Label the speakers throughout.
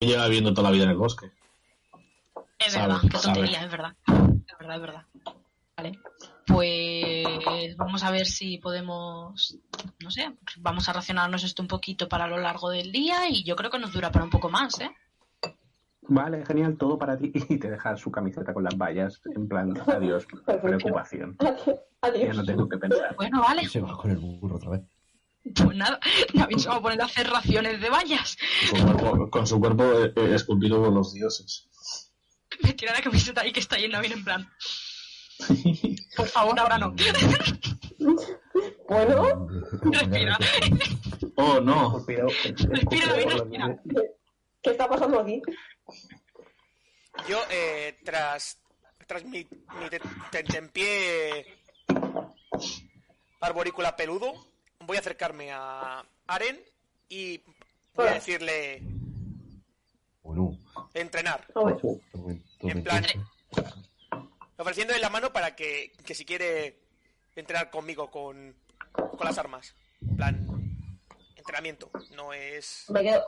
Speaker 1: lleva viviendo toda la vida en el bosque.
Speaker 2: Es
Speaker 1: Sabe,
Speaker 2: verdad, qué
Speaker 1: sabe.
Speaker 2: tontería, es verdad. Es verdad, es verdad. Vale. Pues vamos a ver si podemos, no sé, vamos a racionarnos esto un poquito para lo largo del día y yo creo que nos dura para un poco más, ¿eh?
Speaker 3: Vale, genial, todo para ti. Y te deja su camiseta con las vallas, en plan, adiós, preocupación. Ya
Speaker 4: Adiós.
Speaker 3: no tengo que pensar.
Speaker 2: Bueno, vale.
Speaker 5: Y se va con el burro otra vez.
Speaker 2: Pues nada, David se va a poner a hacer raciones de vallas.
Speaker 1: Con su cuerpo, con su cuerpo, eh, eh, esculpido por los dioses.
Speaker 2: Me tira la camiseta y que está llena bien en plan. Por favor, ahora no.
Speaker 4: Bueno,
Speaker 2: Respira.
Speaker 1: Oh, no.
Speaker 3: Cuidado,
Speaker 2: Respira, David, respira.
Speaker 4: ¿qué está pasando aquí?
Speaker 6: Yo, eh, tras, tras mi, mi te- tentempié arborícola peludo, voy a acercarme a Aren y voy a decirle
Speaker 5: Bueno,
Speaker 6: entrenar,
Speaker 4: A ver,
Speaker 5: tormen-
Speaker 6: En plan-
Speaker 5: tormentoso.
Speaker 6: ofreciéndole la mano para que, que si quiere entrenar conmigo con, con las armas. En plan, entrenamiento, no es...
Speaker 4: me quedo,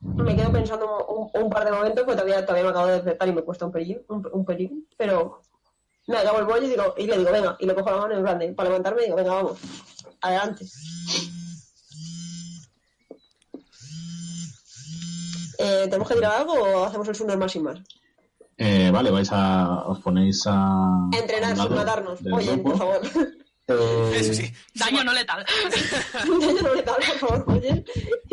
Speaker 4: me quedo pensando un, un par de momentos, porque todavía, todavía me acabo de despertar y me cuesta un pelín, un, un pelín, pero me acabo el bollo y, digo, y le digo, venga, y le cojo la mano en grande, para levantarme y digo, venga, vamos, adelante. Eh, ¿Tenemos que tirar algo o hacemos el sumo más y más?
Speaker 1: Eh, vale, vais a. Os ponéis a. a
Speaker 4: Entrenar
Speaker 1: un
Speaker 4: sin
Speaker 1: lado
Speaker 4: matarnos.
Speaker 1: del
Speaker 4: Oye,
Speaker 1: grupo.
Speaker 4: por favor.
Speaker 1: Eh,
Speaker 6: Eso sí,
Speaker 2: Daño no letal.
Speaker 4: Yo no le tal, por favor, oye.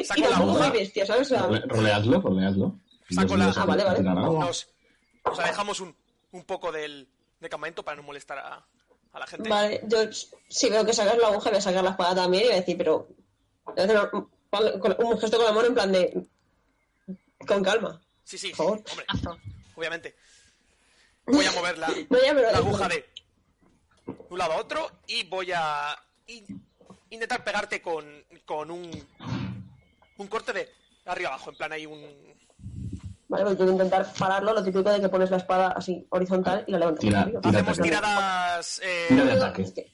Speaker 6: Saco
Speaker 4: y
Speaker 6: la
Speaker 4: tampoco
Speaker 1: bola.
Speaker 4: soy bestia, ¿sabes? O sea,
Speaker 1: role- Roleadlo, roleadlo.
Speaker 6: Saco la-
Speaker 4: Ah, vale, vale.
Speaker 1: vale.
Speaker 6: nos, nos alejamos un, un poco del, del campamento para no molestar a, a la gente.
Speaker 4: Vale, yo si veo que sacas la aguja, voy a sacar la espada también y voy a decir, pero. voy a hacer un- con- un gesto con la mano en plan de. Con calma.
Speaker 6: Sí, sí,
Speaker 4: Por favor.
Speaker 6: hombre,
Speaker 2: Mazo.
Speaker 6: obviamente. Voy a mover la,
Speaker 4: No, ya, pero.
Speaker 6: la aguja de un lado a otro y voy a in- intentar pegarte con, con un, un corte de arriba abajo. En plan, hay un.
Speaker 4: Vale, pues yo voy a intentar pararlo, lo típico de que pones la espada así horizontal y la levantas.
Speaker 1: Tira,
Speaker 4: arriba.
Speaker 1: tira.
Speaker 6: Hacemos tiradas. Eh,
Speaker 1: Tira de
Speaker 4: Yo-
Speaker 1: ataque.
Speaker 4: es que-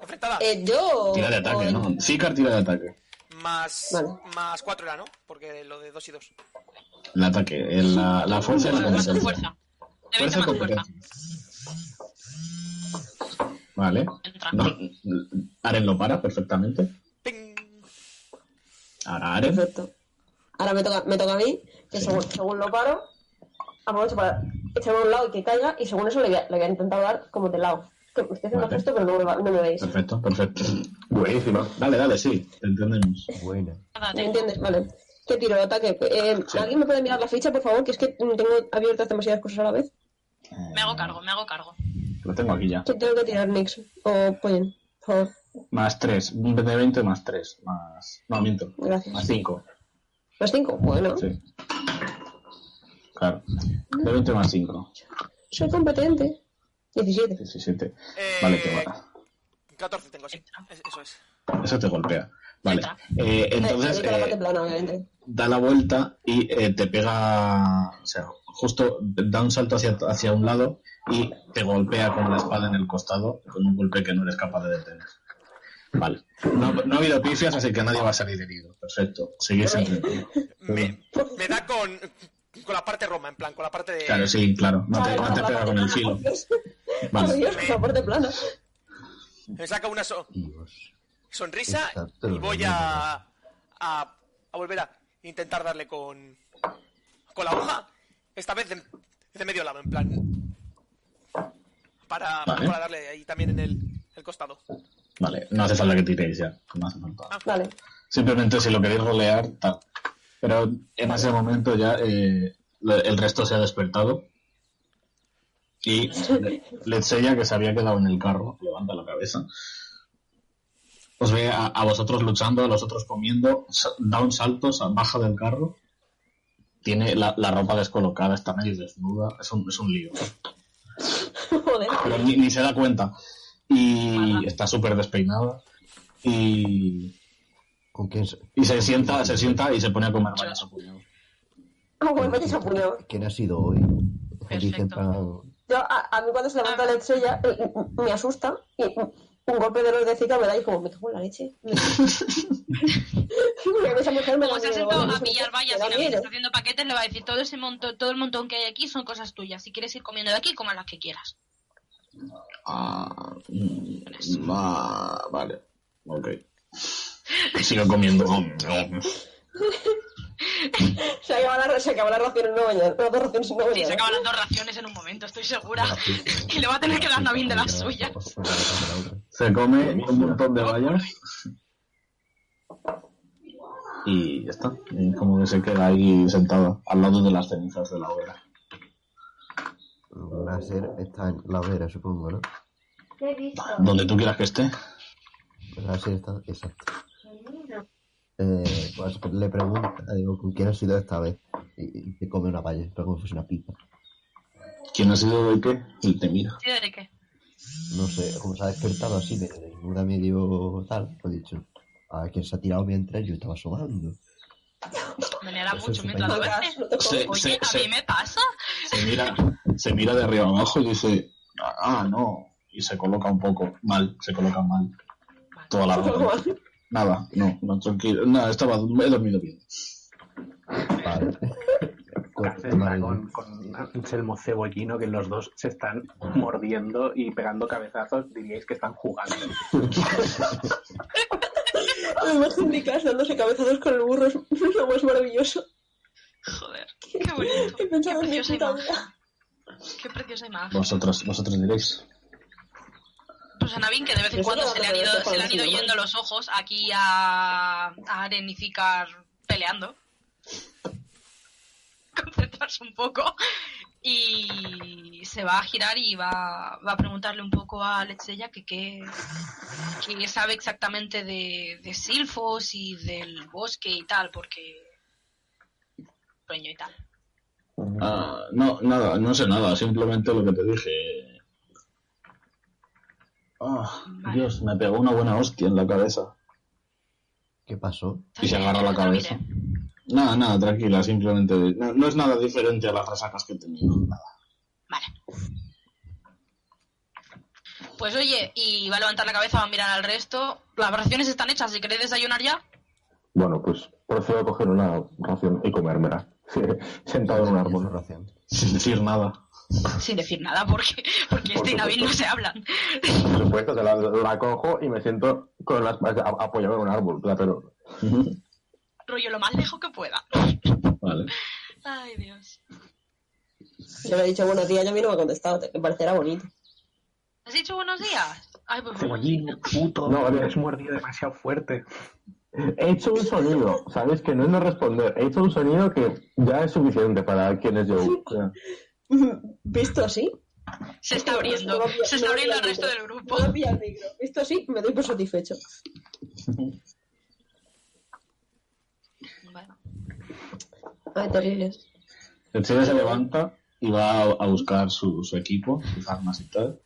Speaker 6: enfrentadas.
Speaker 4: Eh, yo.
Speaker 1: Tira de
Speaker 4: o-
Speaker 1: ataque, ¿no? Zikar tira de ataque.
Speaker 6: Más,
Speaker 4: vale.
Speaker 6: más cuatro era, ¿no? Porque lo de dos y dos.
Speaker 1: El ataque. el- la, la fuerza y la
Speaker 2: Más tu
Speaker 1: competencia.
Speaker 2: fuerza. Te vente
Speaker 1: Fuerza
Speaker 2: más
Speaker 1: y
Speaker 2: tu fuerza.
Speaker 1: Vale.
Speaker 2: Entra.
Speaker 1: No, Aren lo para perfectamente.
Speaker 6: ¡Ping!
Speaker 1: Ahora Aren.
Speaker 4: Perfecto. Ahora me toca, me toca a mí, que
Speaker 1: Sí.
Speaker 4: según, según lo paro, aprovecho para echarme a un lado y que caiga, y según eso le voy a, le voy a intentar dar como de lado. Que me estoy haciendo
Speaker 1: Vale.
Speaker 4: gesto, pero no me, va- no me veis.
Speaker 1: Perfecto, perfecto. Buenísimo. Dale, dale, sí. Te entendemos.
Speaker 5: Buena.
Speaker 2: Nada,
Speaker 4: ¿Me
Speaker 2: te-
Speaker 4: entiendes? Vale. ¿Qué tiro? ¿Ataque? Eh,
Speaker 1: Sí.
Speaker 4: ¿Alguien me puede mirar la ficha, por favor? Que es que tengo abiertas demasiadas cosas a la vez.
Speaker 2: Me hago cargo, me hago cargo.
Speaker 1: Lo tengo aquí ya.
Speaker 4: ¿Qué tengo que tirar, Nix? O Poyen, por favor.
Speaker 1: Más 3. De 20 más 3. Más. No, miento.
Speaker 4: Gracias.
Speaker 1: Más 5.
Speaker 4: ¿Los cinco? Bueno.
Speaker 1: Sí. Claro. De 20 más 5.
Speaker 4: Soy competente. 17.
Speaker 1: 17.
Speaker 6: Eh,
Speaker 1: Vale, te mata.
Speaker 6: 14 tengo, sí. Es- Eso es.
Speaker 2: Eh,
Speaker 1: Eso te golpea. Vale. Eh,
Speaker 4: Eh,
Speaker 1: entonces.
Speaker 4: dedico a la parte
Speaker 1: eh,
Speaker 4: plana, obviamente.
Speaker 1: da la vuelta y eh, te pega, o sea, justo da un salto hacia, hacia un lado y te golpea con la espada en el costado con un golpe que no eres capaz de detener. Vale. No, no ha habido pifias, así que nadie va a salir herido. Perfecto. Seguís entrenando.
Speaker 6: Me, me da con, con la parte roma, en plan, con la parte de.
Speaker 1: Claro, sí, claro. No te, no te pega con el filo. Vale.
Speaker 4: Adiós, la parte plana.
Speaker 6: Me saca una so-
Speaker 5: Dios.
Speaker 6: sonrisa
Speaker 5: Está todo
Speaker 6: y voy a, a, a volver a intentar darle con, con la hoja. Esta vez de, de medio lado, en plan. Para,
Speaker 1: Vale.
Speaker 6: para darle ahí también en el, el costado.
Speaker 1: Vale. No hace falta que tiréis ya. No hace falta.
Speaker 4: Vale.
Speaker 1: Simplemente si lo queréis rolear, tal. Pero en ese momento ya eh, lo- el resto se ha despertado. Y Letsella, que se había quedado en el carro, levanta la cabeza. Os ve a, a vosotros luchando, a los otros comiendo, sa- da un salto, sa- baja del carro. Tiene la, la ropa descolocada, está medio desnuda, es un, es un lío.
Speaker 4: Joder.
Speaker 1: Pero ni, ni se da cuenta. Y está súper despeinada. Y,
Speaker 5: ¿Con quién, so-
Speaker 1: y se sienta, se sienta y se pone a comer varias a puñado.
Speaker 4: Ah, bueno, me a puñado.
Speaker 5: quién ha sido hoy? Dice en plan,
Speaker 4: Yo, a, a mí cuando se levanta la estrella eh, me asusta y un golpe de los de cica me da y como, me cago en la leche. Porque esa mujer me da
Speaker 2: Como se ha
Speaker 4: miedo,
Speaker 2: sentado
Speaker 4: vamos,
Speaker 2: a pillar vallas
Speaker 4: me da
Speaker 2: y también
Speaker 4: miedo.
Speaker 2: está haciendo paquetes, le va a decir todo ese montón, todo el montón que hay aquí son cosas tuyas. Si quieres ir comiendo de aquí, coma las que quieras.
Speaker 1: Ah, mm, ah, vale. Ok. Sigo comiendo.
Speaker 4: Se acaba la, se acaba la ración en una mañana. Las dos raciones en una
Speaker 2: Sí,
Speaker 4: mañana.
Speaker 2: se acaban las dos raciones en un momento, estoy segura. Y le va a tener que dar Navin de las suyas.
Speaker 1: Se come un montón de vallas. Y ya está. Y como que se queda ahí sentado al lado de las cenizas de la hoguera.
Speaker 5: Láser está en la hoguera, supongo, ¿no?
Speaker 7: ¿Qué he visto?
Speaker 1: Donde tú quieras que esté.
Speaker 5: Láser está. Exacto. Eh, pues le pregunta, digo, ¿con quién has sido esta vez? Y, y te come una valla, pero como si fuese una pipa.
Speaker 1: ¿Quién ha sido de qué? Y te mira.
Speaker 2: Sí, ¿de qué?
Speaker 5: No sé, como se ha despertado así de de ninguna medio tal, lo he dicho. A quien se ha tirado mientras yo estaba sobando.
Speaker 2: Me negará
Speaker 5: Eso
Speaker 2: mucho
Speaker 5: sí,
Speaker 2: mientras lo
Speaker 4: venga.
Speaker 2: ves.
Speaker 1: Se,
Speaker 2: Oye,
Speaker 1: se-
Speaker 2: a
Speaker 1: se-
Speaker 2: mí me pasa.
Speaker 1: se mira, se mira de arriba abajo y dice, ah, no. Y se coloca un poco mal, se coloca mal. Toda la hora. Nada, no, no, tranquilo. Nada, estaba, he dormido bien.
Speaker 5: Vale. Con-
Speaker 3: Hace
Speaker 5: tomar
Speaker 3: nada
Speaker 5: el-
Speaker 3: con, con Anselmo Cebollino que los dos se están mordiendo y pegando cabezazos, diríais que están jugando.
Speaker 4: Me imagino mi casa dándose cabezazos con el burro. Es lo más maravilloso.
Speaker 2: Joder, qué bonito.
Speaker 4: He pensado
Speaker 2: Qué
Speaker 4: en mi
Speaker 2: preciosa
Speaker 4: puta
Speaker 2: imagen.
Speaker 4: vida.
Speaker 2: Qué preciosa imagen.
Speaker 1: Vosotros, vosotros diréis.
Speaker 2: Pues a Navin, que de vez en
Speaker 4: Eso
Speaker 2: cuando
Speaker 4: no
Speaker 2: se le han
Speaker 4: te
Speaker 2: ido,
Speaker 4: parece
Speaker 2: se le han ido
Speaker 4: normal.
Speaker 2: yendo los ojos aquí a, a Aren y Zikar peleando. Concentrarse un poco. Y se va a girar y va, va a preguntarle un poco a Lexella que qué que sabe exactamente de, de Silfos y del bosque y tal, porque. Sueño y tal.
Speaker 1: Ah, no, nada, no sé nada, simplemente lo que te dije. Ah,
Speaker 2: Vale.
Speaker 1: Dios, me pegó una buena hostia en la cabeza.
Speaker 5: ¿Qué pasó?
Speaker 1: Y se agarra la
Speaker 2: Yo también,
Speaker 1: cabeza.
Speaker 2: ¿eh?
Speaker 1: Nada, nada, tranquila, simplemente. No, no es nada diferente a las resacas que he tenido. nada.
Speaker 2: Vale. Pues oye, y va a levantar la cabeza, va a mirar al resto. Las oraciones están hechas, si queréis desayunar ya.
Speaker 8: Bueno, pues procedo a coger una ración y comérmela. Sentado en
Speaker 5: Tenía
Speaker 8: un
Speaker 5: su
Speaker 8: árbol.
Speaker 5: ración.
Speaker 1: Sin decir nada.
Speaker 2: Sin decir nada, porque, porque
Speaker 8: Por
Speaker 2: este y Nabil no
Speaker 8: supuesto.
Speaker 2: se hablan.
Speaker 8: Por supuesto, que la, la cojo y me siento con las a- apoyado en un árbol, claro, pero
Speaker 2: Rollo lo más lejos que pueda.
Speaker 1: Vale.
Speaker 2: Ay, Dios.
Speaker 4: Yo le he dicho buenos días y a mí no me ha contestado. Te- Me parecerá bonito.
Speaker 2: ¿Has dicho buenos días? Ay, pues buenos
Speaker 3: Cebollino, puto,
Speaker 8: No, a ver.
Speaker 3: me has mordido demasiado fuerte.
Speaker 8: he hecho un sonido, ¿sabes? Que no es no responder, he hecho un sonido que ya es suficiente para eh, quién es Joe. O sea,
Speaker 4: Visto así,
Speaker 2: días. Se está abriendo.
Speaker 4: No, no, no,
Speaker 2: Se está
Speaker 4: no,
Speaker 2: abriendo
Speaker 4: no,
Speaker 2: el
Speaker 4: no,
Speaker 2: resto
Speaker 4: no.
Speaker 2: del grupo.
Speaker 4: puedo pillar el micro. Visto así, me doy por satisfecho.
Speaker 2: Bueno,
Speaker 4: Ay, terribles.
Speaker 1: El chico se levanta y va a, a buscar su, su equipo, sus armas y tal.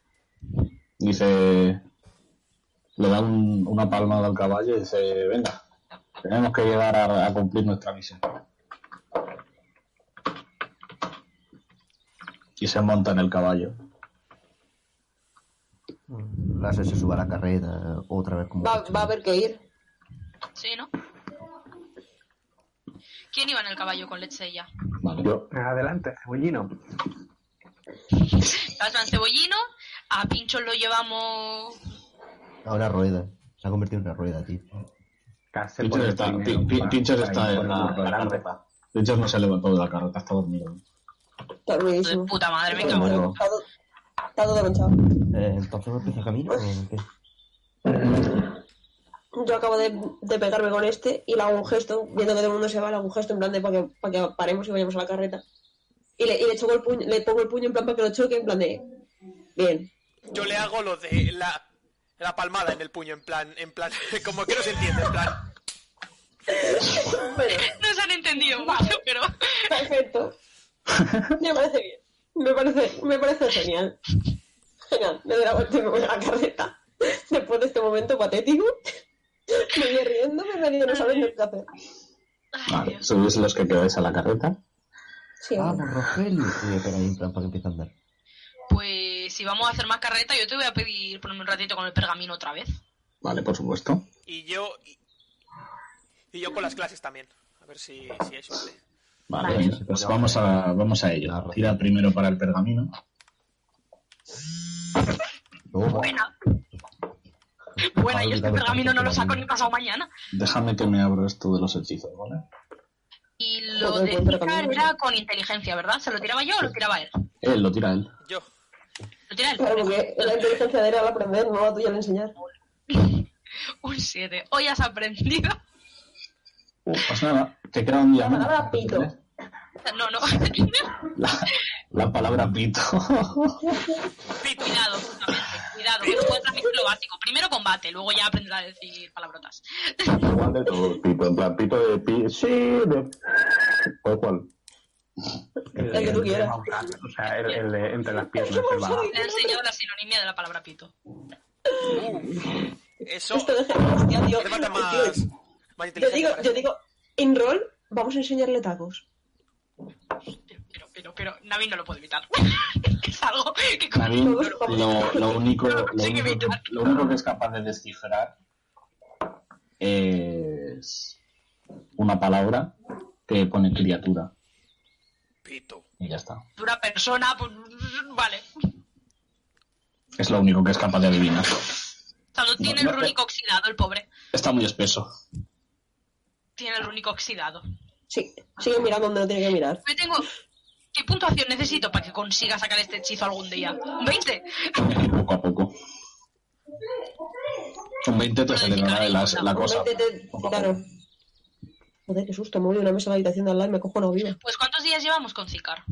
Speaker 1: Dice. Le da un- una palmada al caballo y dice: Venga, tenemos que llegar a, a cumplir nuestra misión. Y se monta en el caballo.
Speaker 5: Láser se sube a la carreta otra vez como.
Speaker 4: Va, va a haber que ir.
Speaker 2: sí, ¿no? ¿Quién iba en el caballo con Letsella?
Speaker 1: Vale.
Speaker 8: Yo,
Speaker 3: Adelante, Cebollino.
Speaker 2: Estás en cebollino, a Pincho lo llevamos
Speaker 5: A una rueda. Se ha convertido en una rueda, tío.
Speaker 3: Casi
Speaker 1: Pinchos
Speaker 3: por el
Speaker 1: está,
Speaker 3: primero,
Speaker 1: Pin- Pin-
Speaker 3: va,
Speaker 1: Pinchos
Speaker 3: va
Speaker 1: está
Speaker 3: ahí por
Speaker 1: en
Speaker 3: el
Speaker 1: la,
Speaker 3: burro
Speaker 1: la
Speaker 3: delante.
Speaker 1: carreta. Pinchos no se ha levantado de la carreta, está dormido.
Speaker 4: Está
Speaker 2: de
Speaker 4: ruidísimo.
Speaker 2: puta madre, me
Speaker 4: Está
Speaker 2: cago.
Speaker 1: bueno.
Speaker 4: todo- Está todo manchado.
Speaker 5: Eh, Entonces no empieza camino o qué?
Speaker 4: Yo acabo de, de pegarme con este y le hago un gesto, viendo que todo el mundo se va, le hago un gesto en plan de para que, para que paremos y vayamos a la carreta. Y le, y le choco el puño, le pongo el puño en plan para que lo choque, en plan de. Bien.
Speaker 6: Yo le hago lo de la, la palmada en el puño, en plan, en plan, como que no se entiende, en plan.
Speaker 4: Bueno,
Speaker 2: No se han entendido mucho, pero
Speaker 4: perfecto. Me parece bien. Me parece, me parece genial. Genial. Me doy la vuelta y me voy a la carreta. Después de este momento patético, me voy riendo, me voy riendo, no sabiendo qué hacer.
Speaker 1: Vale, subís los que quedáis a la carreta.
Speaker 4: Sí,
Speaker 5: Ah, ¡Vamos, Rogelio! Y le pega ahí en plan para que empiece a andar.
Speaker 2: pues si vamos a hacer más carreta, yo te voy a pedir ponerme un ratito con el pergamino otra vez.
Speaker 1: Vale, por supuesto.
Speaker 6: Y yo. Y, y yo con las clases también. A ver si, si hay suerte.
Speaker 1: Vale,
Speaker 2: Vale.
Speaker 1: venga, pues vamos a, vamos a ello. Tira primero para el pergamino.
Speaker 5: Luego,
Speaker 2: Buena. Buena, y el este pergamino no lo saco ni pasado mañana.
Speaker 1: Déjame que me abra esto de los hechizos, ¿vale?
Speaker 2: Y lo
Speaker 4: Joder,
Speaker 2: de
Speaker 4: buen
Speaker 2: tirar
Speaker 4: pergamino.
Speaker 2: era con inteligencia, ¿verdad? ¿Se lo tiraba yo o lo tiraba él?
Speaker 1: Él lo tira él.
Speaker 6: Yo.
Speaker 2: Lo tira
Speaker 4: Claro, porque la
Speaker 2: él.
Speaker 4: inteligencia de él al aprender, no la tuya al enseñar.
Speaker 2: Un 7. Hoy has aprendido.
Speaker 1: Uh, pues nada, te queda un día
Speaker 4: La
Speaker 1: menos.
Speaker 4: palabra pito.
Speaker 2: No, no.
Speaker 1: La, la palabra pito.
Speaker 6: Pito.
Speaker 2: Cuidado, justamente. Cuidado, que puedes transmitir lo básico. Primero combate, luego ya aprenderás a decir palabrotas.
Speaker 8: Igual de todo, pito. En plan, pito de pi. Sí, de. Tal cual.
Speaker 3: El,
Speaker 4: que tú
Speaker 3: de
Speaker 4: quieras.
Speaker 3: Maussan, o sea, el, el de entre las piernas, el bajo.
Speaker 2: Te he enseñado la sinonimia de la palabra pito.
Speaker 6: Eso.
Speaker 4: Esto deja. Hostia, tío.
Speaker 6: Te falta más.
Speaker 4: Tío,
Speaker 6: Más
Speaker 4: Yo
Speaker 6: inteligencia.
Speaker 4: digo,
Speaker 6: para
Speaker 4: yo
Speaker 6: eso.
Speaker 4: digo, en rol, vamos a enseñarle tacos.
Speaker 2: Pero, pero, pero, pero Navi no lo puede evitar. es algo que como-
Speaker 1: Nabil, lo, lo único, lo,
Speaker 2: Sí, que
Speaker 1: único que,
Speaker 2: evitar.
Speaker 1: lo único que es capaz de descifrar es una palabra que pone criatura.
Speaker 6: Pito.
Speaker 1: Y ya está.
Speaker 2: de una persona, pues vale.
Speaker 1: Es lo único que es capaz de adivinar.
Speaker 2: O sea, no tiene
Speaker 1: no,
Speaker 2: el
Speaker 1: no.
Speaker 2: rúnico oxidado, el pobre.
Speaker 1: Está muy espeso.
Speaker 2: Tiene el rúnico oxidado.
Speaker 4: Sí, sigue mirando donde no tiene que mirar.
Speaker 2: Yo tengo. ¿Qué puntuación necesito para que consiga sacar este hechizo algún día? ¿Un 20?
Speaker 1: Poco a poco. Con 20 te acelerará la, la cosa.
Speaker 4: Vete, te-
Speaker 1: Poco a poco.
Speaker 4: Claro. Joder, qué susto, me voy de una mesa a la habitación de al lado y me cojo no viva.
Speaker 2: Pues ¿cuántos días llevamos con Zicar?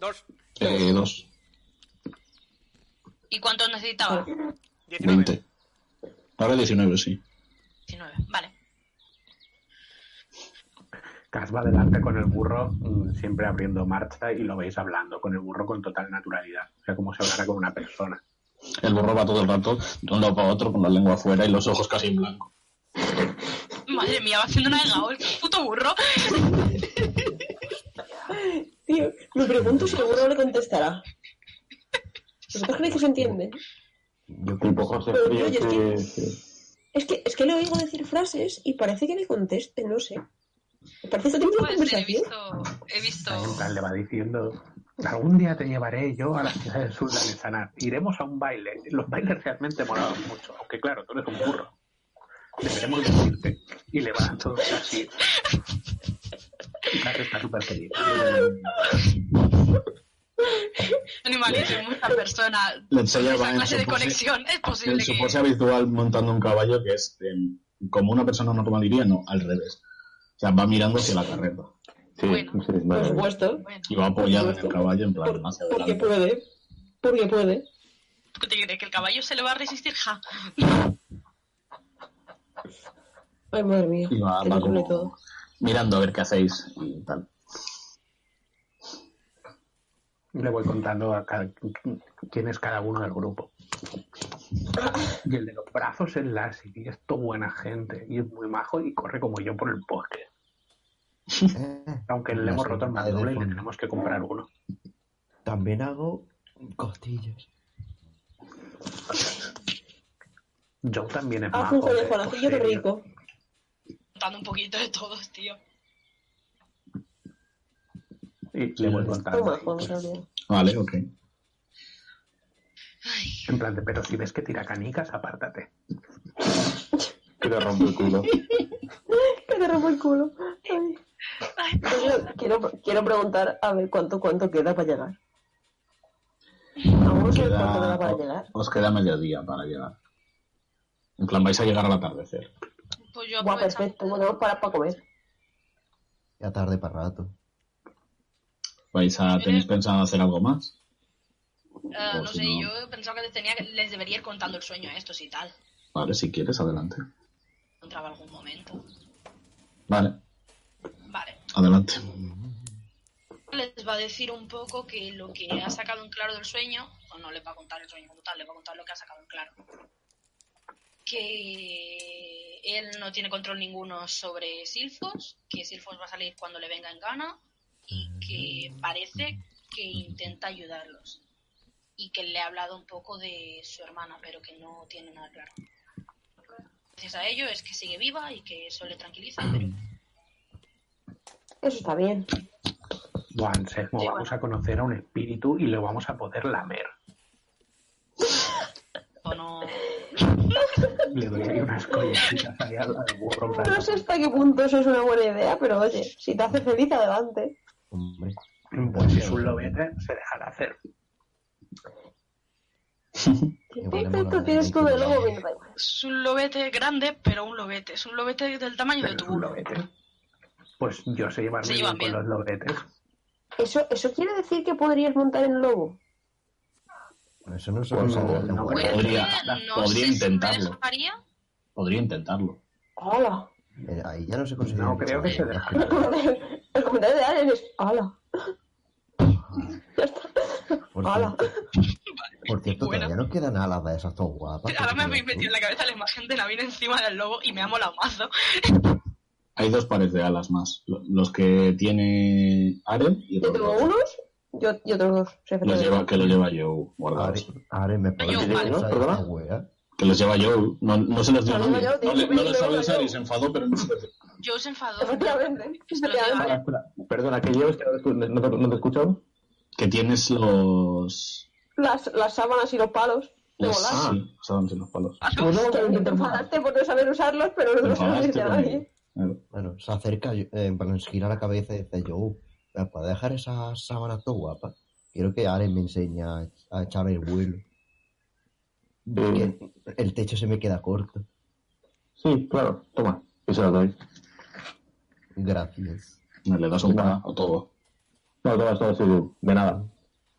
Speaker 6: Dos.
Speaker 1: Eh, dos.
Speaker 2: ¿Y cuántos necesitaba?
Speaker 6: 19.
Speaker 1: 20. Ahora 19, sí.
Speaker 2: 19. Vale.
Speaker 3: Cas va delante con el burro, mm, siempre abriendo marcha y lo veis hablando con el burro con total naturalidad. O sea, como si hablara con una persona.
Speaker 1: El burro va todo el rato de un lado para otro con la lengua afuera y los ojos casi en blanco.
Speaker 2: Madre mía, va haciendo una de Gaol, qué puto burro.
Speaker 4: Tío, me pregunto si seguro le contestará. ¿Vosotros creéis que se entiende?
Speaker 5: yo creo
Speaker 8: Tipo José
Speaker 4: Pero,
Speaker 8: Frío
Speaker 4: oye, es
Speaker 8: que.
Speaker 4: que- Es que, es que le oigo decir frases y parece que le conteste, no sé. Parece que está teniendo una
Speaker 2: Pues he
Speaker 4: conversación.
Speaker 2: visto. He
Speaker 3: Ahí en
Speaker 2: visto.
Speaker 3: plan le va diciendo, algún día te llevaré yo a la ciudad del sur de Alesana. Iremos a un baile. Los bailes realmente molaban mucho, aunque claro, tú eres un burro. Deberemos decirte. Y le va todo así. Y Cas está súper feliz.
Speaker 2: Animalísimo, esta persona.
Speaker 1: Letsella va
Speaker 2: Esa
Speaker 1: en
Speaker 2: clase
Speaker 1: su
Speaker 2: de
Speaker 1: pose-
Speaker 2: conexión es
Speaker 1: en
Speaker 2: posible
Speaker 1: su
Speaker 2: que.
Speaker 1: pose habitual montando un caballo que es eh, como una persona normal diría, no, al revés. O sea, va mirando hacia la carreta
Speaker 8: Sí,
Speaker 2: Bueno.
Speaker 8: sí,
Speaker 4: Por
Speaker 8: vale.
Speaker 4: supuesto.
Speaker 2: Bueno,
Speaker 1: y va apoyado en el caballo en plan
Speaker 4: Por-
Speaker 1: hacia
Speaker 4: porque
Speaker 1: adelante.
Speaker 4: puede. Porque puede.
Speaker 2: ¿tú qué te crees? ¿Que el caballo se le va a resistir? Ja.
Speaker 4: Ay, madre mía.
Speaker 1: Y va,
Speaker 4: qué
Speaker 1: va
Speaker 4: terrible
Speaker 1: como
Speaker 4: todo.
Speaker 1: mirando a ver qué hacéis y tal.
Speaker 3: Le voy contando a cada- quién es cada uno del grupo. Y el de los brazos es Lassie, y es todo buena gente, y es muy majo y corre como yo por el bosque.
Speaker 5: que-
Speaker 3: Aunque le hemos roto el
Speaker 5: Lassie,
Speaker 3: mandoble y le
Speaker 5: madre.
Speaker 3: tenemos que comprar uno.
Speaker 5: También hago costillas.
Speaker 3: Joe también
Speaker 2: Ah,
Speaker 3: es
Speaker 4: Haz
Speaker 3: majo.
Speaker 4: un
Speaker 3: que es
Speaker 4: conejolajillo de
Speaker 3: serio.
Speaker 4: rico.
Speaker 2: Contando un poquito de todos, tío.
Speaker 3: Y le voy contando.
Speaker 4: Toma,
Speaker 3: así,
Speaker 4: Juan,
Speaker 3: pues,
Speaker 4: Gabriel.
Speaker 1: Vale, ok.
Speaker 3: en plan de, pero si ves que tira canicas, apártate.
Speaker 8: Que le rompe el culo.
Speaker 4: Que te rompo el culo. Ay. Pues
Speaker 2: Ay,
Speaker 4: Yo quiero, quiero preguntar a ver cuánto, cuánto queda para llegar. ¿Aún no sabes cuánto queda para llegar?
Speaker 1: os queda mediodía para llegar. En plan, vais a llegar al atardecer.
Speaker 2: Pues yo
Speaker 4: Guau,
Speaker 2: aprovecho.
Speaker 4: perfecto. Bueno, vamos para, para comer.
Speaker 5: Ya tarde para rato.
Speaker 1: ¿Vais a, ¿Tenéis pensado hacer algo más?
Speaker 2: Ah, no
Speaker 1: Pues
Speaker 2: sé,
Speaker 1: no.
Speaker 2: yo he pensado que les, tenía que les debería ir contando el sueño a estos y tal.
Speaker 1: Vale, si quieres, adelante.
Speaker 2: Encontraba algún momento.
Speaker 1: Vale,
Speaker 2: Vale.
Speaker 1: adelante.
Speaker 2: les va a decir un poco que lo que ha sacado en claro del sueño, o no les va a contar el sueño como tal, les va a contar lo que ha sacado en claro. Que él no tiene control ninguno sobre Silfos, que Silfos va a salir cuando le venga en gana y que parece que intenta ayudarlos. y que le ha hablado un poco de su hermana, pero que no tiene nada claro. Gracias a ello es que sigue viva y que eso le tranquiliza, pero
Speaker 4: Eso está bien.
Speaker 3: Buah, Anselmo,
Speaker 2: Sí,
Speaker 3: vamos
Speaker 2: bueno.
Speaker 3: a conocer a un espíritu y lo vamos a poder lamer.
Speaker 2: o no...
Speaker 3: Le doy ahí unas collecitas ahí al al burro. en plan,
Speaker 4: No sé hasta qué punto eso es una buena idea, pero oye, si te hace feliz, adelante.
Speaker 5: Hombre.
Speaker 3: Pues si es un lobete, se dejará hacer.
Speaker 5: Igual le
Speaker 4: Tú- tú-
Speaker 5: mola,
Speaker 4: Tú tienes
Speaker 5: hay
Speaker 4: tú
Speaker 5: que
Speaker 4: de lobo,
Speaker 5: mola.
Speaker 4: mira, da igual.
Speaker 2: Es un lobete grande, pero un lobete. Es un lobete del tamaño de
Speaker 3: Pero
Speaker 2: tu
Speaker 3: es un
Speaker 2: burro.
Speaker 3: lobete. Pues yo sé llevarme
Speaker 2: Se
Speaker 3: bien
Speaker 2: llevan
Speaker 3: con
Speaker 2: bien.
Speaker 3: los lobetes.
Speaker 4: Eso, eso quiere decir que podrías montar en lobo.
Speaker 5: Pero Eso no es
Speaker 8: Pues
Speaker 5: cosa
Speaker 8: no,
Speaker 5: del
Speaker 8: no
Speaker 5: lobo.
Speaker 8: creo.
Speaker 1: Podría-
Speaker 2: no
Speaker 1: podría
Speaker 2: sé si me
Speaker 1: intentarlo.
Speaker 2: dejaría.
Speaker 1: Podría intentarlo.
Speaker 4: ¡Hala!
Speaker 5: Eh, Ahí ya no se consigue.
Speaker 3: No
Speaker 5: mucho,
Speaker 3: creo que
Speaker 5: ¿eh?
Speaker 3: se deje.
Speaker 4: El comentario de Aren es ¡Hala! Ya está.
Speaker 5: Por
Speaker 4: Ala.
Speaker 5: cierto, por cierto,
Speaker 2: Bueno.
Speaker 5: todavía no quedan alas de esas todas guapas.
Speaker 2: Ahora me habéis metido en la cabeza la imagen de Navin encima del lobo y me ha molado mazo.
Speaker 1: Hay dos pares de alas más. Lo- Los que tiene Aren y
Speaker 4: Yo
Speaker 1: los,
Speaker 4: tengo unos yo, y otros dos. o sea, que
Speaker 1: los
Speaker 4: tengo-
Speaker 1: lleva, que los lleva Joe
Speaker 5: Ahora,
Speaker 1: guardados.
Speaker 5: ahora me puedo
Speaker 2: Yo, vale.
Speaker 8: ¿Perdona?
Speaker 1: Que los lleva Joe. No, no se los dio
Speaker 4: Los
Speaker 1: nadie.
Speaker 4: lleva Joe,
Speaker 1: No le,
Speaker 4: dice,
Speaker 1: no
Speaker 4: "Los
Speaker 1: le sabe
Speaker 4: lleva
Speaker 1: usar
Speaker 4: Joe".
Speaker 1: y se enfadó, pero no se lo-
Speaker 2: Yo os enfado.
Speaker 4: Efectivamente.
Speaker 2: Se lo lleva
Speaker 8: Espera,
Speaker 2: Aren.
Speaker 8: espera. Perdona, que llevas que no te escu- no te, no te he escuchado.
Speaker 1: Que tienes los...
Speaker 4: Las, las sábanas y los palos de
Speaker 1: los
Speaker 4: volar. Pues
Speaker 1: sí, saben si los palos.
Speaker 8: Bueno,
Speaker 4: Que te enfadaste por no saber usarlos, pero
Speaker 1: Te
Speaker 4: no sabes
Speaker 1: enfadaste
Speaker 4: decirte a
Speaker 1: con
Speaker 4: nadie.
Speaker 1: Claro.
Speaker 5: Bueno, se acerca, eh, en plan, gira la cabeza y dice, yo, ¿me puedes dejar esa sábana todo guapa? Quiero que Aren me enseñe a, a echar el vuelo.
Speaker 8: Eh,
Speaker 5: Que el techo se me queda corto.
Speaker 8: sí, claro, toma. Y se la doy.
Speaker 5: Gracias.
Speaker 1: No, Le das un pana o todo.
Speaker 8: No, te vas todo así, de nada.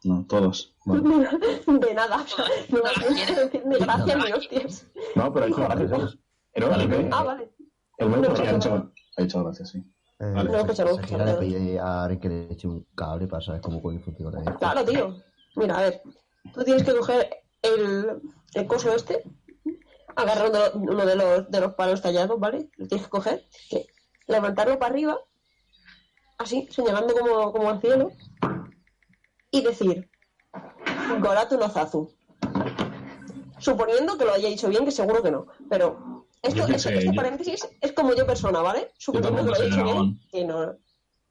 Speaker 1: No, todos. Vale.
Speaker 4: De nada. o sea, no me tienes que decir ni gracias ni hostias.
Speaker 8: No, pero ha hecho gracias. Pero vale,
Speaker 1: Vale,
Speaker 8: que-
Speaker 4: Ah, vale.
Speaker 8: el buen
Speaker 4: no,
Speaker 1: Sí, ha
Speaker 8: chaval.
Speaker 1: hecho, ha hecho gracia, sí.
Speaker 5: Eh,
Speaker 1: Vale.
Speaker 4: No, que se lo-
Speaker 5: se
Speaker 4: que
Speaker 5: gira,
Speaker 4: se
Speaker 5: le
Speaker 4: lo-
Speaker 5: pide a Aren que le eche un cable para saber cómo coño funciona esto.
Speaker 4: Claro, tío. Mira, a ver. Tú tienes que coger el, el coso este, agarrar uno, uno de, los, de los palos tallados, ¿vale? Lo tienes que coger, que levantarlo para arriba, así, señalando como, como al cielo, y decir, Goratu no Zazu. Suponiendo que lo haya dicho bien, que seguro que no. Pero esto,
Speaker 1: Yo qué
Speaker 4: este-
Speaker 1: sé,
Speaker 4: este
Speaker 1: yo-
Speaker 4: paréntesis es como yo persona, ¿vale? Suponiendo que lo
Speaker 1: tampoco soy
Speaker 4: haya dicho bien,
Speaker 1: dragón.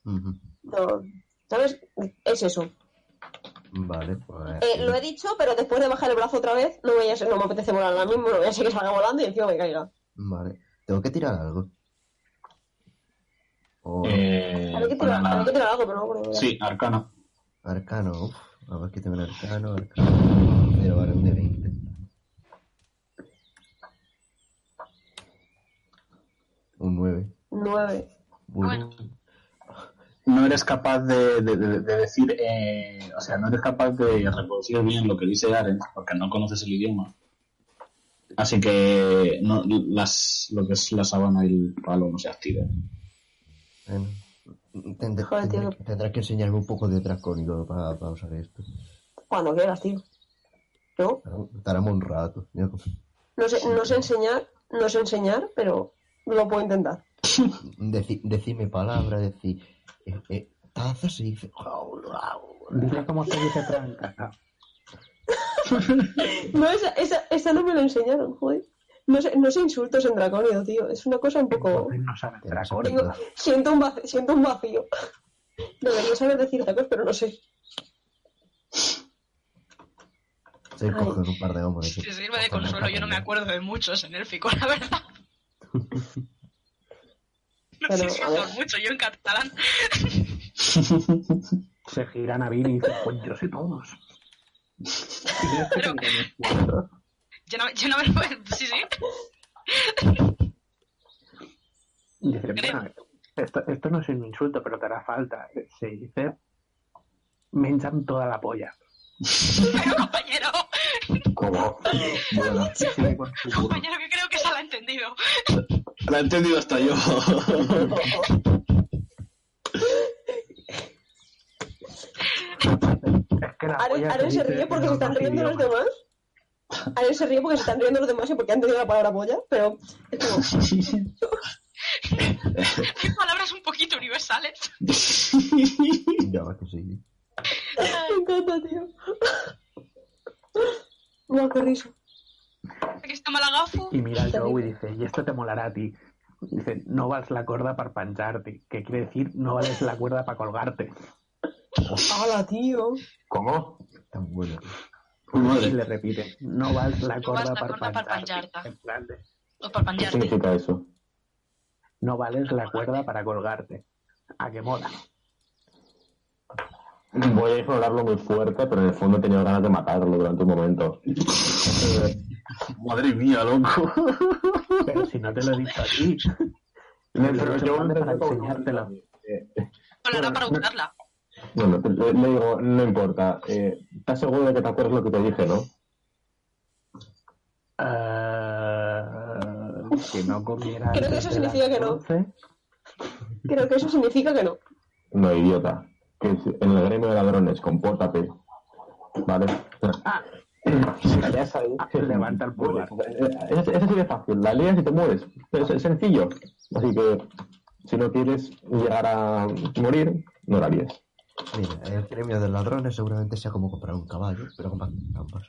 Speaker 4: que no,
Speaker 5: Ujú.
Speaker 4: no. ¿Sabes? Es eso.
Speaker 5: Vale, pues...
Speaker 4: Eh, lo he dicho, pero después de bajar el brazo otra vez, no, voy a ser- no me apetece volar ahora mismo, no voy a ser que salga volando y encima me caiga.
Speaker 5: Vale. ¿Tengo que tirar algo? O
Speaker 1: Eh,
Speaker 4: Hay que
Speaker 1: para
Speaker 4: tirar, hay que
Speaker 1: nada.
Speaker 4: tirar algo, pero no creo.
Speaker 1: Sí, Arcana.
Speaker 5: arcano. uf, a ver que tengo un arcano, arcano. Pero ahora un de 20. Un 9.
Speaker 4: Nueve.
Speaker 5: Bueno.
Speaker 1: no eres capaz de, de- de- de decir, eh, o sea, no eres capaz de reproducir bien lo que dice Aren, porque no conoces el idioma. Así que no, las, lo que es la sábana y el palo no se activa.
Speaker 5: bueno. Tendré-
Speaker 4: Joder, tío.
Speaker 5: tendré- tendrás que enseñarme un poco de dracónico para, para usar esto.
Speaker 4: Cuando quieras, tío. No,
Speaker 5: Estaremos un rato. Yo-
Speaker 4: no sé, no sé enseñar, no sé enseñar, pero lo puedo intentar.
Speaker 5: deci- decirme palabras, decir. Eh, eh, tazas y dice.
Speaker 3: Dile cómo se dice tranca.
Speaker 4: No, esa, esa, esa no me lo enseñaron, joder. No sé, no sé insultos en Dracónido, tío. Es una cosa un poco...
Speaker 3: Entonces no saben
Speaker 5: Tenemos
Speaker 3: dragón.
Speaker 5: que-
Speaker 4: Tengo- siento, un vacío, siento un vacío. Debería saber decir tacos, pero no sé.
Speaker 5: Se cogen un par de hombres.
Speaker 2: Si te sirve de consuelo, yo no me acuerdo de muchos en élfico, la verdad. No
Speaker 4: Pero,
Speaker 2: sé si
Speaker 4: a ver.
Speaker 2: son muchos, yo en catalán.
Speaker 3: Se giran a Bill y dicen, pues yo sé todos. Y yo estoy con-
Speaker 2: Yo no, yo no me lo puedo... Sí, sí.
Speaker 3: Y dice, bueno, esto, esto no es un insulto, pero te hará falta. eh, Se dice, me hinchan toda la polla.
Speaker 2: Pero compañero,
Speaker 8: ¿Cómo? Bueno,
Speaker 3: Y sigue con su burro.
Speaker 2: compañero, que creo que esa la he entendido.
Speaker 1: La he entendido hasta yo.
Speaker 3: Es que la
Speaker 4: Aren,
Speaker 3: polla
Speaker 4: Aren se
Speaker 3: dice
Speaker 4: ríe
Speaker 3: en
Speaker 4: porque se están
Speaker 3: dos
Speaker 4: riendo los
Speaker 3: idiomas.
Speaker 4: demás. Aren se ríe porque se están riendo los demás y porque han tenido la palabra polla, pero es como,
Speaker 2: Hay palabras un poquito universales.
Speaker 5: Ya, que sí.
Speaker 4: me encanta, tío. No, qué risa.
Speaker 2: Que está mal agafo.
Speaker 3: Y mira a Joe y dice, y esto te molará a ti. Dice, no vales la cuerda para pancharte. Que quiere decir, no vales la cuerda para colgarte.
Speaker 4: ¡Hala, tío!
Speaker 8: ¿Cómo?
Speaker 5: Tan bueno.
Speaker 8: Pues
Speaker 3: Y
Speaker 1: Madre.
Speaker 3: le repite, no vales la
Speaker 2: No
Speaker 3: cuerda
Speaker 2: vales la
Speaker 3: para
Speaker 2: cuerda para
Speaker 3: pancharte.
Speaker 2: pancharte.
Speaker 3: En plan de,
Speaker 2: O para
Speaker 8: ¿Qué
Speaker 2: pandearte.
Speaker 8: significa eso?
Speaker 3: no vales la cuerda para colgarte. A que mola.
Speaker 8: Voy a ignorarlo muy fuerte, pero en el fondo he tenido ganas de matarlo durante un momento.
Speaker 1: Madre mía, loco.
Speaker 3: Pero si no te lo he dicho a ti.
Speaker 8: No,
Speaker 3: Pero
Speaker 8: pero
Speaker 3: yo
Speaker 8: yo-
Speaker 3: para enseñártelo.
Speaker 2: Hablará para usarla.
Speaker 8: Bueno, te- le, le digo, no importa. Eh, ¿Estás seguro de que te acuerdas lo que te dije, no?
Speaker 3: Ah, que no comiera
Speaker 4: Creo que eso
Speaker 3: antes de las
Speaker 4: significa que no.
Speaker 3: 11.
Speaker 4: Creo que eso significa que no.
Speaker 8: No, idiota. Que es en el gremio de ladrones, compórtate. ¿Vale?
Speaker 3: Ah,
Speaker 8: Si la leas ahí,
Speaker 3: Ah, levanta el pulgar.
Speaker 8: Eso eso sí que es fácil. La leas y te mueres. Es, es sencillo. Así que, si no quieres llegar a morir, no la líes.
Speaker 5: Mira, el gremio de ladrones seguramente sea como comprar un caballo, pero con trampas.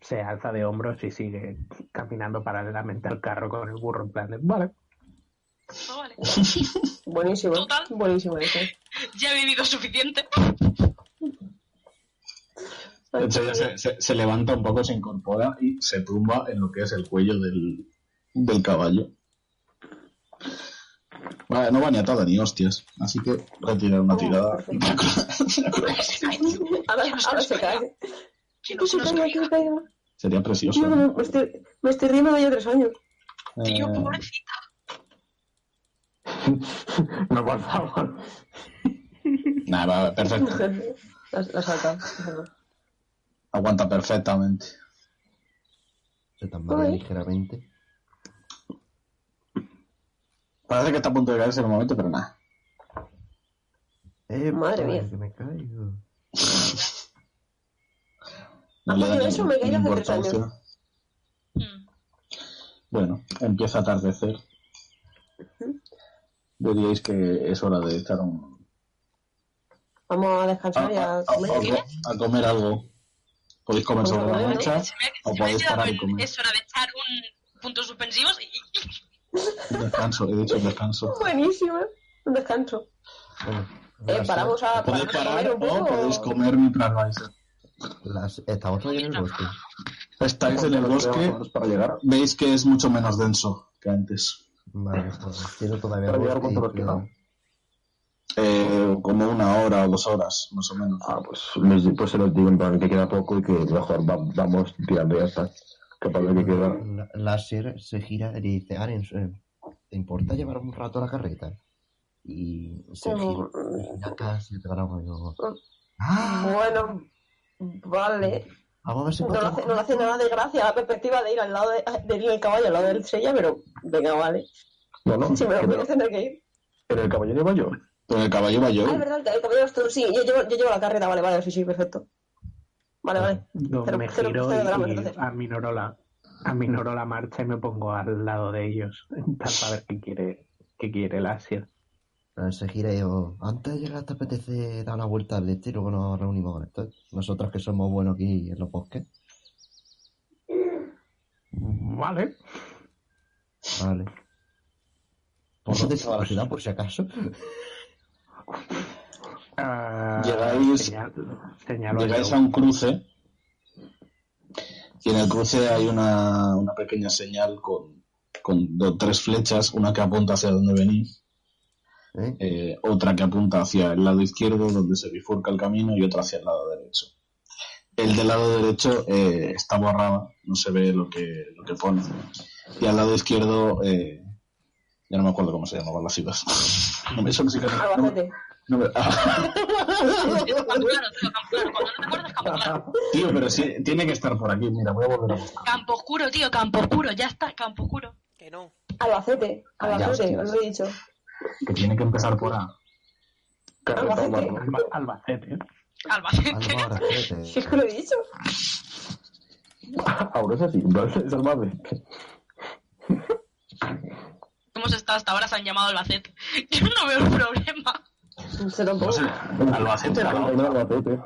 Speaker 3: se alza de hombros y sigue caminando paralelamente al carro con el burro en plan de, vale,
Speaker 2: Ah, vale.
Speaker 4: Buenísimo. ¿eh?
Speaker 2: Total.
Speaker 4: Buenísimo eso.
Speaker 2: Ya he vivido suficiente.
Speaker 1: De hecho, ya se, se- se levanta un poco, se incorpora y se tumba en lo que es el cuello del, del caballo. Vale, no va ni atada ni hostias, así que voy a tirar una
Speaker 4: Oh,
Speaker 1: tirada.
Speaker 4: perfecto. Ahora,
Speaker 2: Que no se
Speaker 4: ahora
Speaker 2: nos
Speaker 4: se
Speaker 2: caiga.
Speaker 4: cae.
Speaker 2: Que no
Speaker 4: Que
Speaker 2: se
Speaker 4: se
Speaker 2: nos
Speaker 4: caiga, Pues que
Speaker 2: caiga.
Speaker 4: se caiga.
Speaker 1: Sería precioso.
Speaker 4: Tío, me, me estoy, me estoy riendo de ya tres años. Mm,
Speaker 2: Tío,
Speaker 1: Eh,
Speaker 2: pobrecita.
Speaker 8: No, por favor.
Speaker 1: nada, va, perfecto.
Speaker 4: la, la salta. la salta.
Speaker 1: Aguanta perfectamente.
Speaker 5: Se tambalea
Speaker 4: Uy.
Speaker 5: ligeramente.
Speaker 1: Parece que está a punto de caerse en un momento, pero nada.
Speaker 5: Eh,
Speaker 4: Madre
Speaker 5: joder,
Speaker 4: mía.
Speaker 5: que me caigo.
Speaker 1: No
Speaker 4: Ah,
Speaker 1: le da
Speaker 4: coño,
Speaker 1: ni-
Speaker 4: eso me caí
Speaker 1: ni
Speaker 4: hace tres años.
Speaker 1: importancia.
Speaker 2: Mm.
Speaker 1: Bueno, empieza a atardecer. Veríais que es hora de echar un,
Speaker 4: Vamos a
Speaker 1: a,
Speaker 4: descansar y
Speaker 1: a-
Speaker 4: a
Speaker 1: a-
Speaker 4: comer.
Speaker 1: a- a comer algo. Podéis comer
Speaker 4: Vamos a
Speaker 1: sobre la
Speaker 4: comer, ¿no?
Speaker 1: marcha
Speaker 2: Se me,
Speaker 1: o
Speaker 2: se me ha
Speaker 1: podéis
Speaker 2: quedado
Speaker 1: parar y
Speaker 2: en
Speaker 1: comer.
Speaker 2: es hora de echar un puntos suspensivos y, y-
Speaker 1: Descanso, he dicho descanso.
Speaker 4: Buenísimo. ¿eh? Un descanso.
Speaker 5: Bueno,
Speaker 4: Eh,
Speaker 5: las-
Speaker 4: paramos a,
Speaker 1: Podéis
Speaker 4: paramos a comer
Speaker 1: parar
Speaker 4: un
Speaker 1: o
Speaker 4: poco.
Speaker 1: podéis comer mientras vais.
Speaker 5: las- estamos todavía en el bosque.
Speaker 1: Estáis en el bosque,
Speaker 8: Para llegar,
Speaker 1: veis que es mucho menos denso que antes.
Speaker 5: Vale, pues, tiene todavía
Speaker 8: para llegar
Speaker 5: bosque
Speaker 8: cuánto
Speaker 5: y
Speaker 8: nos queda.
Speaker 5: cuidado.
Speaker 1: Eh, como una hora o dos horas, más o menos.
Speaker 8: Ah, pues, les, pues se los digo en plan que queda poco y que mejor va- vamos tirando ya está. Que para lo que queda.
Speaker 5: La- Láser se gira y le dice, Aren, eh, ¿te importa llevar un rato la carreta? Y se
Speaker 4: Pero-
Speaker 5: gira, se gira acá, se pegará un digo,
Speaker 4: Bueno, vale.
Speaker 5: Vamos a ver si
Speaker 4: No le
Speaker 5: encontramos
Speaker 4: hace, no le hace nada de gracia la perspectiva de ir al lado de, de ir el caballo al lado del sella, pero venga, vale.
Speaker 8: No, no,
Speaker 4: Si me lo
Speaker 8: que
Speaker 4: pides
Speaker 8: no.
Speaker 4: tendré que ir.
Speaker 8: en el caballero iba yo.
Speaker 1: Pero el caballo va yo.
Speaker 4: Ah, es verdad, el caballo eres tú. Sí, yo llevo, yo llevo la carreta, vale, vale, sí, sí, perfecto. Vale, vale.
Speaker 3: Yo
Speaker 4: Cero-
Speaker 3: me
Speaker 4: cero-
Speaker 3: giro
Speaker 4: cero drama,
Speaker 3: y,
Speaker 4: entonces.
Speaker 3: a aminoro la, aminoro la marcha y me pongo al lado de ellos en plan para ver qué quiere, qué quiere el Asier.
Speaker 5: Ah, Se gira y digo, antes de llegar te apetece dar una vuelta al este y luego nos reunimos con esto. Nosotros que somos buenos aquí en los bosques.
Speaker 3: Vale.
Speaker 5: Vale. ¿Por dónde se va la ciudad, por si acaso?
Speaker 3: Ah,
Speaker 1: Llegáis-
Speaker 3: señal- señalo a
Speaker 1: Llegáis
Speaker 3: Joe.
Speaker 1: a un cruce y en el cruce hay una, una pequeña señal con, con do- tres flechas, una que apunta hacia donde venís.
Speaker 5: ¿Eh?
Speaker 1: eh, otra que apunta hacia el lado izquierdo donde se bifurca el camino y otra hacia el lado derecho. El del lado derecho eh, está borrado, no se ve lo que, lo que pone. Y al lado izquierdo, eh, ya no me acuerdo cómo se llamaba la ciudad. No me- eso sí que no- no me-
Speaker 4: Albacete.
Speaker 1: no me- ah,
Speaker 2: Campo Claro, tío, Campo Claro. Cuando no te acuerdas, Campo Claro.
Speaker 1: tío, pero sí, tiene que estar por aquí. Mira, voy a volver a buscar.
Speaker 2: Campo Oscuro, tío, Campo Oscuro. Ya está, Campo Oscuro.
Speaker 6: Que no.
Speaker 4: Albacete. Albacete,
Speaker 1: hostias.
Speaker 4: os lo he dicho.
Speaker 1: Que tiene que empezar por A.
Speaker 8: Carreta
Speaker 4: Albacete.
Speaker 8: humana.
Speaker 3: Alba- Albacete.
Speaker 2: Albacete.
Speaker 5: Alba,
Speaker 4: Si
Speaker 5: recete.
Speaker 4: es que lo he dicho.
Speaker 8: Ahora es así, ¿vale? Salvadme.
Speaker 2: ¿Cómo se está? Hasta ahora se han llamado Albacete. Yo no veo el problema.
Speaker 4: Se lo
Speaker 1: No sé, Albacete era la otra.
Speaker 8: Albacete.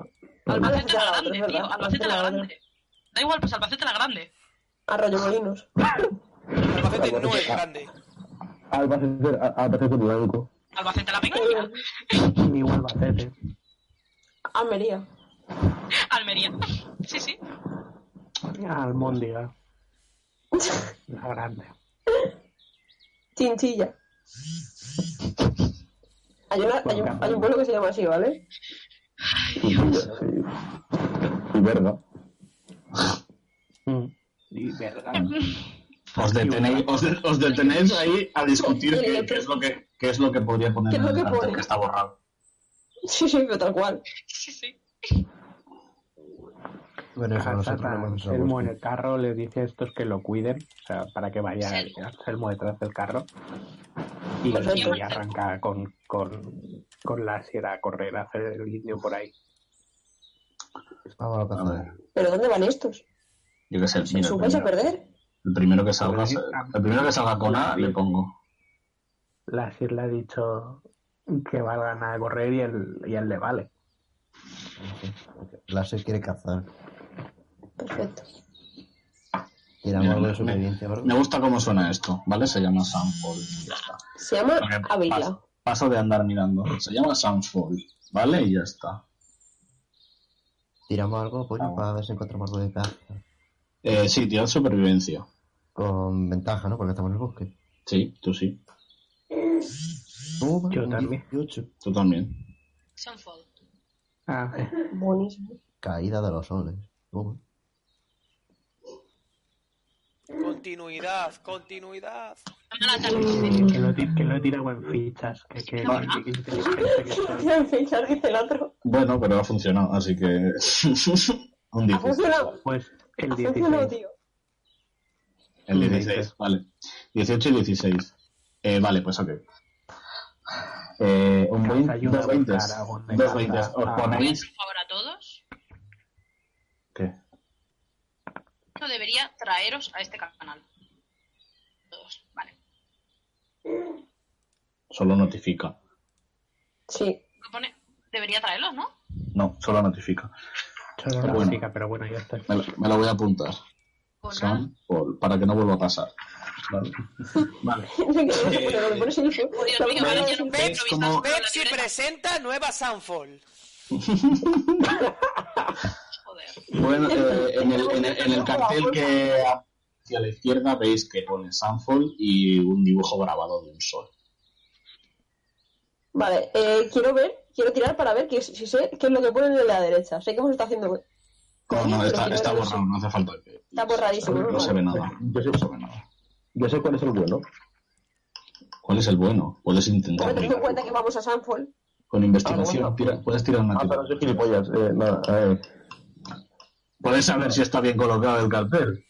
Speaker 4: Albacete
Speaker 2: Albacete la
Speaker 4: era
Speaker 2: grande, tío. Albacete la
Speaker 4: la otra, es verdad.
Speaker 2: grande. Da igual, pues Albacete la grande.
Speaker 4: Arroyo Molinos.
Speaker 6: Albacete
Speaker 8: Albacete,
Speaker 6: no es
Speaker 8: ah.
Speaker 6: grande.
Speaker 8: Albacete, Albacete Blanco.
Speaker 2: Albacete la pequeña.
Speaker 3: Ni Albacete.
Speaker 4: Almería.
Speaker 2: Almería. Sí, sí.
Speaker 3: Almóndiga. La grande.
Speaker 4: Chinchilla. Hay, una- hay un, hay un pueblo que se llama así, ¿vale?
Speaker 8: Y verga.
Speaker 3: Mm. Y verga.
Speaker 1: Os detenéis, os, de- os detenéis ahí a discutir qué, qué es lo que, qué es lo que podría poner
Speaker 4: ¿Qué es
Speaker 1: en
Speaker 4: lo
Speaker 1: el
Speaker 4: que
Speaker 1: cartel
Speaker 4: pone?
Speaker 1: que está borrado.
Speaker 4: Sí, sí, pero tal cual.
Speaker 2: Sí, sí.
Speaker 5: Bueno, eso pues, nosotros no hemos
Speaker 3: el Selmo en el carro le dice a estos que lo cuiden, o sea, para que vaya
Speaker 2: Sí.
Speaker 3: el Selmo detrás del carro. Y,
Speaker 4: Perfecto.
Speaker 3: y arranca con, con, con la sierra a correr a hacer el indio por ahí.
Speaker 5: Vamos a la plaza de-
Speaker 4: ¿Pero dónde van estos?
Speaker 1: Yo qué sé,
Speaker 4: ¿Os
Speaker 1: mira, el,
Speaker 4: vais a
Speaker 1: primero,
Speaker 4: perder?
Speaker 1: el primero que salga,
Speaker 3: Pues sí,
Speaker 1: el primero que salga con A le pongo.
Speaker 3: La sierra ha dicho que valgan a correr y él, y él le vale.
Speaker 5: La SER quiere cazar.
Speaker 4: Perfecto.
Speaker 5: Quiere
Speaker 1: Mira,
Speaker 5: algo
Speaker 1: me-
Speaker 5: de supervivencia, ¿verdad?
Speaker 1: Me gusta cómo suena esto, ¿vale? Se llama Soundfall. y ya está.
Speaker 4: Se llama
Speaker 1: Porque
Speaker 4: Ávila.
Speaker 1: paso, paso de andar mirando. Se llama Soundfall, ¿vale? Y ya está.
Speaker 5: Tiramos algo, pollo,
Speaker 1: Vamos.
Speaker 5: para ver si encontramos algo de caza.
Speaker 1: Eh, sí, tirad supervivencia.
Speaker 5: Con ventaja, ¿no? Porque estamos en el bosque.
Speaker 1: Sí, tú sí,
Speaker 5: Toma,
Speaker 3: Yo
Speaker 5: un
Speaker 3: también.
Speaker 5: 18.
Speaker 1: tú también.
Speaker 2: Sunfall.
Speaker 3: Ah,
Speaker 4: Buenísimo.
Speaker 5: Caída de los soles. Toma.
Speaker 6: Continuidad, continuidad.
Speaker 2: Llama la tarde.
Speaker 3: que, lo, ti- que lo he tirado en fichas. Que, que, que inteligente que soy.
Speaker 4: En fin, ya dice el otro.
Speaker 1: Bueno, pero ha funcionado, así que. Un
Speaker 4: Ha
Speaker 1: 16.
Speaker 4: funcionado.
Speaker 3: Pues el
Speaker 4: Ha funcionado,
Speaker 3: 16.
Speaker 4: tío.
Speaker 1: El 16, vale. 18 y 16. Eh, vale, pues ok. Eh, un
Speaker 3: Nos
Speaker 1: 20,
Speaker 3: ayuda
Speaker 1: dos
Speaker 3: a
Speaker 1: 20.
Speaker 3: buscar algún de
Speaker 1: Dos
Speaker 3: caza.
Speaker 1: 20. Os
Speaker 3: Ah.
Speaker 2: ¿Voy a
Speaker 1: ponéis.
Speaker 2: hacer un favor a todos?
Speaker 1: ¿Qué?
Speaker 2: Yo debería traeros a este canal. Todos, vale.
Speaker 1: Solo notifica.
Speaker 4: Sí.
Speaker 2: Lo pone- Debería traerlos, ¿no?
Speaker 1: No, solo notifica.
Speaker 3: Solo una
Speaker 1: Bueno.
Speaker 3: chica, pero bueno, ya está.
Speaker 1: Me lo, me lo voy a apuntar.
Speaker 2: Pues nada.
Speaker 1: Son por- para que no vuelva a pasar. Vale. vale.
Speaker 4: Pero le pones el hijo.
Speaker 2: Oh, Dios mío, vale, ya no puedo
Speaker 1: ¿Veis
Speaker 2: improvisar
Speaker 1: cómo-
Speaker 2: sobre la
Speaker 6: Pepsi
Speaker 2: libreta.
Speaker 6: presenta nueva Sunfall.
Speaker 2: Joder.
Speaker 1: Bueno, eh, en, el, en, el, en el cartel que hacia la izquierda veis que pone Sanford y un dibujo grabado de un sol.
Speaker 4: Vale, eh, quiero ver, quiero tirar para ver qué, es- si sé qué es lo que ponen en la derecha. Sé que hemos estado haciendo.
Speaker 1: No, no, está, está
Speaker 4: Pero
Speaker 1: borrado, no hace falta que.
Speaker 4: Está borradísimo,
Speaker 1: No
Speaker 4: ¿no?
Speaker 1: se ve nada.
Speaker 8: Yo sé,
Speaker 1: No se ve nada.
Speaker 8: yo sé cuál es el bueno.
Speaker 1: ¿Cuál es el bueno? Puedes
Speaker 4: Pero
Speaker 1: intentar
Speaker 4: teniendo en cuenta
Speaker 1: aplicarlo.
Speaker 4: que vamos a Sanford.
Speaker 1: Con investigación
Speaker 8: Ah, bueno.
Speaker 1: tira- puedes tirar una
Speaker 8: Ah,
Speaker 1: tira.
Speaker 8: pero soy gilipollas. Eh, nada, a ver.
Speaker 1: Puedes saber si está bien colocado el cartel.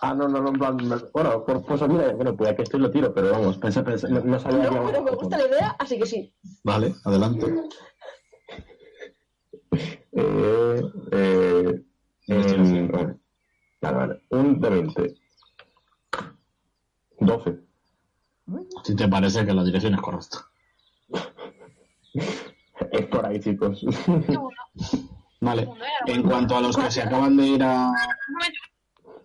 Speaker 8: Ah, no, no, no, en plan, me- bueno, por, pues mira, bueno, pues aquí estoy lo tiro, pero vamos, pensé, pensé, no, no sabía que
Speaker 4: No, pero me gusta la idea, así que sí.
Speaker 1: Vale, adelante.
Speaker 8: Eh, eh,
Speaker 1: Investigación.
Speaker 8: eh, vale. Vale, vale, un de 20. 12.
Speaker 1: Si te parece que la dirección es correcta.
Speaker 8: Es por ahí, chicos.
Speaker 2: Qué bueno.
Speaker 1: Vale. En cuanto a los que se acaban de ir a.
Speaker 2: Un momento.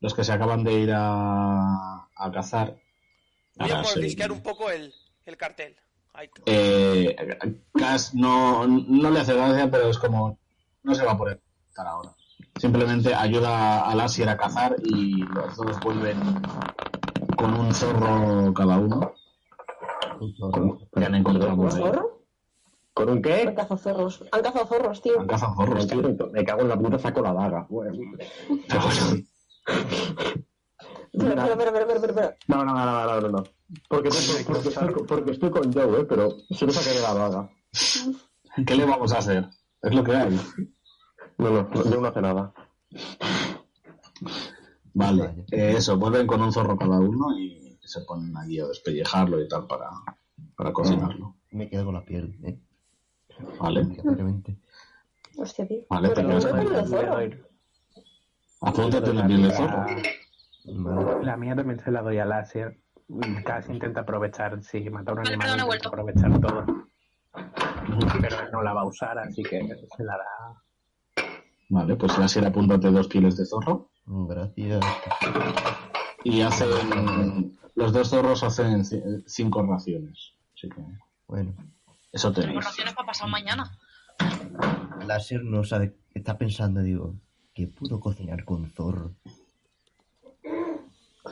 Speaker 1: Los que se acaban de ir a. a cazar.
Speaker 6: Voy a
Speaker 1: ahora Ah, sí.
Speaker 6: mordisquear un poco el, el cartel. Ay,
Speaker 1: Eh, Cass no, no le hace gracia, pero es como. No se va a poder estar ahora. Simplemente ayuda a Lassier a cazar y los dos vuelven con un zorro cada uno
Speaker 5: Punto.
Speaker 1: que han encontrado por
Speaker 4: ¿Un
Speaker 1: ahí.
Speaker 4: zorro?
Speaker 8: ¿Con un
Speaker 4: Han
Speaker 8: qué?
Speaker 4: cazado zorros. Han cazado zorros, tío.
Speaker 1: Han cazado zorros, tío.
Speaker 8: Me cago en la puta, saco la daga. Bueno.
Speaker 4: Pero, pero, pero, pero, pero, pero.
Speaker 8: No, no, no, no, no, no, no. Porque, porque, porque estoy, con- porque estoy con Joe, eh, pero se me sacaré la daga.
Speaker 1: ¿Qué le vamos a hacer? Es lo que hay.
Speaker 8: No, no, no, yo no hace nada.
Speaker 1: Vale, eh, eso, vuelven con un zorro cada uno y se ponen allí a despellejarlo y tal para, para cocinarlo.
Speaker 5: Me quedo con la piel, ¿eh?
Speaker 1: Vale,
Speaker 5: Obligatoriamente.
Speaker 4: Hostia, tío.
Speaker 1: vale, te
Speaker 4: Pero
Speaker 1: quedas
Speaker 4: no
Speaker 1: con
Speaker 4: me lo
Speaker 1: él.
Speaker 4: zorro.
Speaker 1: Apúntate una piel de zorro.
Speaker 5: Vale.
Speaker 3: La mía también se la doy a láser. Casi intenta aprovechar, si mata a un
Speaker 2: Vale,
Speaker 3: animal,
Speaker 2: perdona, he
Speaker 3: intenta
Speaker 2: vuelto.
Speaker 3: aprovechar todo. Pero él no la va a usar, así que se la da.
Speaker 1: Vale, pues láser apúntate dos pieles de zorro.
Speaker 5: Mm, Gracias.
Speaker 1: Y hacen. Los dos zorros hacen ci- cinco raciones. Así que
Speaker 5: Bueno,
Speaker 1: eso
Speaker 2: Tengo
Speaker 1: tenéis.
Speaker 2: raciones para pasado mañana.
Speaker 5: Láser no sabe, está pensando, digo, que pudo cocinar con zorro.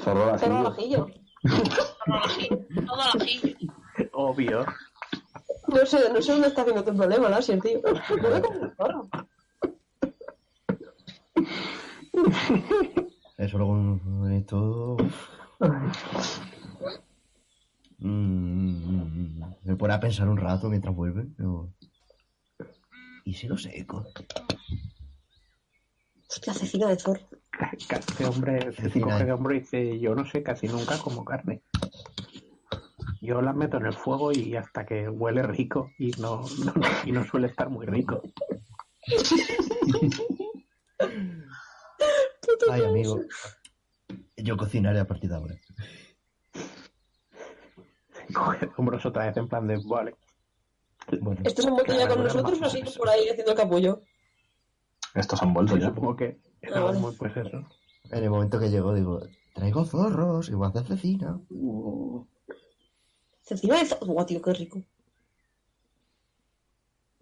Speaker 8: Zorro la
Speaker 4: Zorro al
Speaker 8: silla.
Speaker 4: ajillo.
Speaker 2: Todo al ají, todo al ají.
Speaker 3: Obvio.
Speaker 4: No sé, no sé dónde está viendo tu problema, Láser, tío. No me como un zorro.
Speaker 5: Eso luego con esto. Mm, me pone a pensar un rato mientras vuelve. digo, ¿Y si lo seco?
Speaker 4: Hostia, cecina de zorro.
Speaker 3: Este hombre se
Speaker 5: Cecina.
Speaker 3: coge de hombro y dice, yo no sé casi nunca como carne. Yo la meto en el fuego y hasta que huele rico y no, no- y no suele estar muy rico.
Speaker 5: Ay, amigo. Yo cocinaré a partir de ahora.
Speaker 3: Y Coge de hombros otra vez en plan de, vale.
Speaker 5: Bueno,
Speaker 4: ¿Estos han vuelto ya con nosotros o así por ahí haciendo capullo?
Speaker 1: Estos han vuelto Pues ya.
Speaker 3: Supongo que en algún momento, pues eso.
Speaker 5: en el momento que llegó, digo, traigo zorros y voy a hacer cecina.
Speaker 4: Cecina de zorro. Buah, tío, qué rico.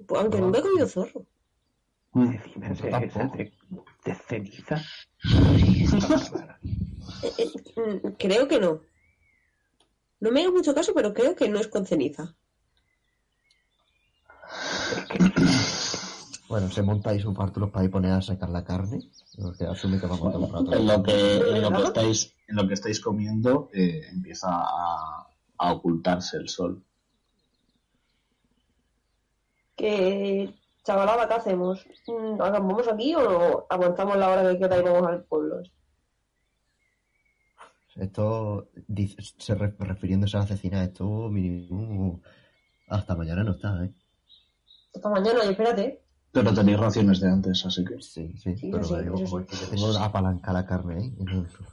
Speaker 4: Pues, aunque nunca he comido zorro.
Speaker 3: Cecina ese- esa
Speaker 5: tampoco.
Speaker 3: de, de ceniza.
Speaker 4: Eh, eh, mm, creo que no. No me hago mucho caso, pero creo que no es con ceniza.
Speaker 5: Bueno, se monta ahí su parto los para ir poner a sacar la carne. Porque asume que va a montar un rato.
Speaker 1: En lo que, en lo que, estáis, en lo que estáis comiendo eh, empieza a, a ocultarse el sol.
Speaker 4: Que, chavalada, ¿qué hacemos? Mm, ¿Acampamos aquí o aguantamos la hora que queda y vamos al pueblo?
Speaker 5: Esto, dice- se re- refiriéndose a la cecina, esto mínimo. Hasta mañana no está, ¿eh?
Speaker 4: Hasta mañana, y espérate.
Speaker 1: Pero tenéis raciones de antes, así que.
Speaker 5: Sí, sí,
Speaker 4: Sí,
Speaker 5: pero
Speaker 4: sí,
Speaker 5: digo,
Speaker 4: sí, sí.
Speaker 5: como que tengo la palanca la carne, ¿eh?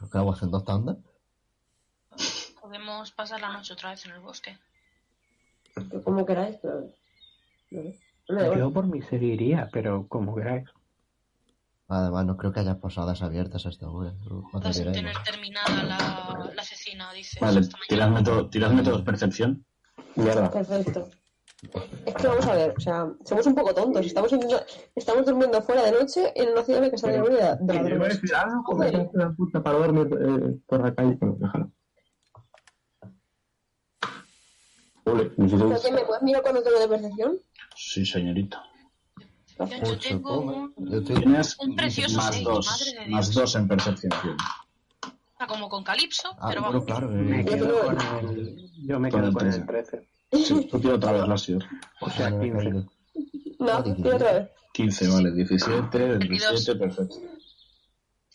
Speaker 5: Acabo haciendo dos tandas.
Speaker 2: Podemos pasar la noche otra vez en el bosque.
Speaker 4: que como queráis, pero... No, sé. no me da igual.
Speaker 3: Yo por mí seguiría, pero como queráis.
Speaker 5: Además, no creo que haya posadas abiertas hasta ahora.
Speaker 2: Estás sin
Speaker 5: Madre,
Speaker 2: tener terminada la, la cecina, dices.
Speaker 1: Vale,
Speaker 2: hasta mañana.
Speaker 1: tiradme, todo- tiradme todos percepción.
Speaker 8: Mierda.
Speaker 4: Perfecto. Es que vamos a ver, o sea, somos un poco tontos. Estamos, intenta- estamos durmiendo fuera de noche en una ciudad en la que está de
Speaker 8: Pero-
Speaker 4: ladrones.
Speaker 8: Iba a decir algo, joder, me hace la puta para verme eh, por la calle. Bueno, déjalo. Ole,
Speaker 4: ¿Pero qué,
Speaker 8: 16.
Speaker 4: me puedes mirar cuando tengo de percepción?
Speaker 1: Sí, señorita.
Speaker 2: Yo- Yo tengo un,
Speaker 5: Pues Yo estoy
Speaker 1: Tienes
Speaker 2: Un precioso
Speaker 1: más
Speaker 2: seis,
Speaker 1: dos,
Speaker 2: madre de
Speaker 1: más
Speaker 2: Dios.
Speaker 1: dos en percepción. tienes.
Speaker 2: Ah, como con calipso,
Speaker 5: Ah,
Speaker 2: pero
Speaker 5: bueno,
Speaker 2: vamos.
Speaker 5: claro. eh,
Speaker 3: Me
Speaker 4: Yo
Speaker 3: quedo
Speaker 4: creo-
Speaker 3: con el, yo me
Speaker 1: Con
Speaker 3: quedo
Speaker 1: el
Speaker 3: con el
Speaker 1: 13.
Speaker 3: 13.
Speaker 1: Sí, tú tira otra vez la sido.
Speaker 3: O sea,
Speaker 5: me
Speaker 3: 15.
Speaker 5: caigo.
Speaker 4: No, tira otra vez.
Speaker 1: 15, vale, 17, 17,
Speaker 2: 22.
Speaker 1: perfecto.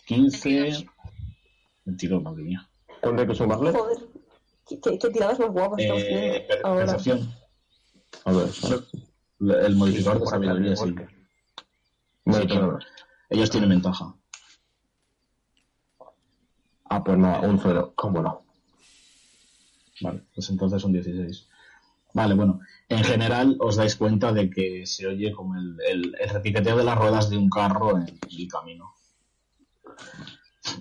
Speaker 1: 15.
Speaker 2: 22.
Speaker 1: 22, madre mía.
Speaker 8: ¿Cuánto hay que sumarle?
Speaker 4: Joder, qué, qué- qué tiradas más guapas estamos
Speaker 1: Eh, per-
Speaker 4: teniendo Pues ahora.
Speaker 1: percepción. A ver, le- el modificador de
Speaker 3: Por la calle
Speaker 1: sabiduría,
Speaker 3: del
Speaker 1: sí.
Speaker 3: bosque.
Speaker 8: Vale,
Speaker 1: Sí.
Speaker 8: pero-
Speaker 1: Ellos tienen ventaja.
Speaker 8: Ah, pues nada, un cero. ¿Cómo no?
Speaker 1: Vale, pues entonces son 16. Vale, bueno, en general os dais cuenta de que se oye como el, el, el repiqueteo de las ruedas de un carro en el camino.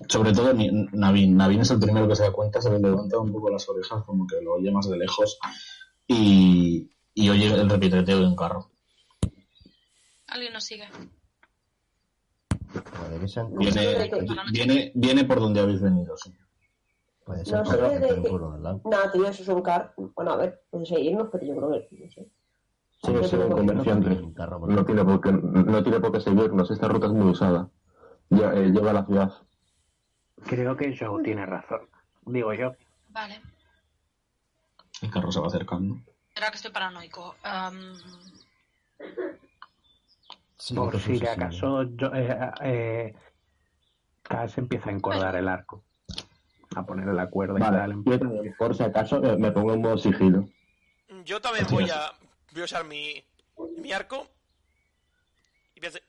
Speaker 1: Sobre todo Ni- Navin. Navin es el primero que se da cuenta, se le levanta un poco las orejas, como que lo oye más de lejos y, y oye el repiqueteo de un carro.
Speaker 2: Alguien nos sigue.
Speaker 5: Joder, que sean cosas-
Speaker 1: Viene, viene, viene por donde habéis venido, sí.
Speaker 5: puede ser
Speaker 4: No
Speaker 5: cosas
Speaker 4: sé
Speaker 5: que están
Speaker 4: de-
Speaker 5: por lo del lado.
Speaker 4: Nada, tío, eso es un car. Bueno, a ver, pueden seguirnos, pero yo creo que. No sé.
Speaker 8: Sigue siendo un
Speaker 5: No
Speaker 8: comerciante.
Speaker 5: un carro, por
Speaker 8: No tiene por qué, no tiene por qué seguirnos. Esta ruta es muy usada. Ya, eh, lleva a la ciudad.
Speaker 3: Creo que Joe tiene razón. Digo yo.
Speaker 2: Vale.
Speaker 1: El carro se va acercando.
Speaker 2: Será que estoy paranoico. Am,
Speaker 5: Sí,
Speaker 3: por
Speaker 5: cosas
Speaker 3: si
Speaker 5: así,
Speaker 3: de acaso yo, eh, eh, Cass empieza a encordar el arco. A poner la cuerda y tal.
Speaker 8: Vale, yo también, por si acaso, eh, me pongo en modo sigilo.
Speaker 6: Yo también voy a, voy a usar mi, mi arco. Y voy, a hacer-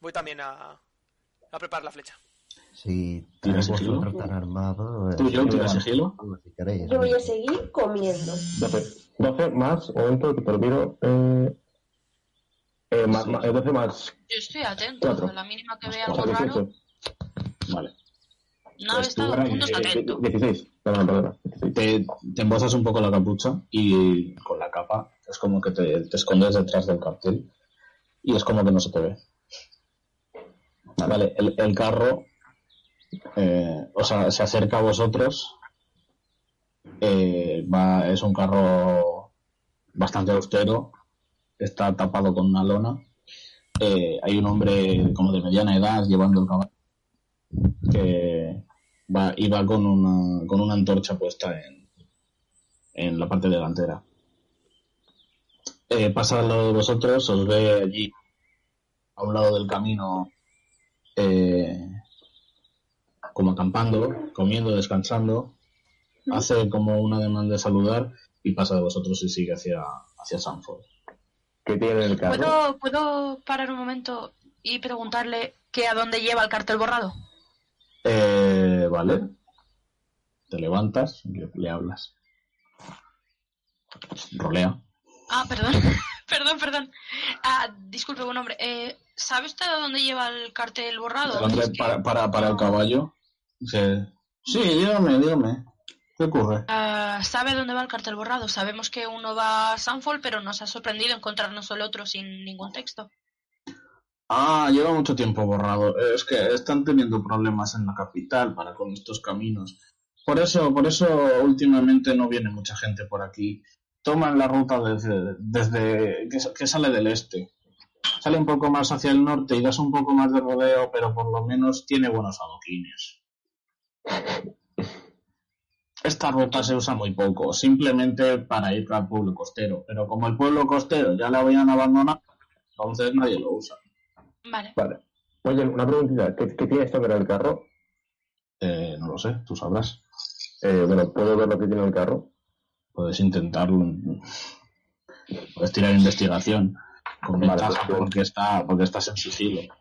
Speaker 6: voy también a, a preparar la flecha.
Speaker 5: Si
Speaker 1: ¿Tira
Speaker 5: tenéis
Speaker 1: sigilo?
Speaker 5: vosotros tan armados. eh,
Speaker 1: ¿Tú y yo tira
Speaker 8: vale.
Speaker 1: sigilo?
Speaker 5: vamos, si queréis.
Speaker 4: Yo voy a seguir comiendo.
Speaker 8: 12. 12 más, un momento que te lo miro. Eh, eh, Eh, más, más- 12 más.
Speaker 2: Yo estoy atento.
Speaker 8: Cuatro.
Speaker 2: La mínima
Speaker 1: Pues
Speaker 2: que vea
Speaker 8: O sea,
Speaker 2: algo raro.
Speaker 8: 18.
Speaker 1: Vale.
Speaker 2: No,
Speaker 1: Pues tú,
Speaker 2: está, todo el
Speaker 1: Brian,
Speaker 2: mundo está
Speaker 1: eh,
Speaker 2: atento.
Speaker 8: 16. Perdón, perdón. 16.
Speaker 1: Te, te embozas un poco la capucha y con la capa es como que te, te escondes detrás del cartel y es como que no se te ve. Vale, el, el carro, eh, o sea, se acerca a vosotros. eh, va, es un carro bastante austero, está tapado con una lona. eh, hay un hombre como de mediana edad llevando el caballo que va, y va con una, con una antorcha puesta en, en la parte delantera. Eh, pasa al lado de vosotros, os ve allí, a un lado del camino, eh, como acampando, comiendo, descansando. Hace como una demanda de saludar y pasa de vosotros y sigue hacia, hacia Sanford.
Speaker 8: ¿Qué tiene el carro?
Speaker 2: ¿Puedo, ¿Puedo parar un momento y preguntarle que a dónde lleva el cartel borrado?
Speaker 1: Eh, vale. Te levantas y le, le hablas. Rolea.
Speaker 2: Ah, perdón, perdón, perdón. Ah, disculpe, buen hombre. Eh, ¿Sabe usted a dónde lleva el cartel borrado?
Speaker 1: El hombre
Speaker 2: Es que-
Speaker 1: para, para, para el caballo. dice, sí, dígame, dígame. ¿Qué ocurre?
Speaker 2: Ah, ¿Sabe dónde va el cartel borrado? Sabemos que uno va a Sanford, pero nos ha sorprendido encontrarnos el otro sin ningún texto.
Speaker 1: Ah, lleva mucho tiempo borrado. Eh, Es que están teniendo problemas en la capital para con estos caminos. Por eso, por eso últimamente no viene mucha gente por aquí. Toman la ruta desde, desde que, sa- que sale del este. Sale un poco más hacia el norte y das un poco más de rodeo, pero por lo menos tiene buenos adoquines. Esta ruta se usa muy poco, simplemente para ir al pueblo costero. Pero como el pueblo costero ya la habían abandonado, entonces nadie lo usa.
Speaker 2: Vale.
Speaker 8: Vale. Oye, una preguntita. ¿Qué, qué tiene esto que era el carro?
Speaker 1: Eh, no lo sé, tú sabrás.
Speaker 8: Eh, bueno, ¿puedo ver lo que tiene el carro?
Speaker 1: Puedes intentarlo. Puedes tirar investigación. Con
Speaker 8: Vale,
Speaker 1: ventaja
Speaker 8: pues,
Speaker 1: porque, está, porque estás en sigilo.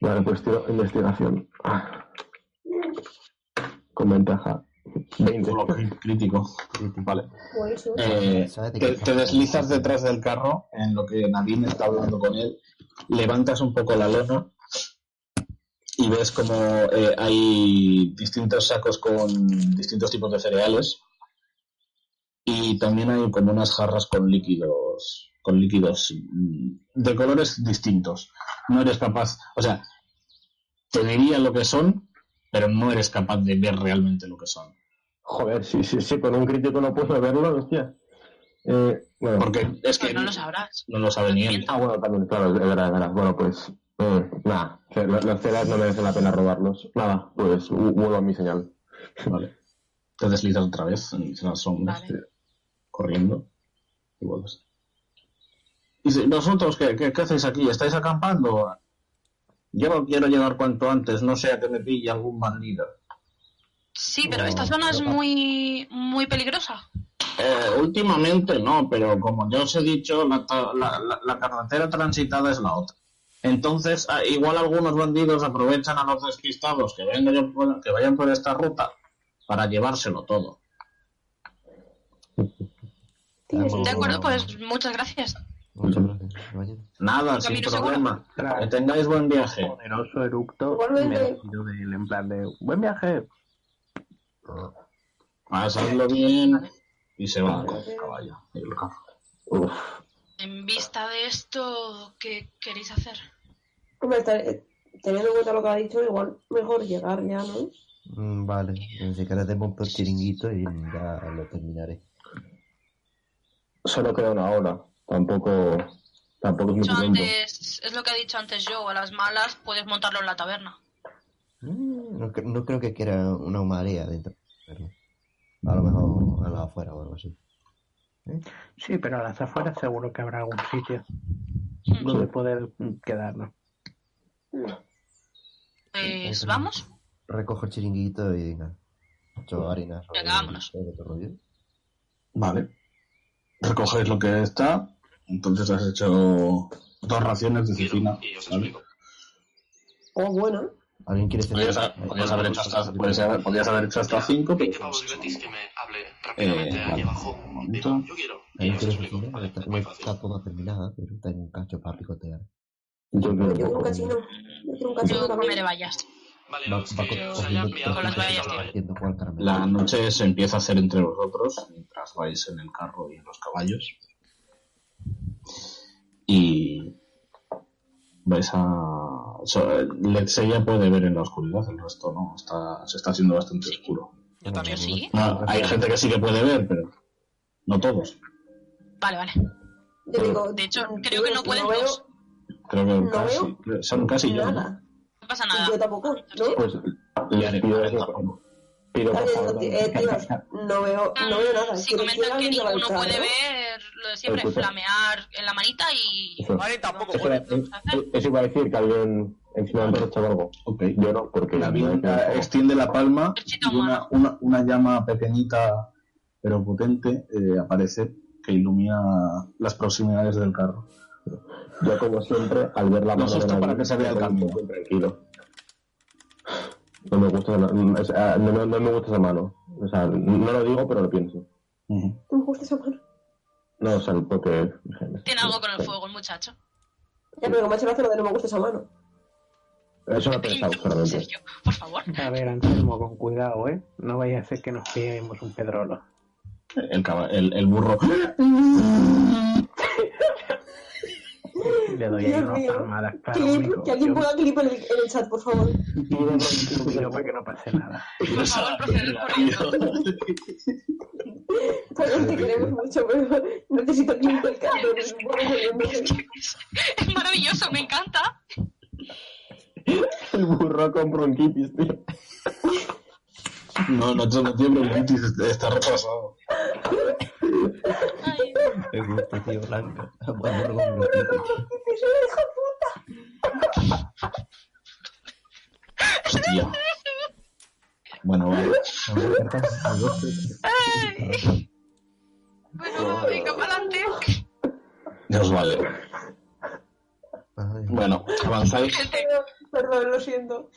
Speaker 8: Vale, pues tiro investigación. Ah. Con ventaja. 20.
Speaker 1: Solo cri- crítico. Vale.
Speaker 4: Pues, sí.
Speaker 1: Eh,
Speaker 5: ¿Sabes de qué
Speaker 1: te, te
Speaker 5: carro?
Speaker 1: deslizas detrás del carro en lo que Nadine está hablando con él. Levantas un poco la lona y ves como eh, hay distintos sacos con distintos tipos de cereales y también hay como unas jarras con líquidos con líquidos mm, de colores distintos. No eres capaz, o sea, te diría lo que son, pero no eres capaz de ver realmente lo que son.
Speaker 8: Joder, sí, sí, sí, con un crítico no puedo verlo, hostia. Eh, bueno.
Speaker 1: Porque es que
Speaker 2: Pues no lo sabrás.
Speaker 1: no lo sabe ni él.
Speaker 8: Ah, bueno, también, claro, es verdad, es verdad. Bueno, pues. eh, nada, o sea, lo- los ceras no merecen la pena robarlos. Nada, pues hu- vuelvo a mi señal.
Speaker 1: Vale. Te deslizas otra vez en las sombras,
Speaker 2: Vale.
Speaker 1: te- corriendo. Y vuelves. Dice, ¿vosotros qué, qué, qué hacéis aquí? ¿Estáis acampando? Yo quiero llegar cuanto antes, no sea que me pille algún bandido.
Speaker 2: Sí, pero esta zona es muy, muy peligrosa.
Speaker 1: Eh, últimamente no, pero como ya os he dicho, la, ta- la- la- la carretera transitada es la otra. Entonces, ah, igual algunos bandidos aprovechan a los despistados que, vengan por- que vayan por esta ruta para llevárselo todo.
Speaker 4: Tienes-
Speaker 1: eh,
Speaker 2: De acuerdo, pues muchas gracias.
Speaker 5: Muchas gracias. Vayan.
Speaker 1: Nada, sin
Speaker 2: Camino
Speaker 1: problema.
Speaker 3: Claro.
Speaker 1: Que tengáis buen viaje.
Speaker 3: poderoso eructo
Speaker 4: Igualmente.
Speaker 3: me despido de él en plan de buen viaje
Speaker 1: Pasadlo bien. Y se va con el caballo. y el carro.
Speaker 8: Uf.
Speaker 2: En vista de esto, ¿qué queréis hacer?
Speaker 4: Hombre, estar- eh, teniendo en cuenta lo que ha dicho, igual mejor llegar ya, ¿no?
Speaker 5: Mm, Vale, eh, si quieres te monto el chiringuito y ya lo terminaré.
Speaker 8: Solo queda una hora. Tampoco. Tampoco es
Speaker 2: Dicho
Speaker 8: mucho tiempo.
Speaker 2: antes, es lo que ha dicho antes yo, a las malas puedes montarlo en la taberna.
Speaker 5: Mm, No, cre- no creo que quiera una humaría dentro. pero a lo mejor a la afuera o algo así.
Speaker 3: sí pero a las afueras seguro que habrá algún sitio donde poder mm, quedarnos
Speaker 2: Pues vamos.
Speaker 5: Recojo el chiringuito y nada. Ocho harinas.
Speaker 2: Venga, vámonos.
Speaker 5: sobre tu rollo.
Speaker 1: Vale. Recogéis lo que está. Entonces has hecho dos raciones de cecina. ¿vale?
Speaker 4: Oh, bueno.
Speaker 5: ¿Alguien quiere cenar?
Speaker 1: Podías, ha- podías haber hecho hasta, podías haber, podías haber hecho hasta cinco, pero.
Speaker 7: 20 pavos gratis que me hable rápidamente
Speaker 1: Eh,
Speaker 7: aquí
Speaker 1: vale.
Speaker 7: abajo.
Speaker 1: Un momento.
Speaker 7: Digo, yo quiero. Y
Speaker 5: ¿Alguien
Speaker 7: os
Speaker 5: quiere
Speaker 7: explico.
Speaker 5: cecinar?
Speaker 7: Vale,
Speaker 5: Está,
Speaker 7: muy
Speaker 5: está
Speaker 7: fácil.
Speaker 5: toda terminada, pero tengo un cacho para picotear.
Speaker 8: Yo quiero
Speaker 4: Yo
Speaker 8: un
Speaker 4: quiero un
Speaker 8: poco.
Speaker 4: cachino. Yo quiero un cachino
Speaker 2: Yo comeré
Speaker 4: también.
Speaker 2: bayas.
Speaker 7: Vale,
Speaker 5: Va-
Speaker 7: los
Speaker 5: va
Speaker 7: que
Speaker 5: co-
Speaker 7: os haya enviado
Speaker 2: con las vallas, tío.
Speaker 5: cogiendo cual caramelo.
Speaker 1: La noche se empieza a hacer entre vosotros mientras vais en el carro y en los caballos. Y vais a. so- Let's ya puede ver en la oscuridad, el resto no. Está, se está haciendo bastante oscuro.
Speaker 6: Yo también.
Speaker 2: Yo sí.
Speaker 1: No, hay gente que sí que puede ver, pero no todos.
Speaker 2: Vale, vale.
Speaker 4: Yo digo,
Speaker 2: De hecho,
Speaker 4: tío,
Speaker 2: creo que no pueden
Speaker 4: veo
Speaker 2: dos.
Speaker 1: Creo que
Speaker 4: No
Speaker 1: casi.
Speaker 4: veo.
Speaker 1: creo- Son casi yo. ¿no?
Speaker 4: Nada.
Speaker 2: No pasa
Speaker 4: Y yo
Speaker 2: nada.
Speaker 4: tampoco. ¿no?
Speaker 8: Pues
Speaker 1: Y
Speaker 8: les
Speaker 1: Are-
Speaker 8: pido,
Speaker 1: Are tampoco.
Speaker 8: pido
Speaker 4: Claro,
Speaker 8: por
Speaker 4: yo digo,
Speaker 8: favor.
Speaker 4: tío, eh, tíos, no veo, no veo nada.
Speaker 2: Mm, Si
Speaker 4: Quiero- quiero
Speaker 2: comentan que
Speaker 4: alguien que
Speaker 2: ninguno
Speaker 4: va a
Speaker 2: puede
Speaker 4: entrar, ¿no?
Speaker 2: ver, lo de siempre,
Speaker 8: Escucha.
Speaker 2: flamear en la manita y...
Speaker 8: Eso.
Speaker 6: Vale, tampoco
Speaker 8: Eso,
Speaker 6: puede.
Speaker 8: era- eh, eso iba a decir que alguien encima de torcha o algo.
Speaker 1: Ok.
Speaker 8: Yo no, porque
Speaker 1: La
Speaker 8: no
Speaker 1: viuda
Speaker 8: tengo-
Speaker 1: extiende la palma
Speaker 2: Perchita
Speaker 1: y una,
Speaker 2: humana.
Speaker 1: una, una llama pequeñita pero potente eh, aparece que ilumina las proximidades del carro.
Speaker 8: Yo, como siempre, al ver la
Speaker 1: Lo
Speaker 8: mano de
Speaker 1: justo
Speaker 8: la
Speaker 1: para que se vea el
Speaker 8: me
Speaker 1: camino.
Speaker 8: quedo Tranquilo. No me gusta esa mano. o sea, no, no- no me gusta esa mano. O sea, no lo digo, pero lo pienso.
Speaker 1: Ujú.
Speaker 4: Me gusta esa mano.
Speaker 8: No, o sea, el toque...
Speaker 2: Tiene algo con
Speaker 8: eh,
Speaker 2: el fuego el muchacho.
Speaker 4: Ya, pero como ha hecho la de no me gusta esa mano.
Speaker 8: Eso lo he pensado, solamente.
Speaker 2: Sergio, por favor.
Speaker 3: A ver, Anselmo, con cuidado, ¿eh? No vaya a ser que nos pillemos un pedrolo.
Speaker 1: El, caba- el, el burro.
Speaker 3: Le doy ahí
Speaker 4: Dios
Speaker 3: unas
Speaker 4: mío.
Speaker 3: palmadas, claro,
Speaker 4: Clip,
Speaker 3: amigo.
Speaker 4: que alguien
Speaker 3: Yo-
Speaker 4: ponga clip en el, en el chat, por favor.
Speaker 3: yo pido para que no pase nada.
Speaker 2: Por favor, proceder corriendo.
Speaker 4: También te queremos mucho, pero necesito clip del chat. porque es un poco jodido.
Speaker 2: Es maravilloso, me encanta.
Speaker 8: El burro con bronquitis, tío.
Speaker 1: No, no, no tiene bronquitis, está retrasado.
Speaker 2: Ay,
Speaker 5: Me gusta, tío, blanco. Bueno, con los tíos.
Speaker 1: Hostia. Bueno, vale.
Speaker 5: Vamos a cargar a doce.
Speaker 2: ay. Bueno, venga, para adelante.
Speaker 1: Ya os vale.
Speaker 5: Ay,
Speaker 1: Bueno, avanzáis.
Speaker 2: Gente,
Speaker 4: Perdón, lo siento.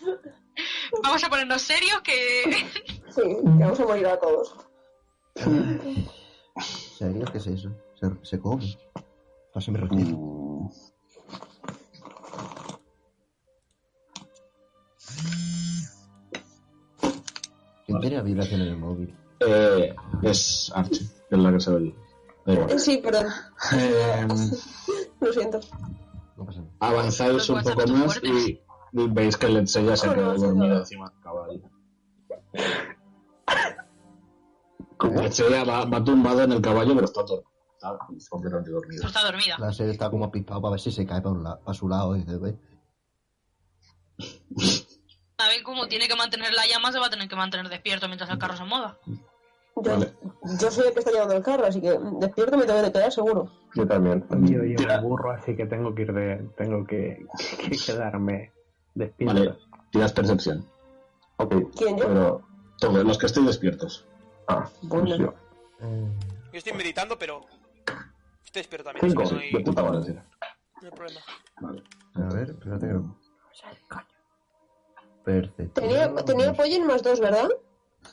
Speaker 2: vamos a ponernos serios que...
Speaker 4: Sí, que vamos a morir a todos.
Speaker 5: ¿Serio? ¿Qué es eso? Se, se come. No se me retira.
Speaker 1: Mm.
Speaker 5: ¿Quién tiene la vibración en el móvil?
Speaker 1: Eh, es Archie, que es la que se ve. el- Da igual.
Speaker 4: Eh, Sí, perdón,
Speaker 1: Eh,
Speaker 4: lo siento.
Speaker 5: No pasa nada.
Speaker 1: avanzáis
Speaker 2: Los
Speaker 1: un poco
Speaker 2: WhatsApp son
Speaker 1: más y y veis que el Etsella se ha quedado dormido encima del caballo. Letsella va, va tumbado en el caballo, pero está, dor- está completamente dormido.
Speaker 2: Pero está dormida.
Speaker 5: La serie está como apispado para ver si se cae para, un la- para su lado. Y dice, "Ve".
Speaker 2: A ver cómo tiene que mantener la llama, se va a tener que mantener despierto mientras el carro se mueva.
Speaker 4: Yo,
Speaker 1: Vale.
Speaker 4: yo soy el que está llevando el carro, así que mm, despierto me tengo que quedar seguro.
Speaker 8: Yo también.
Speaker 3: Yo llevo un burro, así que tengo que ir de... Tengo que, que quedarme despierto.
Speaker 1: Vale, tiras percepción.
Speaker 8: Ok,
Speaker 4: ¿Quién, yo?
Speaker 8: pero...
Speaker 1: Todos los que estéis despiertos.
Speaker 8: Ah,
Speaker 4: Bueno.
Speaker 8: pues yo.
Speaker 5: Eh,
Speaker 6: Yo estoy meditando, pero. Estoy espero también.
Speaker 8: Cinco.
Speaker 6: así que
Speaker 8: De
Speaker 6: no, hay,
Speaker 8: puta madre.
Speaker 6: no hay problema.
Speaker 5: a ver, espérate que no. Perfecto.
Speaker 4: Tenía, tenía pollo en más dos, ¿verdad?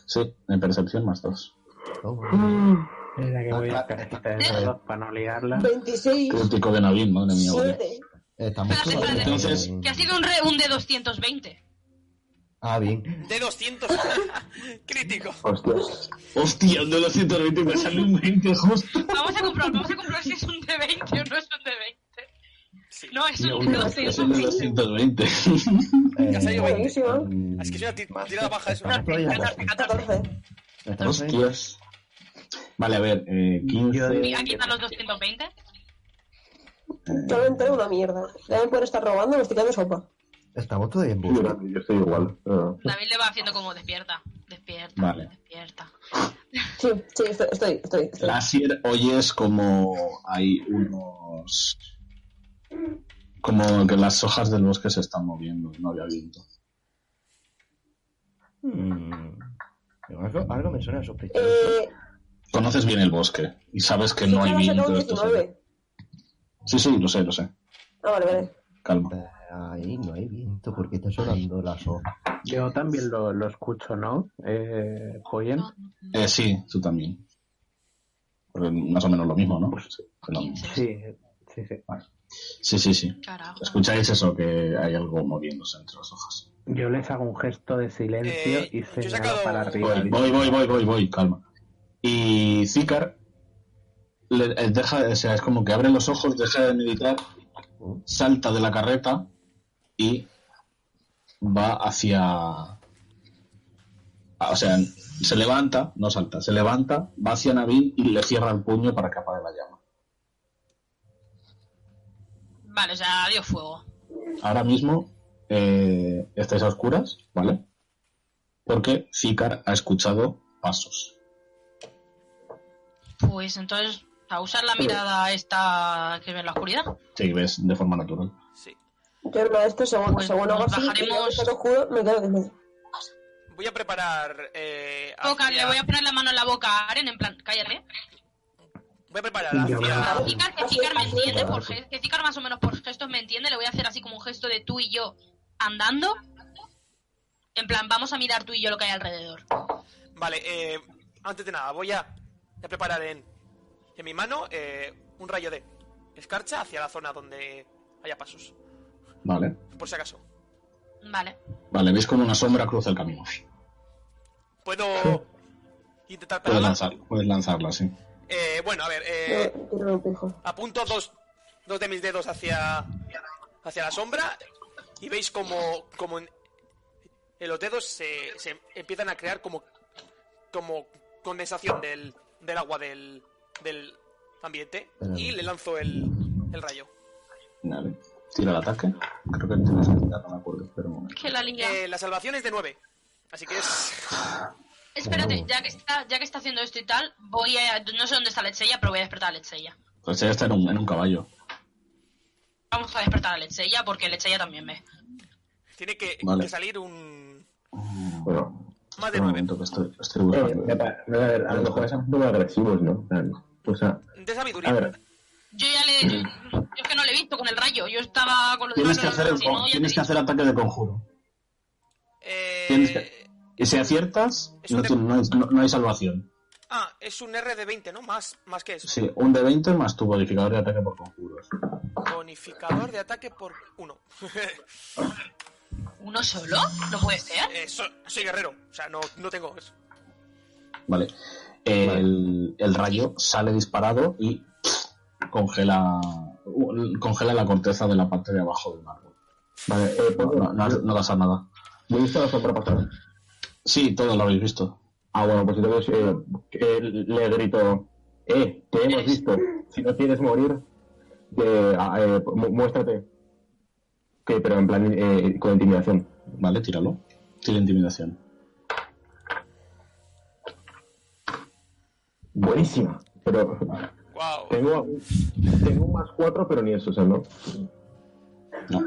Speaker 1: Sí, en percepción más dos.
Speaker 5: Toma.
Speaker 3: Es la que voy a estar de los dos para no liarla.
Speaker 4: 26,
Speaker 1: Crítico de Navín, madre mía. vaya.
Speaker 4: 7.
Speaker 5: Eh, Estamos
Speaker 2: Espérate,
Speaker 5: todos-
Speaker 2: espérate.
Speaker 1: Entonces-
Speaker 2: Que ha sido un, re, un de 220.
Speaker 5: Ah, bien.
Speaker 6: De 200. Crítico.
Speaker 8: Hostias.
Speaker 1: Hostia, el de los 120 y me sale un 20 justo.
Speaker 2: Vamos a comprobar, vamos a comprobar si es un de 20 o no es un de 20. No, es un de
Speaker 1: Es el de los
Speaker 2: 220.
Speaker 1: 120.
Speaker 5: Eh,
Speaker 6: Ya se ha ido 20.
Speaker 4: Buenísimo.
Speaker 5: mm,
Speaker 6: Es que es una ti- tirada baja, es una.
Speaker 5: estamos todavía-
Speaker 2: 14, 14.
Speaker 4: 14.
Speaker 5: estamos todavía-
Speaker 1: Hostias. Vale, a ver, eh, 15.
Speaker 3: Yo digo-
Speaker 2: Aquí están los 220.
Speaker 4: Yo me entero una mierda. Deben poder estar robando, me estoy quedando sopa.
Speaker 5: Estamos todavía en
Speaker 8: Yo,
Speaker 5: busca.
Speaker 8: yo estoy igual. Ah.
Speaker 2: David le va haciendo como despierta, despierta,
Speaker 1: Vale.
Speaker 2: despierta.
Speaker 4: Sí, sí, estoy, estoy, estoy. estoy.
Speaker 1: Lasier, oyes como hay unos. Como que las hojas del bosque se están moviendo, no había viento.
Speaker 5: Mm, algo, algo me suena sospechoso.
Speaker 4: Eh,
Speaker 1: Conoces bien el bosque y sabes que
Speaker 4: sí,
Speaker 1: no hay
Speaker 4: claro, saca
Speaker 1: viento.
Speaker 4: un
Speaker 1: esto es-
Speaker 4: 19.
Speaker 1: Sí, sí, lo sé, lo sé.
Speaker 4: Ah, vale, vale.
Speaker 1: Calma.
Speaker 5: Ahí no hay viento porque está sonando la sopa.
Speaker 3: Yo también lo, lo escucho, ¿no? Eh, Poyen.
Speaker 1: Eh, sí, tú también. Porque Más o menos lo mismo, ¿no? Sí, no.
Speaker 3: Sí, sí, sí.
Speaker 1: Sí, sí, sí.
Speaker 2: Carajo.
Speaker 1: ¿Escucháis eso? Que hay algo moviéndose entre las hojas.
Speaker 3: Yo les hago un gesto de silencio
Speaker 6: Eh,
Speaker 3: y
Speaker 6: yo
Speaker 3: se
Speaker 6: he sacado-
Speaker 3: para arriba.
Speaker 1: Voy, voy, voy, voy, voy, voy, calma. Y Zikar le- eh, deja, o sea, es como que abre los ojos, deja de meditar, salta de la carreta y va hacia. ah, O sea, se levanta, no salta, se levanta, va hacia Nabil y le cierra el puño para que apague la llama.
Speaker 2: Vale, o sea, dio fuego.
Speaker 1: Ahora mismo eh, estáis a oscuras, ¿vale? Porque Zikar ha escuchado pasos.
Speaker 2: Pues entonces, a usar la mirada esta que ve en la oscuridad.
Speaker 1: Sí, ves de forma natural.
Speaker 6: Sí.
Speaker 4: Yo hermano, esto según,
Speaker 2: Pues
Speaker 4: según
Speaker 2: nos
Speaker 4: hago así,
Speaker 2: bajaremos-
Speaker 4: y luego está todo oscuro, me quedo desnudo.
Speaker 6: Voy a preparar. Eh,
Speaker 2: Boca,
Speaker 6: hacia-
Speaker 2: le Oh, voy a poner la mano en la boca a Aren, en plan, cállate.
Speaker 6: voy a preparar
Speaker 3: Yo voy a-
Speaker 6: hacia.
Speaker 2: Cicar, que Cicar me entiende, por ge- que Cicar más o menos por gestos me entiende, le voy a hacer así como un gesto de tú y yo andando. En plan, vamos a mirar tú y yo lo que hay alrededor.
Speaker 6: Vale, eh, antes de nada, voy a, a preparar en, en mi mano eh, un rayo de escarcha hacia la zona donde haya pasos.
Speaker 1: Vale.
Speaker 6: Por si acaso.
Speaker 2: Vale.
Speaker 1: Vale, veis como una sombra cruza el camino.
Speaker 6: Puedo intentar
Speaker 1: Puedes
Speaker 2: Ah.
Speaker 6: pegarla.
Speaker 1: lanzar, puedes lanzarla, sí.
Speaker 6: Eh, bueno, a ver, eh,
Speaker 4: Yo Quiero un pijo.
Speaker 6: apunto dos, dos de mis dedos hacia, hacia la sombra y veis como, como en, en los dedos se, se empiezan a crear como, como condensación del, del agua del, del ambiente y le lanzo el, el rayo.
Speaker 1: Vale. Tira el ataque. Creo que tienes que tirar, no me acuerdo. Espera un momento.
Speaker 2: Que la lía.
Speaker 6: Eh, la salvación es de 9. Así que es.
Speaker 2: Espérate, ya que está, ya que está haciendo esto y tal, voy a. No sé dónde está Lechella, pero voy a despertar a Lechella.
Speaker 1: Pues ya está en un, en un caballo.
Speaker 2: Vamos a despertar a Lechella porque Lechella también ve.
Speaker 6: Tiene que,
Speaker 1: Vale.
Speaker 6: que salir un.
Speaker 2: Ah,
Speaker 8: Bueno,
Speaker 6: Más de
Speaker 1: Espera un
Speaker 6: 9.
Speaker 1: momento que estoy, estoy
Speaker 8: eh,
Speaker 1: buscando.
Speaker 8: me pa- me- a ver, a lo mejor es un poco agresivos, ¿no? O sea,
Speaker 6: De
Speaker 8: a
Speaker 6: sabiduría.
Speaker 8: ver,
Speaker 2: Yo ya le. Yo, yo es que no le he visto con el rayo, yo estaba con los
Speaker 1: Tienes
Speaker 2: demás,
Speaker 1: que
Speaker 2: pero
Speaker 1: hacer, el
Speaker 2: si
Speaker 1: con-
Speaker 2: no, ya
Speaker 1: tienes
Speaker 2: te
Speaker 1: que
Speaker 2: digo.
Speaker 1: hacer ataque de conjuro.
Speaker 6: Eh,
Speaker 1: Tienes que- Y si aciertas,
Speaker 6: Es un
Speaker 1: no,
Speaker 6: de-
Speaker 1: tiene- no hay, no- no hay salvación.
Speaker 6: Ah, es un R de 20, ¿no? Más, más que eso.
Speaker 1: Sí, un de 20 más tu modificador de ataque por conjuros.
Speaker 6: Bonificador de ataque por 1.
Speaker 2: ¿Uno solo? No puede ser.
Speaker 6: Eh, soy guerrero. O sea, no, no tengo eso.
Speaker 1: Vale. El, el rayo sale disparado y congela congela la corteza de la parte de abajo del árbol.
Speaker 8: vale, eh,
Speaker 1: No,
Speaker 8: pues,
Speaker 1: no, no, no pasa nada.
Speaker 8: ¿me he visto la sombra pasar?
Speaker 1: Sí, todos lo habéis visto.
Speaker 8: Ah, bueno, pues entonces eh, que le grito, eh, te hemos visto, si no quieres morir, eh, ah, eh, mu- muéstrate. Que, pero en plan eh, con intimidación.
Speaker 1: Vale, tíralo. Tira intimidación.
Speaker 8: Buenísima, pero
Speaker 6: Wow.
Speaker 8: tengo, tengo un más cuatro, pero ni eso, o sea, ¿no?
Speaker 1: No.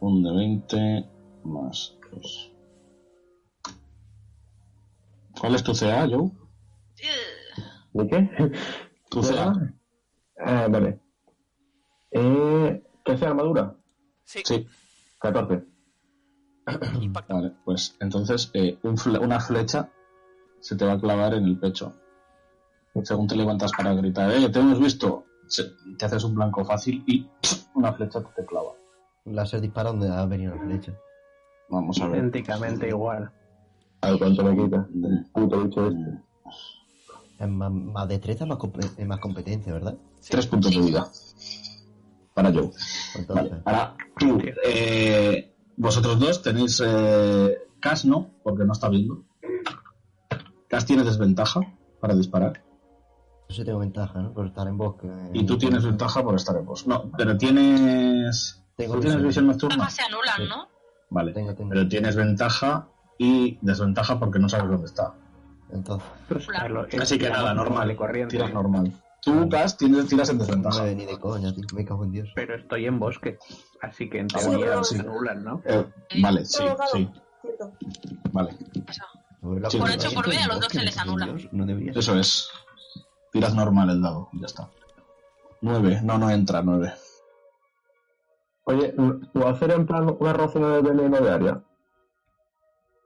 Speaker 1: Un de 20 más 2. ¿Cuál es tu CA, Joe?
Speaker 8: ¿De qué?
Speaker 1: Tu CA.
Speaker 8: Ah, vale. Eh, ¿Qué hace armadura?
Speaker 6: Sí,
Speaker 1: Sí,
Speaker 8: 14.
Speaker 6: impacta.
Speaker 1: vale. Pues entonces eh, un fle- una flecha se te va a clavar en el pecho. Según te levantas para gritar, ¡eh, te hemos visto! se- te haces un blanco fácil y una flecha te clava.
Speaker 5: Láser dispara donde ha venido la flecha.
Speaker 1: Vamos a ver.
Speaker 3: Idénticamente igual.
Speaker 8: A ver cuánto me quita. Puto bicho este.
Speaker 5: Es más, más destreza, más, compe- es más competencia, ¿verdad?
Speaker 1: Tres puntos de vida. Para Joe.
Speaker 5: Entonces,
Speaker 1: Vale, ahora tú, eh, vosotros dos tenéis eh, Cas no, porque no está viendo. Cas tiene desventaja para disparar
Speaker 5: yo sí tengo ventaja, ¿no? Por estar en bosque.
Speaker 1: y tú tienes ventaja por estar en bosque. No, pero tienes.
Speaker 5: Tengo
Speaker 1: ¿tú tienes
Speaker 5: visión.
Speaker 1: visión
Speaker 2: Estas
Speaker 1: nocturna?
Speaker 2: se anulan, ¿no?
Speaker 1: Vale,
Speaker 5: Tengo, tengo.
Speaker 1: pero tienes ventaja y desventaja porque no sabes dónde está.
Speaker 5: Entonces,
Speaker 3: Pero sacarlo Pues, es
Speaker 1: Así que nada, normal.
Speaker 3: y corriente.
Speaker 1: Tiras normal. Tú, Cas, tienes tiras en
Speaker 5: no
Speaker 1: desventaja.
Speaker 5: me ve ni de coña, tío. Me cago en Dios.
Speaker 3: Pero estoy en bosque. Así que en
Speaker 1: Ah,
Speaker 4: bueno,
Speaker 3: teoría
Speaker 4: claro,
Speaker 3: se
Speaker 1: sí.
Speaker 3: anulan, ¿no?
Speaker 1: Eh, vale, sí,
Speaker 4: Abogado,
Speaker 1: sí,
Speaker 4: cierto.
Speaker 1: vale.
Speaker 2: Eso.
Speaker 5: Por
Speaker 1: Sí, Por hecho,
Speaker 2: por B, a los dos se les anula.
Speaker 5: No debería.
Speaker 1: Eso es. Tiras normal el dado, ya está. 9, no, no entra, 9.
Speaker 8: Oye, ¿puedo hacer en plan una rocina de veneno de área?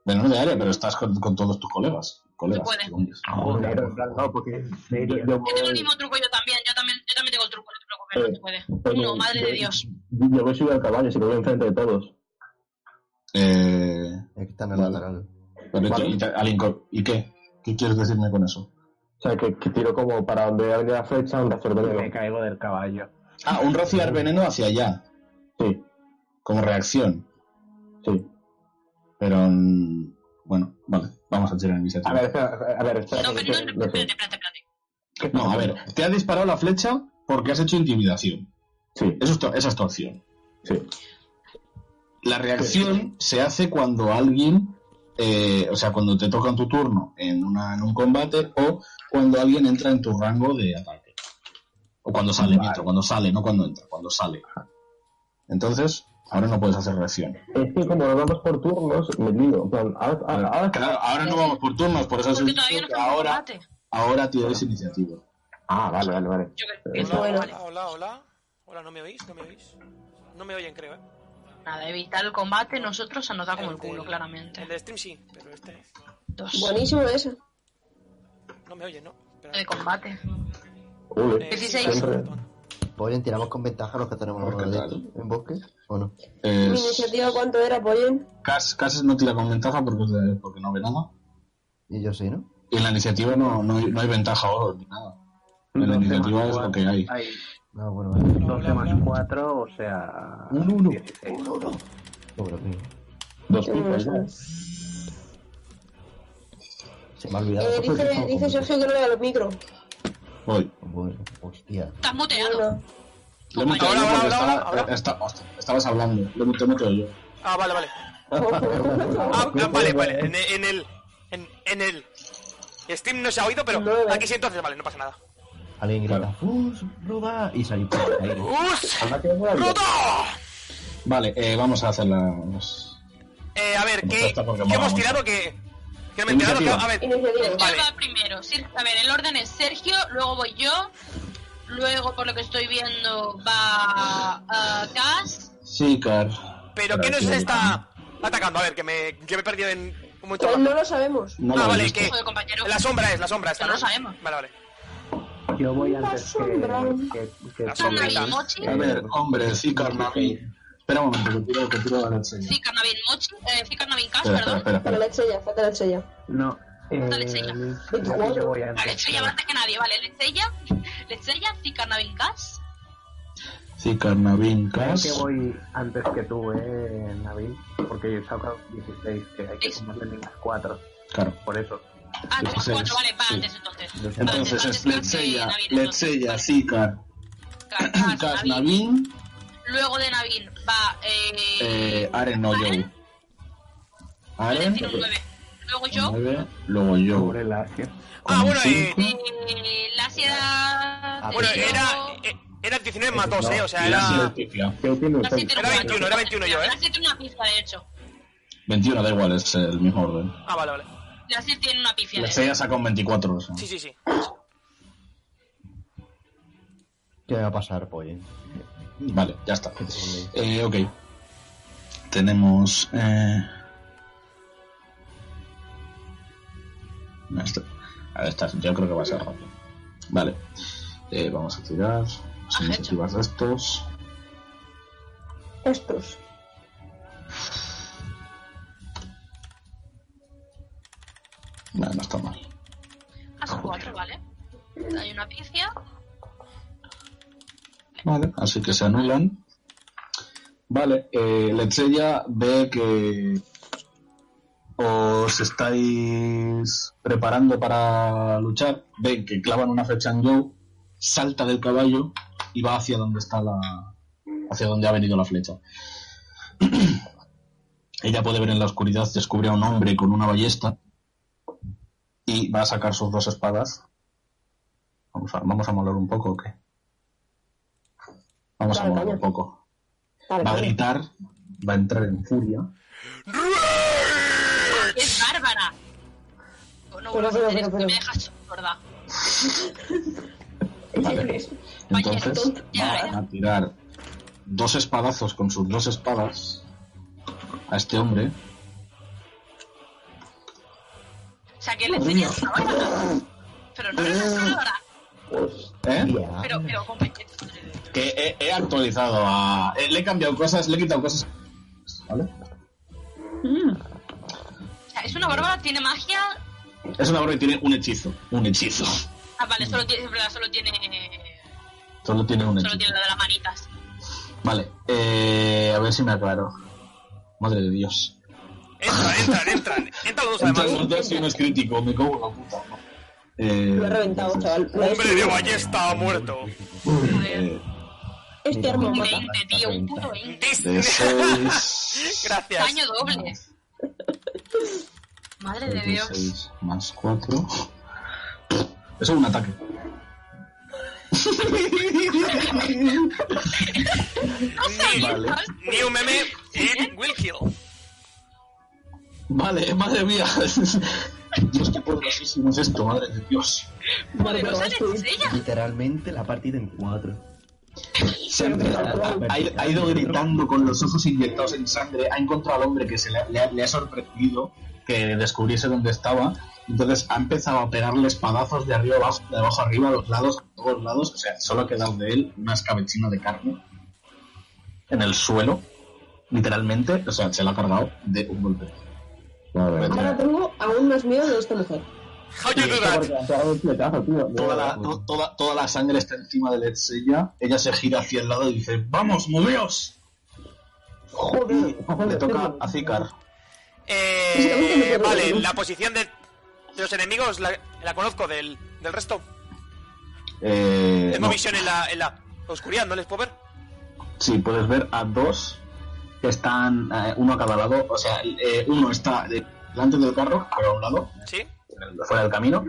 Speaker 1: Bueno, de área, pero estás con, con todos tus colegas. colegas
Speaker 2: Se puede.
Speaker 3: Ah,
Speaker 1: según ellos.
Speaker 8: Joder, en plan, no, porque...
Speaker 3: En serio.
Speaker 8: yo-
Speaker 2: Yo tengo el mismo truco yo también, yo también también tengo el truco, no te preocupes, no te puede. No, madre de Dios.
Speaker 8: Yo voy a subir al caballo, si lo veo enfrente de todos.
Speaker 1: Eh,
Speaker 5: Aquí está en el lateral.
Speaker 1: pero
Speaker 8: Vale.
Speaker 1: ¿y, te- al inco- ¿y qué? ¿Qué quieres decirme con eso?
Speaker 8: O sea, que, que tiro como para donde ha venido la flecha, un raso de
Speaker 3: Me
Speaker 8: veneno.
Speaker 3: caigo del caballo.
Speaker 1: Ah, un rociar veneno hacia allá,
Speaker 8: Sí,
Speaker 1: como reacción.
Speaker 8: sí.
Speaker 1: Pero. mm, Bueno, vale, vamos a tirar iniciativa.
Speaker 8: A ver, espera, a ver, espera.
Speaker 2: No,
Speaker 8: que-
Speaker 2: pero no,
Speaker 8: que-
Speaker 2: no,
Speaker 8: no sé.
Speaker 2: espérate, espérate, espérate.
Speaker 1: No, a ver, te ha disparado la flecha porque has hecho intimidación.
Speaker 8: Sí,
Speaker 1: Eso es tu- esa es tu acción.
Speaker 8: sí.
Speaker 1: La reacción se hace cuando alguien, eh, o sea, cuando te toca en tu turno en, una, en un combate o cuando alguien entra en tu rango de ataque. O cuando sale, mientras, cuando sale, no cuando entra, cuando sale. Entonces, ahora no puedes hacer reacción.
Speaker 8: Es que como lo vamos por turnos, me lío. En plan, ahora, ahora, ahora-
Speaker 1: Claro, ahora
Speaker 6: Eh,
Speaker 1: no vamos por turnos, por eso es
Speaker 2: Porque todavía no
Speaker 1: que
Speaker 2: estamos en
Speaker 1: ahora,
Speaker 2: combate.
Speaker 1: ahora tienes iniciativa.
Speaker 8: Ah, vale, vale, vale.
Speaker 2: Yo creo que
Speaker 8: Eso
Speaker 2: no,
Speaker 4: era.
Speaker 2: vale.
Speaker 6: Hola, hola, hola. Hola, ¿no me oís? ¿No me oís? No me oyen, creo, ¿eh?
Speaker 2: Nada, evitar el combate nosotros se nos da como el culo,
Speaker 6: del- El
Speaker 2: claramente.
Speaker 6: del stream sí, pero este
Speaker 2: Dos.
Speaker 4: Buenísimo eso.
Speaker 6: no me oyen, ¿no? Espera.
Speaker 2: De combate.
Speaker 8: Uy,
Speaker 6: Eh,
Speaker 2: 16.
Speaker 6: siempre.
Speaker 5: Pollen, Pues tiramos con ventaja los que tenemos
Speaker 1: Porque
Speaker 5: los
Speaker 1: tal.
Speaker 5: dedos en bosque. ¿O no?
Speaker 4: ¿Mi
Speaker 1: Es-
Speaker 4: iniciativa cuánto era, Pollen?
Speaker 1: Cas, Cas no tira con ventaja porque, es de- porque no ve nada.
Speaker 5: Y yo sí, ¿no?
Speaker 1: Y en la iniciativa no, no, hay, no hay ventaja o ni nada. En la
Speaker 3: Doce
Speaker 1: iniciativa es
Speaker 3: más
Speaker 1: lo
Speaker 3: cuatro-
Speaker 1: que hay.
Speaker 3: Hay
Speaker 5: No, Ah, bueno, vale.
Speaker 6: Hola,
Speaker 3: 12
Speaker 6: hola,
Speaker 3: más
Speaker 6: hola.
Speaker 3: 4, o sea.
Speaker 5: Un uno.
Speaker 3: 16.
Speaker 5: Pobre mío.
Speaker 8: dos
Speaker 4: Yo no lo
Speaker 8: pipas ya.
Speaker 4: sé.
Speaker 5: Se me ha olvidado.
Speaker 4: Eh,
Speaker 5: Porque
Speaker 4: dice,
Speaker 5: son
Speaker 4: dice
Speaker 5: como-
Speaker 4: Sergio que no vea los micros.
Speaker 1: Voy.
Speaker 5: Bueno, hostia.
Speaker 2: Estás muteado.
Speaker 4: Bueno,
Speaker 1: Le hemos
Speaker 6: Ahora,
Speaker 1: caído
Speaker 6: ahora,
Speaker 1: porque
Speaker 6: ahora,
Speaker 1: estaba-
Speaker 6: ahora.
Speaker 1: está- hostia, estabas hablando. Le hemos- te he metido yo.
Speaker 6: Ah, vale, vale. Ah, ah, vale, vale. En, en el. En, en el. Steam no se ha oído, pero
Speaker 4: Nueve.
Speaker 6: aquí sí, entonces vale, no pasa nada.
Speaker 5: Alguien grita, ¡Fus! ¡Roba! Y salí por el aire.
Speaker 6: ¡Us!
Speaker 8: Anda, que voy a-
Speaker 6: ¡Roto!
Speaker 1: Vale, eh, vamos a hacer las.
Speaker 6: Eh, a ver,
Speaker 1: Vamos,
Speaker 6: ¿qué,
Speaker 1: esta porque
Speaker 6: qué
Speaker 1: mola
Speaker 6: hemos
Speaker 1: mucho.
Speaker 6: tirado? Que. Que no me he enterado. Que,
Speaker 1: Iniciativa.
Speaker 6: a ver.
Speaker 4: iniciativa.
Speaker 6: Vale.
Speaker 2: Yo va primero. Sir- A ver, el orden es Sergio, luego voy yo, luego por lo que estoy viendo va ah, Gas.
Speaker 1: Sí, Car.
Speaker 6: ¿Pero qué nos está atacando? A ver, que me, yo me he perdido en un momento.
Speaker 4: Pues no lo sabemos.
Speaker 1: No lo
Speaker 6: ah,
Speaker 1: has
Speaker 6: vale,
Speaker 1: visto.
Speaker 6: que.
Speaker 2: Joder, compañero.
Speaker 6: La sombra es, la sombra está.
Speaker 2: No lo sabemos.
Speaker 6: Vale, vale.
Speaker 3: Yo voy antes que. que, que
Speaker 6: La
Speaker 2: Cannabis
Speaker 6: sombra está.
Speaker 2: Mochi.
Speaker 1: A ver, hombre, sí, Carnavi. Espera un momento, que tiro, que tiro la leche.
Speaker 2: Sí, Cannabis Mochi. Eh, sí, Cannabis Gas,
Speaker 1: Espera, espera, espera.
Speaker 2: perdón.
Speaker 4: Falta
Speaker 1: espera.
Speaker 4: la estrella, falta la estrella.
Speaker 3: No. Eh,
Speaker 2: Dale, sella.
Speaker 3: yo voy
Speaker 2: Vale,
Speaker 3: antes.
Speaker 2: esto ya antes que nadie, vale. Lecella, Lecella, sí, Cannabis Gas.
Speaker 1: Sí, Carnavi,
Speaker 3: Creo
Speaker 1: Cas.
Speaker 3: que voy antes que tú, eh, Navi, porque yo he sacado 16, que hay que
Speaker 2: Sí.
Speaker 3: sumarle las 4,
Speaker 1: Claro.
Speaker 3: por eso.
Speaker 2: Ah, somos
Speaker 1: Entonces,
Speaker 2: cuatro, vale, va
Speaker 1: sí.
Speaker 2: antes entonces. Va
Speaker 1: Entonces
Speaker 2: antes,
Speaker 1: es
Speaker 2: va antes que
Speaker 1: Letsella,
Speaker 2: Navin, entonces,
Speaker 1: Letsella,
Speaker 2: vale.
Speaker 1: Sikar,
Speaker 2: Gas, Gas,
Speaker 1: Cas,
Speaker 2: Navin.
Speaker 1: Navin,
Speaker 2: Luego de Navin va. Eh,
Speaker 1: eh, Aren, no yo.
Speaker 2: Aren. voy a
Speaker 1: Aren,
Speaker 2: decir un nueve. Luego yo.
Speaker 1: nueve, luego yo.
Speaker 3: Sobre la acción.
Speaker 6: Ah, bueno, eh,
Speaker 1: cinco.
Speaker 2: Eh, la ansiedad.
Speaker 6: Bueno,
Speaker 2: yo-
Speaker 6: era, eh, era 19 más 2, ¿eh? O sea,
Speaker 1: Y la
Speaker 6: era...
Speaker 1: científica.
Speaker 8: Que tiene
Speaker 2: la
Speaker 8: usted?
Speaker 2: siete
Speaker 6: Era
Speaker 2: un
Speaker 6: 21,
Speaker 2: cuatro.
Speaker 6: era 21 yo, ¿eh?
Speaker 2: La siete tiene una pifia, de hecho.
Speaker 1: 21, da igual, es el mismo orden.
Speaker 6: Ah, vale, vale.
Speaker 2: La siete tiene una pifia, ¿eh? de
Speaker 1: La
Speaker 2: hecho.
Speaker 1: estrella saca un 24. o sea.
Speaker 6: Sí, sí, sí.
Speaker 5: ¿Qué me va a pasar, pues? Pollen?
Speaker 1: Vale, ya está. Eh, ok. Tenemos. Eh... no, esto- A ver, esta- yo creo que va a ser rápido. Vale. Eh, vamos a tirar. Las
Speaker 2: hecho.
Speaker 1: iniciativas de estos.
Speaker 4: Estos.
Speaker 1: Vale, no está mal.
Speaker 2: Haz cuatro, ¿vale? Hay una pifia.
Speaker 1: Vale, así que se anulan. Vale, eh, Letsella ve que os estáis preparando para luchar. Ven que clavan una flecha en Joe, salta del caballo y va hacia donde está la. hacia donde ha venido la flecha. Ella puede ver en la oscuridad, descubre a un hombre con una ballesta y va a sacar sus dos espadas. Vamos a, vamos a molar un poco o qué? Vamos a
Speaker 4: Dale,
Speaker 1: molar
Speaker 4: caña.
Speaker 1: un poco
Speaker 4: Vale,
Speaker 1: va a
Speaker 4: vale.
Speaker 1: gritar, va a entrar en furia.
Speaker 2: Es bárbara. No, No,
Speaker 4: Pero,
Speaker 2: vuelvas
Speaker 4: pero,
Speaker 2: a hacer
Speaker 4: pero,
Speaker 2: esto,
Speaker 4: pero.
Speaker 2: me dejas sorda.
Speaker 1: Vale. Entonces
Speaker 2: Ya,
Speaker 1: va
Speaker 2: ya.
Speaker 1: a tirar dos espadazos con sus dos espadas a este hombre.
Speaker 4: Ah.
Speaker 2: O sea, que le enseñas una bárbara. Pero no eres una bárbara.
Speaker 1: ¿Eh?
Speaker 5: Ya.
Speaker 2: Pero, pero, compañero.
Speaker 1: Que he, he actualizado a. eh, Le he cambiado cosas, le he quitado cosas. ¿Vale?
Speaker 2: O sea, es una bárbara, tiene magia.
Speaker 1: Es una barba que tiene un hechizo. Un hechizo.
Speaker 2: Ah, vale, solo tiene, es verdad, solo tiene. eh,
Speaker 1: Solo tiene un
Speaker 2: Solo
Speaker 1: hechizo.
Speaker 2: tiene la de las manitas.
Speaker 1: Vale, eh, a ver si me aclaro. Madre de Dios.
Speaker 6: Entran, entran, entran. Entran los dos
Speaker 1: Entonces
Speaker 6: además.
Speaker 1: los dos y uno es crítico, me cago en la puta. ¿no? Eh,
Speaker 4: Lo he reventado,
Speaker 1: entonces,
Speaker 4: chaval. Lo he
Speaker 6: Hombre de
Speaker 4: destruido.
Speaker 6: ballesta ha muerto.
Speaker 1: eh,
Speaker 4: Este arma
Speaker 2: Un
Speaker 4: mata.
Speaker 2: 20, tío, un puto 20.
Speaker 1: eh, de seis-
Speaker 6: Gracias.
Speaker 2: Daño doble. Madre de
Speaker 1: de
Speaker 2: Dios.
Speaker 1: seis más 4. Eso es un ataque. Vale.
Speaker 6: Ni un meme,
Speaker 2: ¿Eh?
Speaker 6: it will kill.
Speaker 1: Vale, madre mía. Dios, qué poderosísimo es esto, madre de Dios.
Speaker 2: Poderosa eres ella.
Speaker 5: Literalmente la partida en cuatro.
Speaker 1: Se ha, enterado, ha- ha- ha ido gritando con los ojos inyectados en sangre, ha encontrado al hombre que se le, ha- le ha- le ha sorprendido que descubriese dónde estaba, entonces ha empezado a pegarle espadazos de arriba abajo, de abajo arriba, a los lados, a todos lados, o sea, solo ha quedado de él una escabechina de carne en el suelo, literalmente, o sea, se la ha cargado de un golpe.
Speaker 8: A ver,
Speaker 4: Ahora tengo aún más miedo de esta mujer.
Speaker 6: How you do that?
Speaker 8: Te ha dado un fletazo, tío.
Speaker 1: Toda la, to- toda, toda la sangre está encima de Letsella, ella se gira hacia el lado y dice, ¡Vamos, moveos!
Speaker 4: Joder.
Speaker 1: Le toca a Zicar.
Speaker 6: Eh, vale, la posición de, de los enemigos la, la conozco del, del resto.
Speaker 1: Eh,
Speaker 6: Tengo
Speaker 1: no.
Speaker 6: visión en la, en la oscuridad, ¿no les puedo ver?
Speaker 1: Sí, puedes ver a dos que están eh, uno a cada lado. O sea, eh, uno está de- delante del carro, pero a un lado,
Speaker 6: ¿Sí?
Speaker 1: fuera del camino.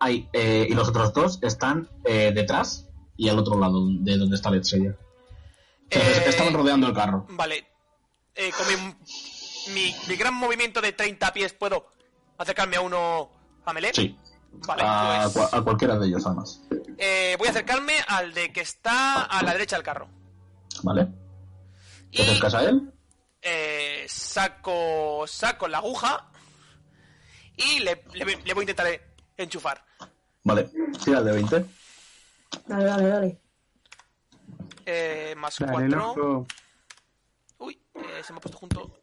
Speaker 1: Hay, eh, y los otros dos están eh, detrás y al otro lado de donde está Letsella. O sea,
Speaker 6: Eh,
Speaker 1: Estaban rodeando el carro.
Speaker 6: Vale. Eh, con mi, mi, mi gran movimiento de 30 pies puedo acercarme a uno a melee.
Speaker 1: Sí. Ah,
Speaker 6: Vale,
Speaker 1: A,
Speaker 6: pues
Speaker 1: cua- a cualquiera de ellos, además.
Speaker 6: eh, voy a acercarme al de que está a la derecha del carro.
Speaker 1: ¿Vale?
Speaker 6: Y
Speaker 1: ¿Te acercas a él?
Speaker 6: eh, saco, saco la aguja y le, le- le voy a intentar eh, enchufar.
Speaker 1: Vale. Tira el de 20.
Speaker 4: Dale, dale, dale.
Speaker 6: Eh, más
Speaker 3: Dale,
Speaker 6: 4.
Speaker 3: loco.
Speaker 6: Uy, eh, se me ha puesto junto.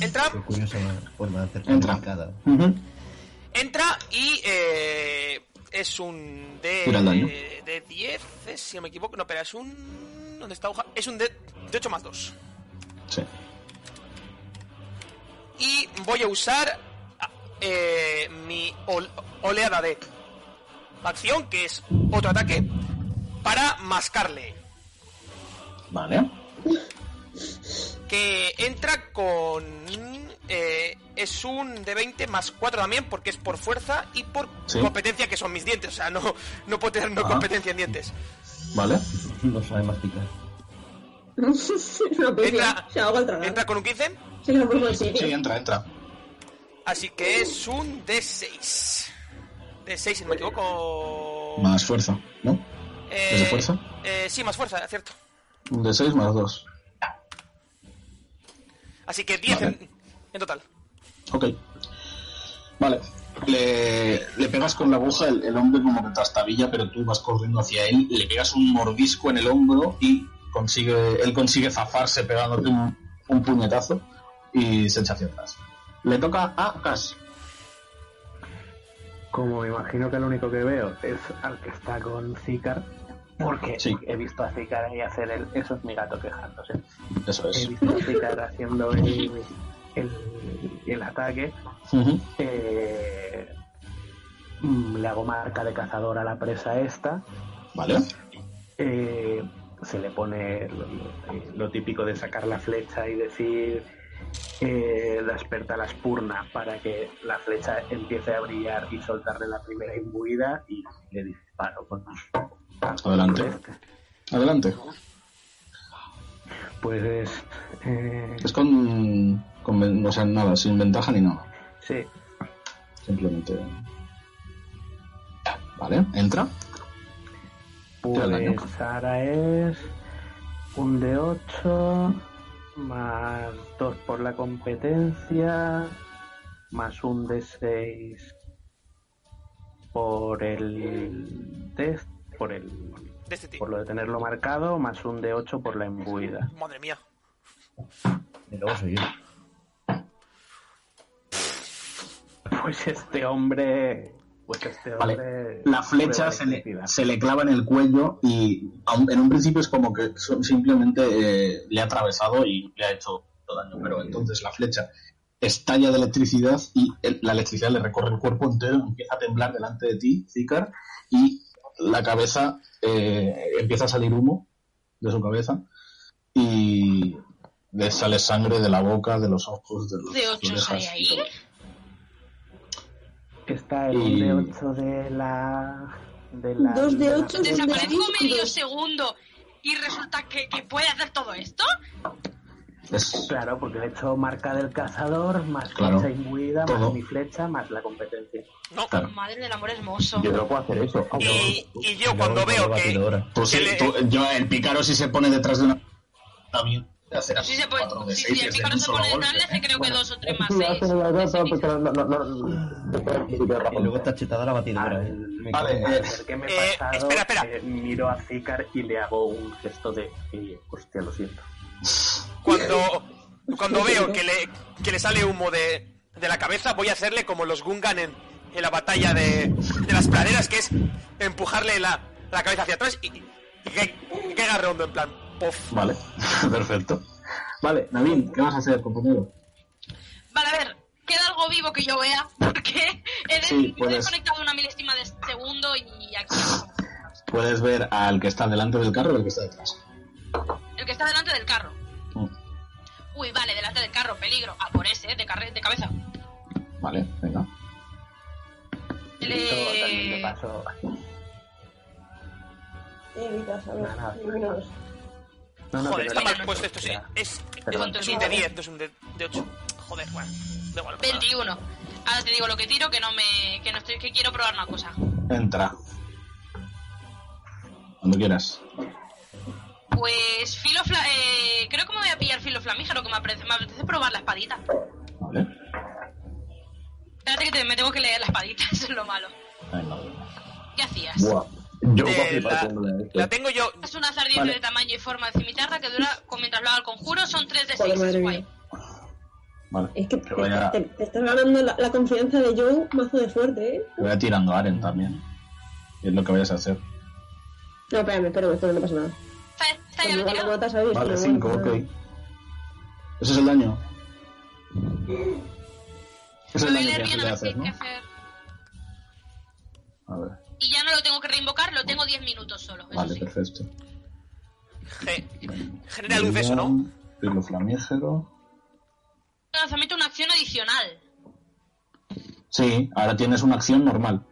Speaker 6: Entra,
Speaker 5: Qué curiosa ma- forma de hacer
Speaker 1: Entra.
Speaker 5: complicada.
Speaker 1: Ujú.
Speaker 6: entra y eh, es un D
Speaker 1: Tira el daño.
Speaker 6: de, 10, eh, si no me equivoco. No, pero es un... ¿Dónde está hoja? Es un D de 8 más 2.
Speaker 1: Sí.
Speaker 6: Y voy a usar ah, eh, mi ol- oleada de acción, que es otro ataque, para mascarle.
Speaker 1: Vale.
Speaker 6: que entra con... eh, es un de 20 más 4 también, porque es por fuerza y por
Speaker 1: Sí.
Speaker 6: competencia, que son mis dientes. O sea, no, no puedo tener no
Speaker 1: Ajá.
Speaker 6: competencia en dientes.
Speaker 1: Vale.
Speaker 5: No sabe masticar.
Speaker 4: no
Speaker 6: Entra,
Speaker 4: pifia. Se ahoga el tragar.
Speaker 6: entra con un 15,
Speaker 4: Se lo pongo así.
Speaker 1: Sí, entra, entra.
Speaker 6: así que es un de 6. De 6, si no me equivoco.
Speaker 1: Más fuerza, ¿no?
Speaker 6: Eh,
Speaker 1: ¿es de fuerza?
Speaker 6: eh, sí, más fuerza, cierto.
Speaker 1: Un de 6 más 2.
Speaker 6: Así que 10
Speaker 1: Vale.
Speaker 6: en, en total.
Speaker 1: Ok. Vale. Le, le pegas con la aguja, el, el hombre como que te astabilla, pero tú vas corriendo hacia él, le pegas un mordisco en el hombro y consigue, él consigue zafarse pegándote un, un puñetazo y se echa hacia atrás. Le toca a Cash.
Speaker 3: Como me imagino que lo único que veo es al que está con Zikar, porque
Speaker 1: Sí.
Speaker 3: he visto a Zikar ahí hacer el. Eso es mi gato quejándose.
Speaker 1: Eso
Speaker 3: He
Speaker 1: es.
Speaker 3: visto a Zikar haciendo el, el, el ataque.
Speaker 1: Ujú.
Speaker 3: Eh, mm, le hago marca de cazador a la presa esta.
Speaker 1: Vale.
Speaker 3: Eh, se le pone lo, lo- lo típico de sacar la flecha y decir eh, desperta las purnas para que la flecha empiece a brillar y soltarle la primera imbuida y le disparo con
Speaker 1: Adelante. Adelante.
Speaker 3: Pues es eh,
Speaker 1: Es con, con ven- o sea, nada, sin ventaja ni nada.
Speaker 3: sí,
Speaker 1: Simplemente. Vale, entra. Tira daño.
Speaker 3: pues ahora es un de 8 más 2 por la competencia más un de 6 por el test, por el
Speaker 6: De este tipo.
Speaker 3: por lo de tenerlo marcado, más un de 8 por la embuida.
Speaker 6: Madre mía.
Speaker 5: Y luego soy yo.
Speaker 3: Pues este hombre, pues este
Speaker 1: Vale.
Speaker 3: hombre
Speaker 1: La flecha
Speaker 3: prueba
Speaker 1: se le,
Speaker 3: electricidad.
Speaker 1: se le clava en el cuello y a un- en un principio es como que so- simplemente eh, le ha atravesado y le ha hecho daño, pero entonces la flecha estalla de electricidad y el- la electricidad le recorre el cuerpo entero, empieza a temblar delante de ti, Zikar, y la cabeza eh, empieza a salir humo de su cabeza y le sale sangre de la boca, de los ojos, de, los,
Speaker 2: De ocho
Speaker 1: orejas.
Speaker 2: sale ahí.
Speaker 3: Está el
Speaker 1: Y-
Speaker 3: de 8 de la de la
Speaker 4: Dos de
Speaker 3: la-
Speaker 4: ocho de-
Speaker 2: Desaparezco medio segundo y resulta que, que puede hacer todo esto.
Speaker 1: Es-
Speaker 3: Claro, porque le he hecho marca del cazador, más
Speaker 1: Claro.
Speaker 3: flecha imbuida,
Speaker 1: Todo.
Speaker 3: más mi flecha, más la competencia.
Speaker 6: No.
Speaker 1: Claro.
Speaker 2: Madre del amor hermoso.
Speaker 8: Yo no puedo hacer eso. Ah,
Speaker 2: Eh,
Speaker 6: Y, y yo cuando veo que.
Speaker 5: batidora.
Speaker 1: Pues sí,
Speaker 6: que le-
Speaker 1: tú- yo, el pícaro si se pone detrás de una... También hacer
Speaker 2: Si se
Speaker 1: cuatro
Speaker 2: puede,
Speaker 1: de
Speaker 2: si,
Speaker 1: seis,
Speaker 2: si
Speaker 1: es
Speaker 2: el
Speaker 1: de
Speaker 2: pícaro
Speaker 1: un
Speaker 2: se
Speaker 1: solo
Speaker 2: pone detrás,
Speaker 1: golpe,
Speaker 2: le hace
Speaker 1: ¿eh?
Speaker 2: creo que dos o tres más ¿eh?
Speaker 8: sí, hace la verdad, pero-
Speaker 2: seis.
Speaker 8: pero no- no- no- te puedo decir que es
Speaker 5: Y luego
Speaker 8: razón.
Speaker 5: está chetada la batidora.
Speaker 3: Al-
Speaker 5: eh. Me
Speaker 1: Ah, Vale,
Speaker 5: cago en-
Speaker 1: eh,
Speaker 3: Al ver que me he
Speaker 6: Eh,
Speaker 3: pasado,
Speaker 6: espera, espera.
Speaker 3: eh, miro a Zícar y le hago un gesto de eh, hostia, lo siento.
Speaker 6: Cuando, cuando veo que le, que le sale humo de, de la cabeza, voy a hacerle como los Gungan en, en la batalla de, de las praderas, que es empujarle la, la cabeza hacia atrás y, y que, que haga redondo, en plan. Pof.
Speaker 1: Vale, perfecto. Vale, Navin, ¿qué vas a hacer, compañero?
Speaker 2: Vale, a ver, queda algo vivo que yo vea, porque he, des-
Speaker 1: Sí,
Speaker 2: he
Speaker 1: puedes.
Speaker 2: desconectado una milésima de segundo y aquí.
Speaker 1: Puedes ver al que está delante del carro y al que está detrás.
Speaker 2: El que está delante del carro.
Speaker 1: Mm.
Speaker 2: Uy, vale, delante del carro, peligro. Ah, por ese, de, carre- de cabeza.
Speaker 1: Vale, venga.
Speaker 2: El,
Speaker 3: Y yo también
Speaker 2: eh,
Speaker 3: le paso.
Speaker 4: Y gritas, a ver,
Speaker 3: Nada, nada.
Speaker 4: ilumínanos.
Speaker 3: No, no,
Speaker 6: Joder,
Speaker 3: pero
Speaker 6: está
Speaker 3: le-
Speaker 6: mal puesto esto, sí. Es,
Speaker 3: Perdón.
Speaker 6: es un de 10, no es un de, 8. Joder, bueno. Da igual, no pasa nada.
Speaker 2: 21. Ahora te digo lo que tiro, que no me. que no estoy. que quiero probar una cosa.
Speaker 1: Entra. Cuando quieras.
Speaker 2: Pues filo fla- eh, creo que me voy a pillar filo flamígero, que me apetece, me apetece probar la espadita.
Speaker 1: Vale.
Speaker 2: Espérate que te- me tengo que leer la espadita, eso es lo malo.
Speaker 1: Venga, venga.
Speaker 2: ¿Qué hacías?
Speaker 8: Buah. Yo voy a
Speaker 6: Eh,
Speaker 8: flipar
Speaker 6: la,
Speaker 8: cuando vea esto.
Speaker 6: la tengo yo.
Speaker 2: Es un azar 10
Speaker 1: Vale.
Speaker 2: de tamaño y forma de cimitarra que dura con- mientras lo haga el conjuro, son 3 de
Speaker 4: Joder,
Speaker 2: 6,
Speaker 4: madre
Speaker 2: es guay.
Speaker 4: mía.
Speaker 1: Vale.
Speaker 4: Es que este-
Speaker 1: Te
Speaker 4: te,
Speaker 1: voy a,
Speaker 4: te- te estás ganando la, la confianza de Joe, mazo de suerte, ¿eh?
Speaker 1: te voy a tirando a Aren también. Es lo que vayas a hacer.
Speaker 4: No, espérame, espérame, esto no pasa nada. Pues
Speaker 2: Está, está ya
Speaker 4: Cuando
Speaker 2: lo he
Speaker 4: haga
Speaker 2: tirado.
Speaker 4: notas, ¿sabéis?
Speaker 1: Vale,
Speaker 4: Pero
Speaker 1: 5, ok.
Speaker 4: bueno,
Speaker 1: Ese es el daño. Ese es
Speaker 2: Lo
Speaker 1: el daño
Speaker 2: voy a
Speaker 1: que
Speaker 2: leer bien a
Speaker 1: tienes que
Speaker 2: ver si
Speaker 1: hacer,
Speaker 2: hay
Speaker 1: ¿no?
Speaker 2: que hacer.
Speaker 1: A ver.
Speaker 2: Y ya no lo tengo que reinvocar, lo tengo 10 minutos solo. Eso
Speaker 1: Vale,
Speaker 2: sí.
Speaker 1: perfecto.
Speaker 6: ge- genera luz eso, ¿no?
Speaker 1: Pelo flamígero.
Speaker 2: Lanzamiento una acción adicional.
Speaker 1: Sí, ahora tienes una acción normal.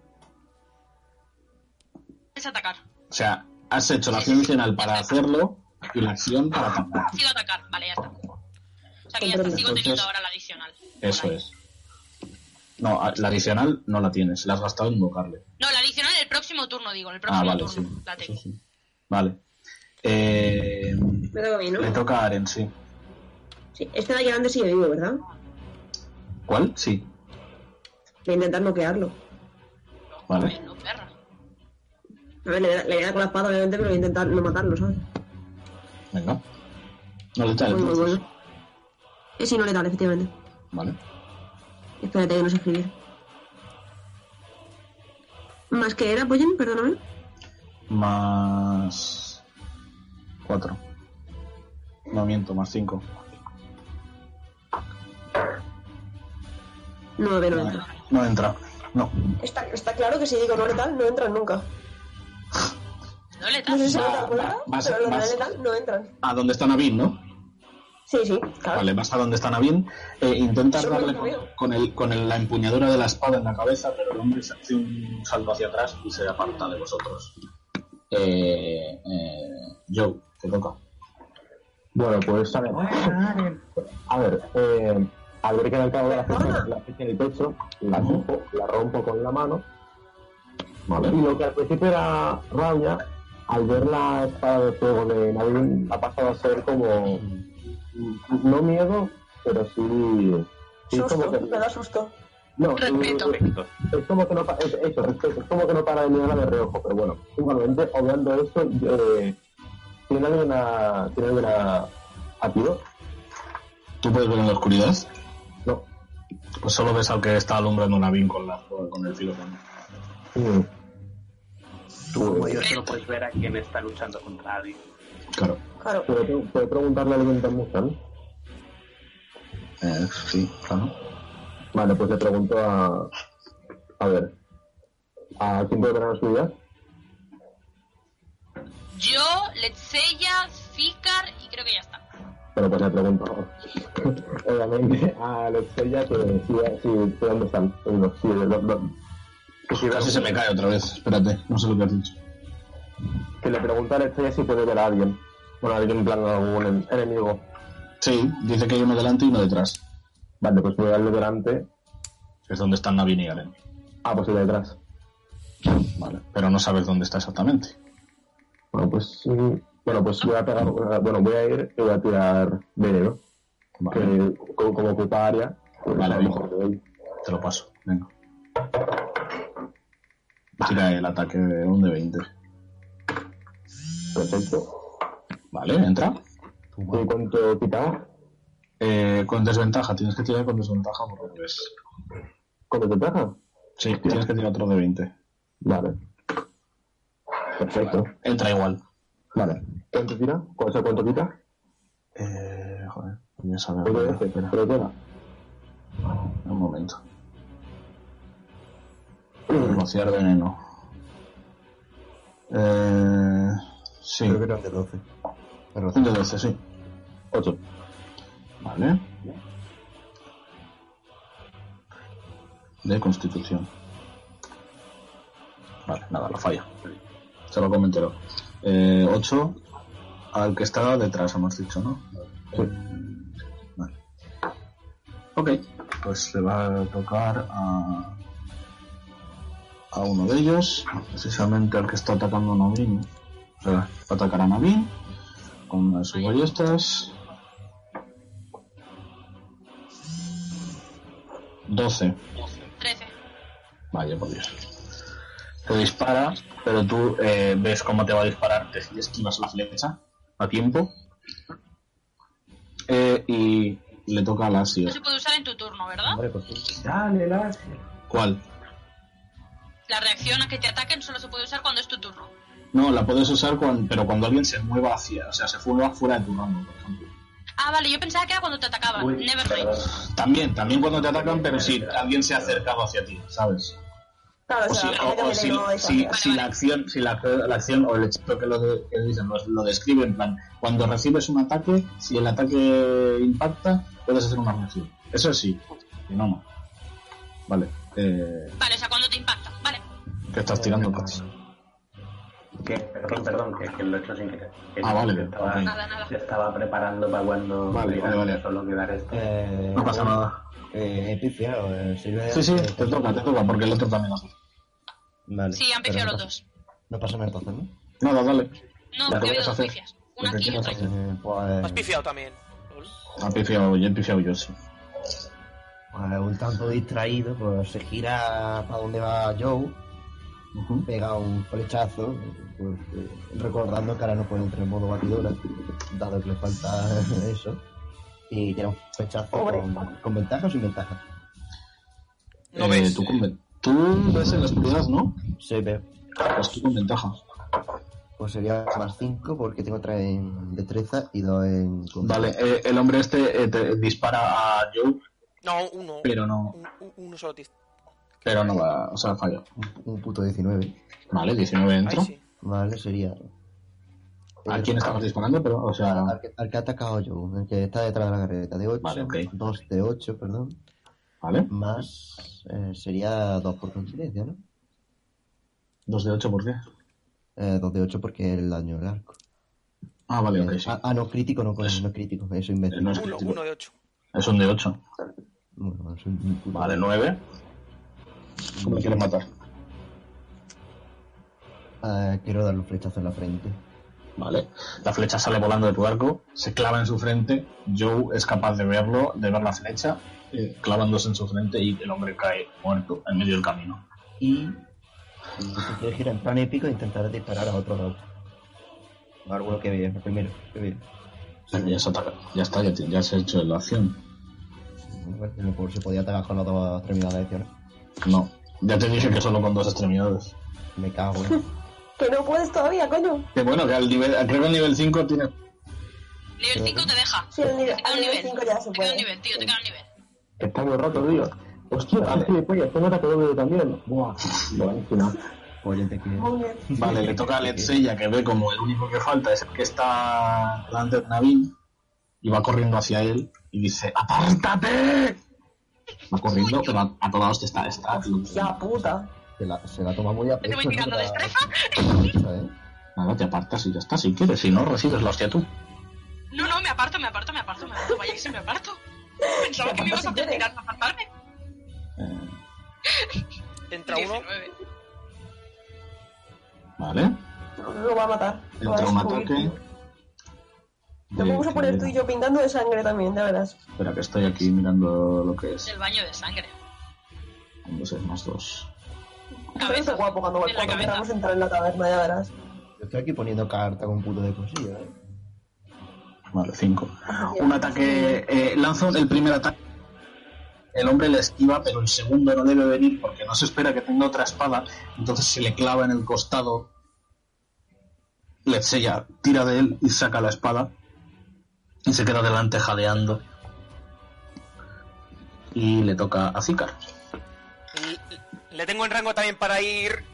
Speaker 2: Es atacar.
Speaker 1: O sea, has hecho la acción adicional para hacerlo y la acción para atacar.
Speaker 2: Sigo a atacar, vale, ya está. O sea que ya está, sigo teniendo
Speaker 1: Entonces,
Speaker 2: ahora la adicional.
Speaker 1: Eso
Speaker 2: Por ahí.
Speaker 1: es. No, a- la adicional no la tienes, la has gastado en invocarle.
Speaker 2: No, la adicional el próximo turno, digo, el próximo
Speaker 1: Ah, vale, sí.
Speaker 2: turno la tengo.
Speaker 1: Sí, sí. Vale. Eh,
Speaker 4: Me toca a mí,
Speaker 1: le
Speaker 4: ¿no?
Speaker 1: toca a Aren, sí.
Speaker 4: Sí, este de aquí adelante sigue vivo, ¿verdad?
Speaker 1: ¿Cuál? Sí.
Speaker 4: Voy a intentar noquearlo.
Speaker 1: Vale.
Speaker 2: Joder, no, perra.
Speaker 4: A ver, le voy a- le voy a dar con la espada, obviamente, pero voy a intentar no matarlo, ¿sabes?
Speaker 1: Venga. No le tal,
Speaker 4: Muy, muy
Speaker 1: entonces.
Speaker 4: bueno. Eh, sí, no letal, efectivamente.
Speaker 1: Vale.
Speaker 4: Espérate, que no sé escribir. ¿Más que era, Poyen? Perdóname.
Speaker 1: Más. Cuatro. No miento, más cinco.
Speaker 4: 9, no
Speaker 1: No,
Speaker 4: entra.
Speaker 1: no entra. No.
Speaker 4: Está, está claro que si digo no letal, no entran nunca.
Speaker 2: No le
Speaker 4: No sé si
Speaker 2: das.
Speaker 4: no te
Speaker 1: Ah, Va-
Speaker 4: acuerdas,
Speaker 1: va- vas-
Speaker 4: pero los
Speaker 1: vas-
Speaker 4: de letal no entran.
Speaker 1: ¿A dónde está Navin, no?
Speaker 4: Sí, sí, claro.
Speaker 1: Vale, vas a donde está Navin. Eh, intentas
Speaker 4: Solo
Speaker 1: darle
Speaker 4: lo
Speaker 1: con,
Speaker 4: veo.
Speaker 1: con el, con el- la empuñadura de la espada en la cabeza, pero el hombre se hace un salto hacia atrás y se aparta de vosotros. Eh, eh, Joe, te toca.
Speaker 8: Bueno, pues a ver. A ver, eh, al ver que me acabo de la flecha, la flecha en el pecho, la cojo, la rompo con la mano. Y lo que al principio era rabia, al ver la espada de fuego de Nadine, ha pasado a ser como. No miedo, pero sí. sí
Speaker 4: Susto,
Speaker 8: como que-
Speaker 4: me da susto.
Speaker 8: No,
Speaker 2: Respeto.
Speaker 8: eh, eh, es como que no pa- es, eso, respeto, es como que no para de mirarla de reojo, pero bueno, igualmente, obviando esto, eh, ¿tiene alguna, ¿tiene alguna actitud?
Speaker 1: ¿Tú puedes ver en la oscuridad?
Speaker 8: No.
Speaker 1: Pues solo ves al que está alumbrando una bin con, la, con el filo.
Speaker 8: Mm.
Speaker 3: Tú como
Speaker 8: eh,
Speaker 3: yo solo puedes ver a quien está luchando contra alguien.
Speaker 1: Claro.
Speaker 4: Claro.
Speaker 8: ¿Puedo, pre- puedo preguntarle a alguien tan Mustang?
Speaker 5: Eh, sí, claro.
Speaker 8: Vale, pues le pregunto a... A ver. ¿A quién puede ver la oscuridad?
Speaker 2: Yo, Letsella, Ficar y creo que ya está.
Speaker 8: Bueno, pues le pregunto. Obviamente a Lexella que si, si si dónde están. Uno, si, lo- lo- que,
Speaker 1: Casi
Speaker 8: si,
Speaker 1: Pues se me cae otra vez. Espérate, no sé lo que has dicho.
Speaker 8: que le pregunta a Lexella si puede ver a alguien. Bueno, a alguien en plan algún en- enemigo.
Speaker 1: Sí, dice que hay uno delante y uno detrás.
Speaker 8: Vale, pues voy a darle delante.
Speaker 1: Es donde están Navin y Aren.
Speaker 8: Ah, pues el de detrás.
Speaker 1: Vale. Pero no sabes dónde está exactamente.
Speaker 8: Bueno, pues... mm, Bueno, pues voy a pegar... Bueno, voy a ir y voy a tirar veneno.
Speaker 1: Vale,
Speaker 8: que como, como ocupa área. pues,
Speaker 1: Vale,
Speaker 8: a lo mejor le doy.
Speaker 1: te lo paso. Venga. Tira el ataque de un de 20.
Speaker 8: Perfecto.
Speaker 1: Vale, entra.
Speaker 8: ¿Y cuánto quita?
Speaker 1: Eh, con desventaja, tienes que tirar con desventaja porque lo ves.
Speaker 8: ¿Cuánto te pega?
Speaker 1: Sí, tienes que tirar otro de 20.
Speaker 8: Vale. Perfecto.
Speaker 1: Entra igual.
Speaker 8: Vale. ¿Cuánto tira? ¿Cu- o sea, ¿Cuánto quita?
Speaker 1: Eh, joder, voy a saber.
Speaker 8: Creo que este,
Speaker 1: Espera,
Speaker 8: creo que era.
Speaker 1: un momento. Rociar veneno. Eh, sí,
Speaker 5: Creo que eran de 12. Pero
Speaker 1: un de 12, sí.
Speaker 8: 8.
Speaker 1: Vale. De constitución. Vale, nada, la falla. Se lo comenté. Eh, 8 al que está detrás, hemos dicho, ¿no? Vale. Ok, pues le va a tocar a, a uno de ellos, precisamente al que está atacando a Navin. O sea, va a atacar a Navin con una de sus ballestas. 12.
Speaker 2: 13.
Speaker 1: Vaya, por Dios. Te dispara, pero tú eh, ves cómo te va a disparar, te esquivas la flecha a tiempo. Eh, y le toca a la
Speaker 2: No se puede usar en tu turno, ¿verdad?
Speaker 5: Vale, pues sí.
Speaker 8: Dale, las.
Speaker 1: ¿Cuál?
Speaker 2: La reacción a que te ataquen solo se puede usar cuando es tu turno.
Speaker 1: No, la puedes usar, cuan- pero cuando alguien se mueva hacia, o sea, se mueva fuera de tu rango, por ejemplo.
Speaker 2: Ah, vale, yo pensaba que era cuando te atacaban.
Speaker 3: Uy,
Speaker 2: Never
Speaker 3: perdón.
Speaker 2: mind.
Speaker 1: También, también cuando te atacan, pero si alguien se ha acercado hacia ti, ¿sabes?
Speaker 4: Claro,
Speaker 1: O
Speaker 4: o
Speaker 1: si,
Speaker 4: sea,
Speaker 1: o- o
Speaker 4: prácticamente
Speaker 1: si-
Speaker 4: no hay
Speaker 1: si-
Speaker 4: cambio.
Speaker 1: si la acción, si la, la acción o el hechizo que lo, de- que dicen lo, lo describe en plan, cuando recibes un ataque, si el ataque impacta, puedes hacer una reacción. Eso sí, si no, no. Vale, eh,
Speaker 2: Vale, o sea, cuando te impacta. Vale.
Speaker 1: que estás
Speaker 5: Eh,
Speaker 1: tirando Cats.
Speaker 3: Que, perdón, perdón, que, que lo he hecho sin querer. Que
Speaker 1: Ah,
Speaker 3: yo-
Speaker 1: vale,
Speaker 3: yo Estaba,
Speaker 1: ok.
Speaker 2: Nada, nada.
Speaker 3: yo estaba preparando para cuando
Speaker 1: Vale, vale, vale.
Speaker 3: solo quedar esto.
Speaker 5: Eh,
Speaker 1: No pasa nada.
Speaker 5: Eh, he pifiado. Eh, soy de-
Speaker 1: Sí, sí,
Speaker 5: eh,
Speaker 1: te toca, te toca, porque el otro también hace.
Speaker 5: Vale.
Speaker 2: Sí, han
Speaker 5: pero
Speaker 2: pifiado
Speaker 5: no
Speaker 2: los
Speaker 5: pasa-
Speaker 2: dos.
Speaker 5: No pasa nada entonces, ¿no?
Speaker 1: Nada, dale.
Speaker 2: No,
Speaker 1: Lo
Speaker 2: yo
Speaker 1: que
Speaker 2: he habido
Speaker 1: quieras
Speaker 2: dos
Speaker 1: hacer.
Speaker 2: pifias. Una
Speaker 1: Lo que
Speaker 2: aquí y
Speaker 1: quieras
Speaker 2: otra aquí.
Speaker 5: Eh,
Speaker 6: Has
Speaker 5: pues,
Speaker 6: pifiado también.
Speaker 1: Ha pifiado, yo he pifiado yo, sí.
Speaker 5: pues, un tanto distraído, pues se gira para donde va Joe,
Speaker 1: Ujú.
Speaker 5: pega un flechazo, pues, eh, recordando que ahora no puede entrar en modo batidora, dado que le falta eso. Y tiene un flechazo
Speaker 4: Pobre.
Speaker 5: con, con ventaja o sin ventaja.
Speaker 6: No
Speaker 1: Eh,
Speaker 6: ves.
Speaker 1: Tú, con ven- tú ves en la oscuridad, ¿no?
Speaker 5: Sí, veo.
Speaker 1: Pues tú con ventaja.
Speaker 5: Pues sería más 5 porque tengo 3 en destreza y 2 en...
Speaker 1: Vale, eh, el hombre este eh, te dispara a Joe,
Speaker 6: No, uno.
Speaker 1: pero no,
Speaker 6: Un- un- uno solo. tiz-
Speaker 1: pero no va, o sea, falla.
Speaker 5: Un puto 19.
Speaker 1: Vale, 19
Speaker 6: Ahí
Speaker 1: entra.
Speaker 6: sí.
Speaker 5: Vale, sería...
Speaker 1: ¿A quién estabas disparando? Pero, o sea,
Speaker 5: Al que, al que ha atacado Joe, el que está detrás de la carreta. De 8,
Speaker 1: Vale, ok.
Speaker 5: 2 de 8, perdón.
Speaker 1: ¿vale?
Speaker 5: Más eh, sería 2 por coincidencia, ¿no?
Speaker 1: 2 de 8, ¿por qué?
Speaker 5: 2 Eh, de 8 porque el daño del arco.
Speaker 1: Ah, vale, ok,
Speaker 5: Eh,
Speaker 1: sí.
Speaker 5: ah, ah, no, crítico no, coño, no crítico, eso imbécil.
Speaker 1: No es
Speaker 6: Uno,
Speaker 1: crítico.
Speaker 6: uno de ocho.
Speaker 1: Es un de 8.
Speaker 5: Bueno, bueno, soy un puto-
Speaker 1: Vale, 9. ¿Cómo le quieres matar?
Speaker 5: Ah, quiero darle un flechazo en la frente.
Speaker 1: ¿vale? La flecha sale volando de tu arco, se clava en su frente, Joe es capaz de verlo, de ver la flecha eh, clavándose en su frente y el hombre cae muerto en medio del camino.
Speaker 5: Y se quiere girar en plan épico e intentar disparar a otro robot. A alguno que viene, primero, que viene.
Speaker 1: Pero ya, se ataca- ya está, ya, te- ya se ha hecho la acción.
Speaker 5: Bueno, pues, por si podía atacar con las dos extremidades, tío, ¿no?
Speaker 1: No, ya te dije que solo con dos extremidades.
Speaker 5: Me cago en...
Speaker 4: Que no puedes todavía, coño.
Speaker 1: Que bueno, que al nivel, creo que al nivel 5 tiene...
Speaker 2: Nivel 5 te deja.
Speaker 4: Sí, al nivel,
Speaker 2: Te queda
Speaker 4: al
Speaker 2: un
Speaker 4: nivel
Speaker 2: nivel.
Speaker 4: 5 ya
Speaker 2: Te queda
Speaker 4: se
Speaker 2: un
Speaker 4: puede.
Speaker 2: nivel, tío, te queda un nivel.
Speaker 8: Que está muy roto, tío. Hostia, hace de pollo, tengo ataque doble también. Buah, buenísimo.
Speaker 5: Oye, te quiero.
Speaker 4: Muy bien.
Speaker 1: Vale, le toca a Letsella que ve como el único que falta es el que está delante de Navin y va corriendo hacia él y dice ¡Apártate! Va corriendo, pero a, a toda hostia está, está.
Speaker 4: Ya puta.
Speaker 5: Se la, se la toma muy a
Speaker 2: Te voy
Speaker 5: ¿no?
Speaker 2: tirando
Speaker 5: La-
Speaker 2: de destreza.
Speaker 5: esa, ¿eh?
Speaker 1: Nada, te apartas y ya está, si quieres, si no, recibes la hostia tú.
Speaker 2: No, no, me aparto, me aparto, me aparto, me aparto. Vaya que sí me aparto. Pensaba que me ibas a hacer tirar para apartarme.
Speaker 1: Eh,
Speaker 6: Entra uno.
Speaker 2: 19.
Speaker 1: vale,
Speaker 4: Lo va a matar. Lo va a
Speaker 1: entra un
Speaker 4: descubrir.
Speaker 1: ataque.
Speaker 4: Nos vamos a poner tú y yo pintando de sangre también, ya verás.
Speaker 1: Espera, que estoy aquí mirando lo que es.
Speaker 2: El baño de sangre.
Speaker 1: Entonces, más dos.
Speaker 4: Pero está guapo cuando,
Speaker 2: En la
Speaker 4: cuando
Speaker 2: cabeza.
Speaker 4: queramos entrar en la taberna, ya verás.
Speaker 5: Yo estoy aquí poniendo carta con puto de cosillas, ¿eh?
Speaker 1: Vale, 5. Ah, Un ataque. Eh, lanza el primer ataque. El hombre le esquiva, pero el segundo no debe venir porque no se espera que tenga otra espada. Entonces se le clava en el costado. Le sella, tira de él y saca la espada. Y se queda delante jadeando. Y le toca a Zikar.
Speaker 6: L- Le tengo en rango también para ir,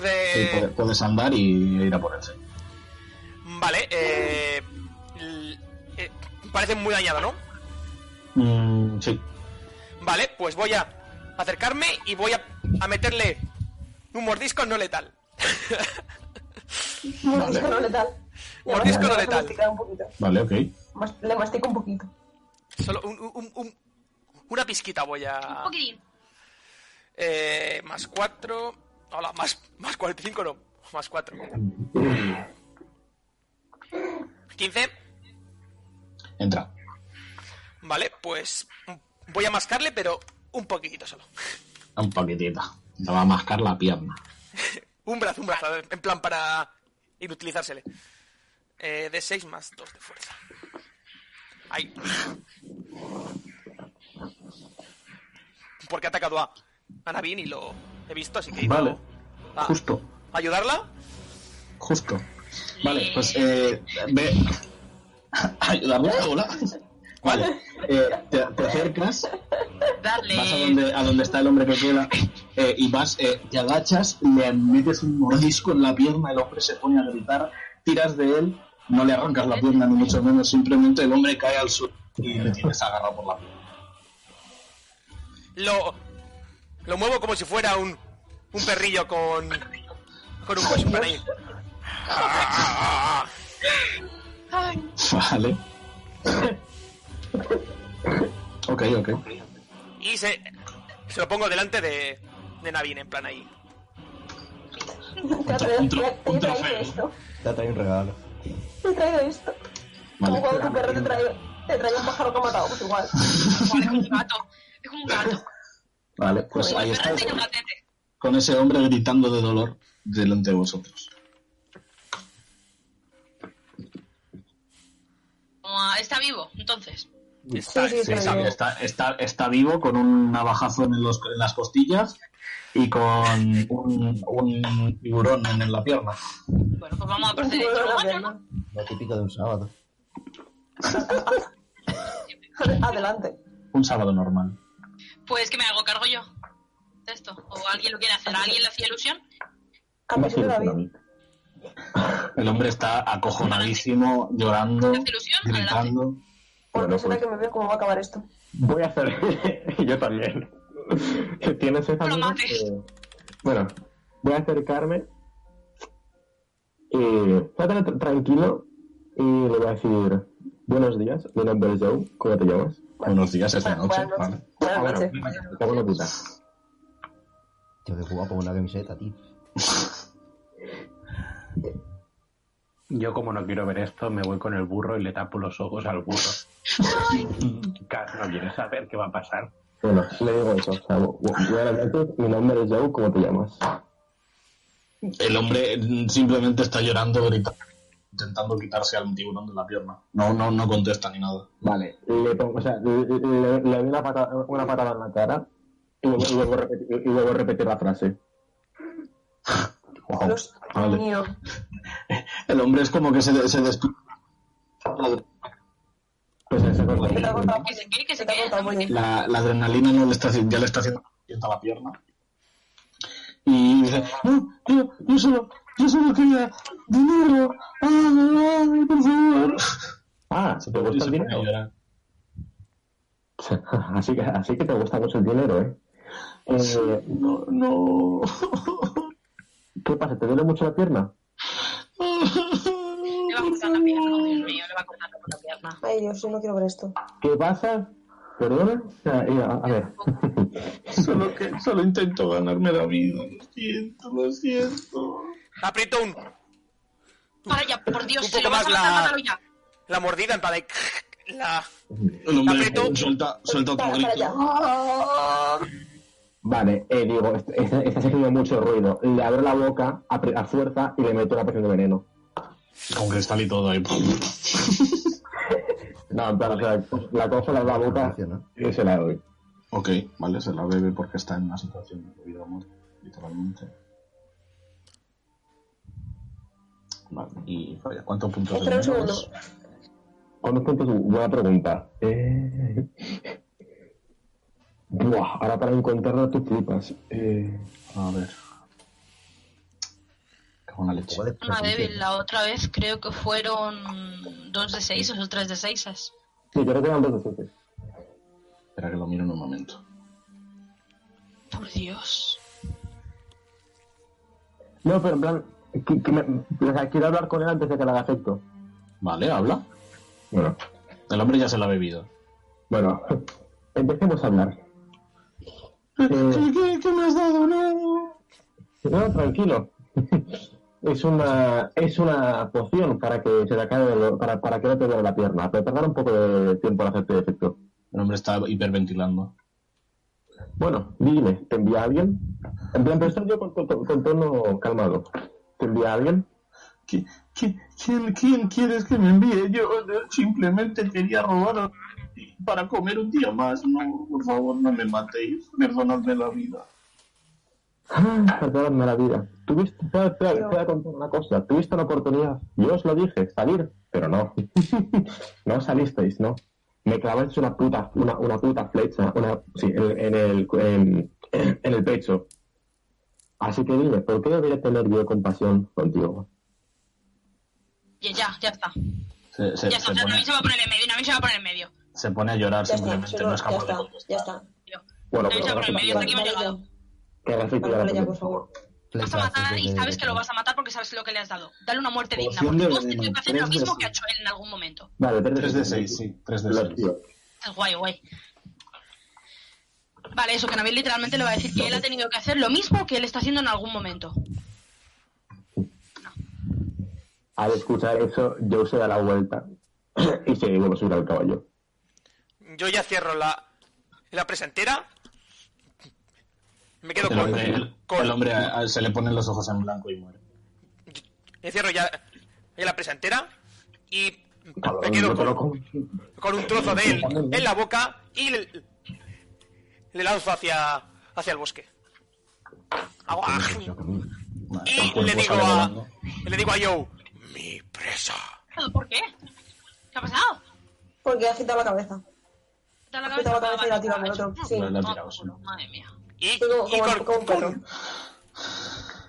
Speaker 1: Sí, puede-
Speaker 6: de...
Speaker 1: Puedes andar y ir a por él. sí.
Speaker 6: Vale, eh, l- eh, Parece muy dañado, ¿no?
Speaker 1: Mm, sí.
Speaker 6: Vale, pues voy a acercarme y voy a, a meterle un mordisco no letal.
Speaker 4: Mordisco no letal. Le
Speaker 6: Mordisco
Speaker 4: vas-
Speaker 6: no
Speaker 4: le vas a
Speaker 6: letal.
Speaker 4: masticar un poquito.
Speaker 1: Vale, ok.
Speaker 4: Mas- Le mastico un poquito.
Speaker 6: Solo un- un- un- una pizquita voy
Speaker 2: Un
Speaker 6: a...
Speaker 2: poquitín.
Speaker 6: Eh, más 4. Hola, más, más 45 no. Más 4. 15.
Speaker 1: Entra.
Speaker 6: Vale, pues voy a mascarle, pero un poquitito solo.
Speaker 1: Un poquitito. Te va a mascar la pierna.
Speaker 6: Un brazo, un brazo, a ver, en plan para inutilizársele. Eh, de 6 más 2 de fuerza. Ay. Porque ha atacado a, a Navin y lo he visto, así que... he ido
Speaker 1: Vale.
Speaker 6: a-
Speaker 1: Justo.
Speaker 6: a ¿Ayudarla?
Speaker 1: Justo. Vale, pues eh, ve. Ayudarme, hola. Vale, eh, te, te acercas,
Speaker 2: Darle.
Speaker 1: vas a donde, a donde está el hombre que queda eh, y vas, eh, te agachas, le metes un mordisco en la pierna, el hombre se pone a gritar, tiras de él, no le arrancas la pierna ni mucho menos, simplemente el hombre cae al suelo y le tienes agarrado por la pierna.
Speaker 6: Lo, lo muevo como si fuera un, un perrillo con, con un coche para ir.
Speaker 2: Ay,
Speaker 1: Vale. ok, ok.
Speaker 6: Y se, se lo pongo delante de, de Navin, en plan ahí.
Speaker 4: Te ha traído-
Speaker 1: un
Speaker 4: te
Speaker 1: tro-
Speaker 4: ha- te
Speaker 1: un
Speaker 4: he traído
Speaker 1: trofeo.
Speaker 4: esto.
Speaker 5: Te ha traído un regalo.
Speaker 4: Te he traído esto. Como
Speaker 1: Vale.
Speaker 4: cuando tu perro te trae, te trae un pájaro que ha matado, pues igual.
Speaker 2: Vale, es como un gato. Es como un gato.
Speaker 1: Vale, pues ahí
Speaker 2: Pero
Speaker 1: está.
Speaker 2: enseña un gatete.
Speaker 1: con ese hombre gritando de dolor delante de vosotros.
Speaker 2: Ah, Está vivo, entonces.
Speaker 6: Está,
Speaker 4: Sí, sí,
Speaker 6: está-
Speaker 4: sí.
Speaker 1: está, está, está vivo con un navajazo en, los- en las costillas y con un, un tiburón en, en la pierna.
Speaker 2: Bueno, pues vamos a proceder.
Speaker 4: Bueno,
Speaker 2: Yo
Speaker 4: la
Speaker 2: lo baño,
Speaker 4: verdad.
Speaker 5: Lo típico de un sábado.
Speaker 4: Adelante.
Speaker 1: Un sábado normal.
Speaker 2: ¿no? Pues que me hago cargo yo. De esto. O alguien lo quiere hacer. ¿A alguien le hacía ilusión?
Speaker 4: A mí sí me la vi.
Speaker 1: El hombre está acojonadísimo, llorando,
Speaker 2: ¿Te hace ilusión?
Speaker 1: gritando.
Speaker 4: Porque
Speaker 8: Bueno,
Speaker 4: será
Speaker 8: pues.
Speaker 4: que me veo cómo va a acabar esto.
Speaker 8: Voy a hacer. yo también. Tienes esa.
Speaker 2: No lo
Speaker 8: amiga
Speaker 2: mates.
Speaker 8: que- Bueno, voy a acercarme. Y voy a estar tranquilo. Y le voy a decir: Buenos días, mi nombre es Joe. ¿Cómo te llamas?
Speaker 1: Buenos días, es de
Speaker 4: Bueno,
Speaker 1: noche.
Speaker 4: buenas noches.
Speaker 1: vale.
Speaker 4: Buenas
Speaker 8: Ah,
Speaker 4: noches.
Speaker 8: bueno, me cago en la puta.
Speaker 5: Tío, qué guapo con una camiseta, tío.
Speaker 3: Yo como no quiero ver esto, me voy con el burro y le tapo los ojos al burro. Cas no quiere saber qué va a pasar.
Speaker 8: Bueno, le digo eso. O sea, bu- bu- buenas noches, mi nombre es Joe, ¿cómo te llamas?
Speaker 1: El hombre mm, simplemente está llorando, gritando, intentando quitarse al tiburón de la pierna. No, no, no contesta ni nada.
Speaker 8: Vale, le pongo, o sea, le, le- le doy una patada, una patada en la cara y luego, y luego repetir, y luego repetir la frase.
Speaker 1: Wow.
Speaker 4: Dios
Speaker 1: Vale.
Speaker 4: mío.
Speaker 1: El hombre es como que se, se despierta.
Speaker 8: Pues ese corta.
Speaker 4: Me te ha cortado,
Speaker 2: Que se quede, que
Speaker 4: me
Speaker 2: se
Speaker 4: te ha
Speaker 2: quede.
Speaker 4: cortado, muy bien.
Speaker 1: La, la adrenalina no le está, haci- ya le está haciendo a la pierna. Y dice, no, yo, yo solo, yo solo quería dinero. Ah, Ay, ay, por favor.
Speaker 8: Ah, si te
Speaker 1: Y
Speaker 8: gusta
Speaker 1: se
Speaker 8: el
Speaker 1: pone a
Speaker 8: dinero.
Speaker 1: llorar.
Speaker 8: así, que, así que te gusta mucho el dinero, ¿eh? eh
Speaker 1: No, no.
Speaker 8: ¿Qué pasa? ¿Te duele mucho la pierna?
Speaker 2: Le va a cortar la pierna, oh, Dios mío, le va a cortar la puta pierna.
Speaker 4: Ay, Dios, yo no quiero ver esto.
Speaker 8: ¿Qué pasa? ¿Perdona? Ah, eh, A, a ver.
Speaker 1: Solo, que, solo intento ganarme la vida. Lo siento, lo siento.
Speaker 6: Aprieto un,
Speaker 2: Para ya, por Dios,
Speaker 6: Un
Speaker 2: se
Speaker 6: poco
Speaker 2: lo vas a
Speaker 6: más la-
Speaker 2: cortar, mátalo ya.
Speaker 6: la mordida en plan de... La...
Speaker 1: El hombre
Speaker 6: Aprieto.
Speaker 1: suelta, suelta otro
Speaker 4: Para, para
Speaker 1: grito.
Speaker 4: allá.
Speaker 8: Vale, eh, digo, est- est- está haciendo mucho ruido. Le abro la boca a, pre- a fuerza y le meto una presión de veneno.
Speaker 1: Con cristal y todo ahí.
Speaker 8: No, pero, o sea, pues, la cosa la abro la boca
Speaker 5: Funciona.
Speaker 8: y se la doy.
Speaker 1: Ok, vale, se la bebe porque está en una situación de vida o muerte, literalmente. Vale, y vaya, ¿cuántos puntos
Speaker 4: Espera un
Speaker 1: de dinero?
Speaker 4: segundo.
Speaker 8: ¿Cuántos puntos? Uh, Buena pregunta. Eh... Buah, ahora para encontrarla tú flipas. Eh...
Speaker 1: A ver. Cago en la leche.
Speaker 5: Como de-
Speaker 2: Una débil, la otra vez creo que fueron dos de seis o tres de seis.
Speaker 8: Sí, creo que eran dos de siete.
Speaker 1: Espera que lo miro en un momento.
Speaker 2: Por Dios.
Speaker 8: No, pero en plan, que- que me- o sea, quiero hablar con él antes de que le haga efecto.
Speaker 1: Vale, habla.
Speaker 8: Bueno,
Speaker 1: El hombre ya se la ha bebido.
Speaker 8: bueno, empecemos a hablar. Eh,
Speaker 1: me has dado? No.
Speaker 8: no, tranquilo. Es una, es una poción para que se te acabe, lo- para, para que no te duele la pierna. Pero tardará un poco de tiempo en hacerte efecto.
Speaker 1: El hombre está hiperventilando.
Speaker 8: Bueno, dime, ¿te envía alguien? En plan, pero esto yo con, con- con tono calmado. ¿Te envía alguien?
Speaker 1: ¿Qui- qui- ¿Quién, quién quieres que me envíe? Yo eh, simplemente quería robar para comer un día más. No, por favor, no me matéis. Perdonadme la vida.
Speaker 8: Ah, Perdóname la vida. Tuviste, te, te- te voy a contar una cosa. Tuviste una oportunidad. Yo os lo dije, salir, pero no. no salisteis, ¿no? Me clavasteis una puta, una, una puta flecha, una, sí, en, en el, en, en el pecho. Así que dime, ¿por qué debería tener yo compasión contigo?
Speaker 2: Ya, ya, ya está.
Speaker 1: Se, se-
Speaker 2: Ya está,
Speaker 1: se
Speaker 2: ya,
Speaker 1: pone,
Speaker 2: Navi se va a poner en medio, Navi se va a poner en medio.
Speaker 1: se pone a llorar
Speaker 4: Ya está,
Speaker 1: simplemente.
Speaker 4: solo-
Speaker 1: No es
Speaker 4: ya
Speaker 1: capaz de
Speaker 4: está, ya
Speaker 1: contestar.
Speaker 4: está.
Speaker 8: Bueno,
Speaker 2: Navi se va a
Speaker 8: pero
Speaker 2: poner en medio, hasta aquí hemos llegado.
Speaker 8: que haga efecto
Speaker 4: Vale,
Speaker 8: ya la
Speaker 4: vale, ya,
Speaker 8: cosa.
Speaker 4: por favor.
Speaker 2: Vas a
Speaker 5: Flechazos
Speaker 2: matar y
Speaker 5: de-
Speaker 2: sabes que lo vas a matar porque sabes lo que le has dado. Dale una muerte digna,
Speaker 1: Poción
Speaker 2: porque
Speaker 1: de
Speaker 2: todos
Speaker 1: veneno,
Speaker 2: tendrían que hacer lo
Speaker 1: tres de
Speaker 2: mismo que ha
Speaker 1: seis.
Speaker 2: hecho él en algún momento.
Speaker 8: Vale,
Speaker 1: 3 de 6, sí. 3 de
Speaker 8: Los
Speaker 1: 6.
Speaker 8: tíos.
Speaker 2: Es guay, guay. Vale, eso, que Nabil literalmente le va a decir que él ha tenido que hacer lo mismo que él está haciendo en algún momento.
Speaker 8: Al escuchar eso, Joe se da la vuelta y se vuelve a subir al caballo.
Speaker 6: Yo ya cierro la... La presa entera. Me quedo
Speaker 1: El
Speaker 6: con...
Speaker 1: hombre, el-
Speaker 6: con-
Speaker 1: el hombre a- a- se le ponen los ojos en blanco y muere.
Speaker 6: Me cierro ya, ya la presa entera y me
Speaker 8: Cabrón,
Speaker 6: quedo
Speaker 8: yo te lo
Speaker 6: con,
Speaker 8: con-
Speaker 6: con un trozo de él en la boca y le, le lanzo hacia, hacia el bosque. Hago aj,
Speaker 5: Yo camino.
Speaker 1: Vale, el
Speaker 6: y
Speaker 1: cuerpo
Speaker 6: le digo
Speaker 1: sale
Speaker 6: a,
Speaker 1: volando.
Speaker 6: le digo a Joe, mi presa.
Speaker 2: ¿Por qué? ¿Qué ha pasado?
Speaker 4: Porque ha agitado la cabeza.
Speaker 2: Dale
Speaker 4: Te la cabeza y la tira al otro, sí.
Speaker 1: La- la
Speaker 2: Toma
Speaker 1: tiramos.
Speaker 2: por culo, Ah, Madre mía.
Speaker 6: Y,
Speaker 4: Estoy como,
Speaker 6: y
Speaker 4: como- como
Speaker 6: con,
Speaker 4: un perro.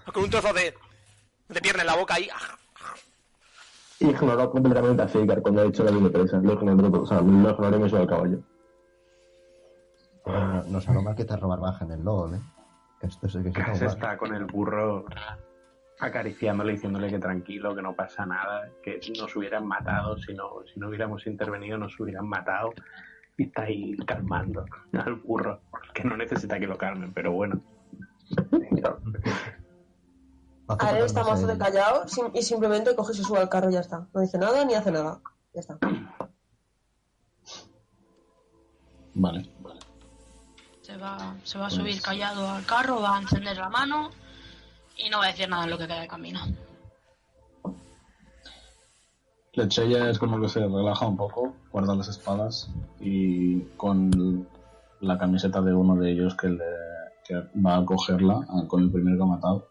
Speaker 6: con, con un trozo de, de pierna en la boca y aj.
Speaker 8: Ignoró completamente a Seikar cuando ha dicho la presa. Lo ignoré, o sea, lo ignoré y me subió al caballo.
Speaker 5: Bueno, Nos aroma que te robar baja en el LOL, ¿eh? Esto es el que se
Speaker 3: Cas
Speaker 5: roba.
Speaker 3: está con el burro acariciándole, diciéndole que tranquilo, que no pasa nada, que nos hubieran matado, si no, si no hubiéramos intervenido nos hubieran matado. Y está ahí calmando al burro, que no necesita que lo calmen, pero bueno.
Speaker 5: Hace
Speaker 4: Ahora
Speaker 5: falta
Speaker 4: está
Speaker 5: más
Speaker 4: más
Speaker 5: aire.
Speaker 4: detallado sim- y simplemente coge y se sube al carro y ya está. No dice nada ni hace nada. Ya está.
Speaker 1: Vale.
Speaker 2: Se va, se va a subir callado al carro, va a encender la mano y no va a decir nada en lo que queda de camino.
Speaker 1: Lechella es como que se relaja un poco, guarda las espadas y con la camiseta de uno de ellos que, le, que va a cogerla a- con el primero que ha matado,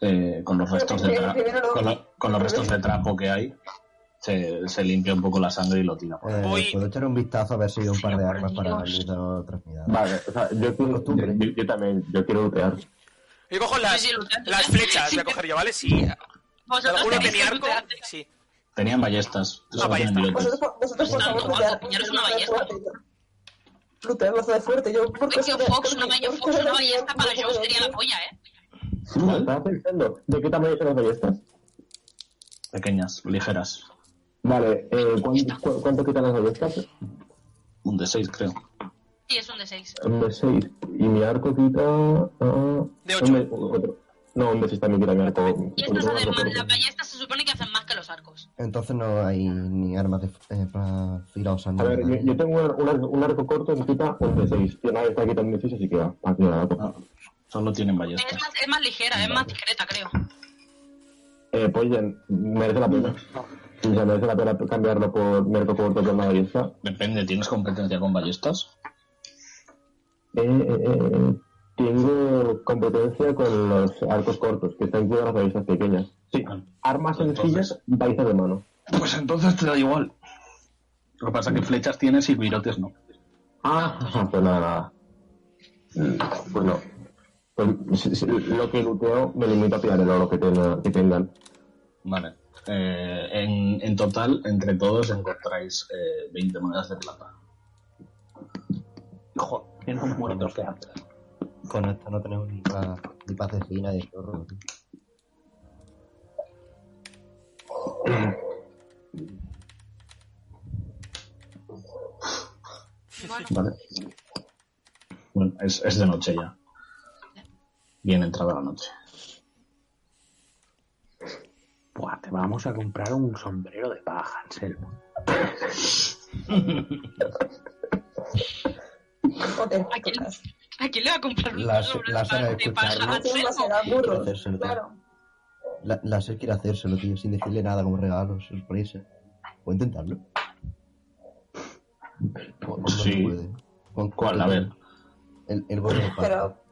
Speaker 1: eh, con los restos de
Speaker 4: El primero no.
Speaker 1: trapo, con, la- con los restos de trapo que hay, se, se limpia un poco la sangre y lo tira. por ahí.
Speaker 5: Eh,
Speaker 6: Voy-
Speaker 5: Puedo echar un vistazo a ver si hay un par de
Speaker 2: Por
Speaker 5: armas para
Speaker 2: Dios.
Speaker 5: el otras miradas.
Speaker 8: Vale, o sea, yo, quiero, yo,
Speaker 5: Costumbre.
Speaker 8: yo- yo también, yo quiero lootear.
Speaker 6: Yo cojo las,
Speaker 2: Sí, sí, lo tengo.
Speaker 6: las flechas, voy a coger yo, ¿vale? Si
Speaker 2: Vosotros
Speaker 6: alguno
Speaker 2: tenéis que
Speaker 6: tenía arco,
Speaker 2: lootear.
Speaker 6: sí. Ah,
Speaker 1: Tenían ballestas.
Speaker 4: Ah,
Speaker 6: Una
Speaker 1: solo tienen
Speaker 2: Pues
Speaker 6: ballesta.
Speaker 1: pilotes.
Speaker 4: Vosotros, por- vosotros por
Speaker 2: No,
Speaker 4: favor,
Speaker 2: no,
Speaker 4: lootead-
Speaker 2: no, señor, es una
Speaker 4: lootead
Speaker 2: ballesta.
Speaker 4: fuerte, yo. Lootead mazo de fuerte, yo por
Speaker 2: Oye, tío,
Speaker 4: cosas de-
Speaker 2: Fox, una bella
Speaker 4: por
Speaker 2: Fox,
Speaker 4: cosas
Speaker 2: una
Speaker 4: de-
Speaker 2: ballesta para
Speaker 4: por
Speaker 2: Joe
Speaker 4: cosas de-
Speaker 2: sería la polla, ¿eh?
Speaker 8: Estaba pensando, ¿de qué tamaño son las ballestas?
Speaker 1: Pequeñas, ligeras.
Speaker 8: Vale, eh, ¿cuánto, cu- ¿cuánto quitan las ballestas?
Speaker 1: Un de seis, creo.
Speaker 2: Sí, es un de 6.
Speaker 8: Un de 6. Y mi arco quita. ah,
Speaker 6: De
Speaker 8: un
Speaker 6: ocho.
Speaker 8: otro. No, un de 6 también quita mi arco.
Speaker 2: Y
Speaker 1: Pues
Speaker 2: estas además, las ballestas se supone que hacen más que los arcos.
Speaker 5: Entonces no hay ni armas de, eh, para filosa ni
Speaker 8: A ver,
Speaker 5: nada.
Speaker 8: yo, yo tengo un, ar- un arco, un arco corto que quita un de 6. Y una vez está quitando un de 6, así que va. Aquí va, va, va.
Speaker 1: No, solo tienen
Speaker 2: Es
Speaker 1: ballestas.
Speaker 2: más, es más ligera, es más discreta, creo.
Speaker 8: Eh, pues ya, merece la pena. O sea, merece la pena cambiarlo por mi arco corto por una ballesta.
Speaker 1: Depende, ¿tienes competencia con ballestas?
Speaker 8: Eh, eh, eh, eh, tengo competencia con los arcos cortos, que están incluidas las ballestas pequeñas. Sí, armas
Speaker 1: Ah. Entonces-
Speaker 8: sencillas, balizas de mano.
Speaker 1: Pues entonces te da igual. Lo que pasa es que flechas tienes y virotes no.
Speaker 8: Ah, pues nada, nada. Mm, Pues no. Pues, si- si- lo que luteo me limito a pillar el oro que, tenga- que tengan.
Speaker 1: Vale. Eh, en, en total, entre todos, encontráis eh, 20 monedas de plata.
Speaker 3: Hijo, tenemos muertos de hambre.
Speaker 5: Con esto no tenemos ni para ni pa asesina de zorro. tío.
Speaker 2: Bueno,
Speaker 1: Vale. Bueno, es, es de noche ya. Bien entrada la noche.
Speaker 3: Buah, te vamos a comprar un sombrero de paja, Anselmo.
Speaker 4: Joder,
Speaker 2: ¿a quién, a quién le va a comprar un
Speaker 5: Las-
Speaker 2: sobre
Speaker 5: las
Speaker 2: de
Speaker 5: hará
Speaker 2: paja
Speaker 5: escuchar, ¿no?
Speaker 2: a
Speaker 4: ¿Quién más
Speaker 2: Anselmo?
Speaker 4: será? Burros.
Speaker 5: Hacerse, no te-
Speaker 4: Claro.
Speaker 5: La, la SER quiere hacérselo, tío, sin decirle nada como regalo, sorpresa. Puedo intentarlo. O- o no se
Speaker 1: Sí.
Speaker 5: puede. Con-
Speaker 1: ¿Cuál? A ver,
Speaker 5: El, el gorro de paja.
Speaker 4: Pero-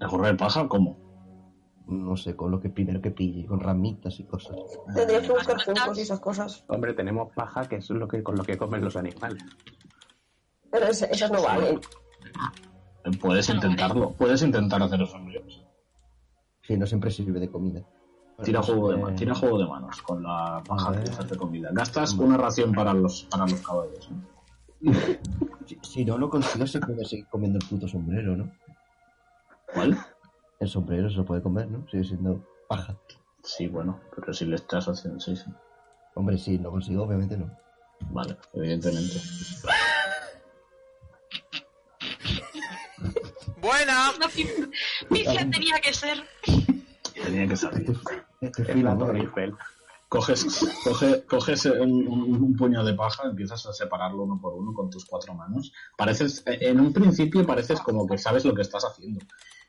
Speaker 1: ¿el gorro de paja? ¿Cómo?
Speaker 5: No sé, con lo que primero que pille, con ramitas y cosas.
Speaker 4: Tendrías que buscar
Speaker 2: ¿Las
Speaker 4: trucos
Speaker 2: plantas?
Speaker 4: y esas cosas.
Speaker 3: Hombre, tenemos paja, que es lo que, con lo que comen los animales.
Speaker 4: Pero es- esas no valen.
Speaker 1: Eh, Puedes intentarlo. Puedes intentar hacer los sombreros.
Speaker 5: Que no siempre sirve de comida.
Speaker 1: Tira juego de, ma-
Speaker 5: manos.
Speaker 1: tira juego de manos con la paja
Speaker 5: A
Speaker 1: que
Speaker 5: ver.
Speaker 1: dejas de comida. Gastas una ración para los, para los caballos. ¿eh?
Speaker 5: Si, si no lo consigo, se puede seguir comiendo el puto sombrero, ¿no?
Speaker 1: ¿Cuál?
Speaker 5: El sombrero se lo puede comer, ¿no? Sigue siendo paja.
Speaker 1: Sí, bueno, pero si le estás haciendo, sí, sí.
Speaker 5: Hombre, si no consigo, obviamente no.
Speaker 1: Vale, evidentemente.
Speaker 6: Buena.
Speaker 2: No, pif- pifia tenía que ser.
Speaker 1: Tenía que salir.
Speaker 5: Esto es
Speaker 3: Es la Torre
Speaker 5: filador.
Speaker 3: Eiffel.
Speaker 1: Coges, coge- coges un, un- un puño de paja, empiezas a separarlo uno por uno con tus cuatro manos. Pareces, eh, en un principio pareces como que sabes lo que estás haciendo,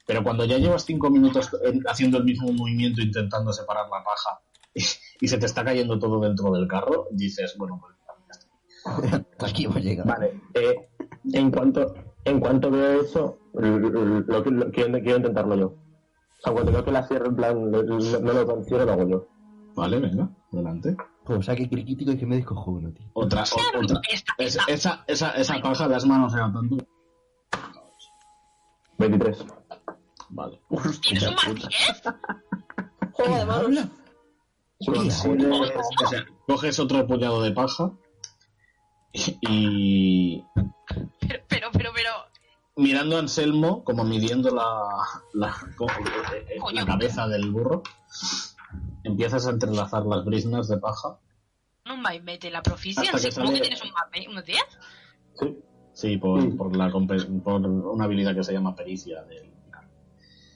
Speaker 1: pero cuando ya llevas cinco minutos en- haciendo el mismo movimiento intentando separar la paja y, se te está cayendo todo dentro del carro, dices, bueno, pues ya está.
Speaker 5: Hasta aquí hemos llegado.
Speaker 8: Vale, eh, en cuanto en cuanto veo eso, l- l- lo, que- lo- quiero, quiero intentarlo yo. O sea, cuando veo que la cierro, en plan, lo- lo- no lo consigo, lo hago yo.
Speaker 1: vale, venga, adelante.
Speaker 5: Pues o sea, que crítico y que me descojono, tío.
Speaker 1: Otra, o- otra.
Speaker 2: Esta,
Speaker 1: Es-
Speaker 2: esta.
Speaker 1: esa, esa, esa paja las manos era tanto.
Speaker 8: 23.
Speaker 1: Vale.
Speaker 2: ¿Tienes un más 10?
Speaker 4: Juego de manos.
Speaker 1: Pues Consigues- o sea, coges otro puñado de paja y
Speaker 2: Pero, pero, pero, pero.
Speaker 1: mirando a Anselmo, como midiendo la, la, co- eh, eh, la
Speaker 2: Coño.
Speaker 1: cabeza del burro, empiezas a entrelazar las brisnas de paja.
Speaker 2: No me mete la proficia.
Speaker 1: Hasta
Speaker 2: Sí,
Speaker 1: que
Speaker 2: ¿Cómo que
Speaker 1: sale-
Speaker 2: tienes un más 20? ¿Un 10?
Speaker 8: Sí.
Speaker 1: Sí, por,
Speaker 8: Mm.
Speaker 1: por, la, compe- por una habilidad que se llama pericia. del-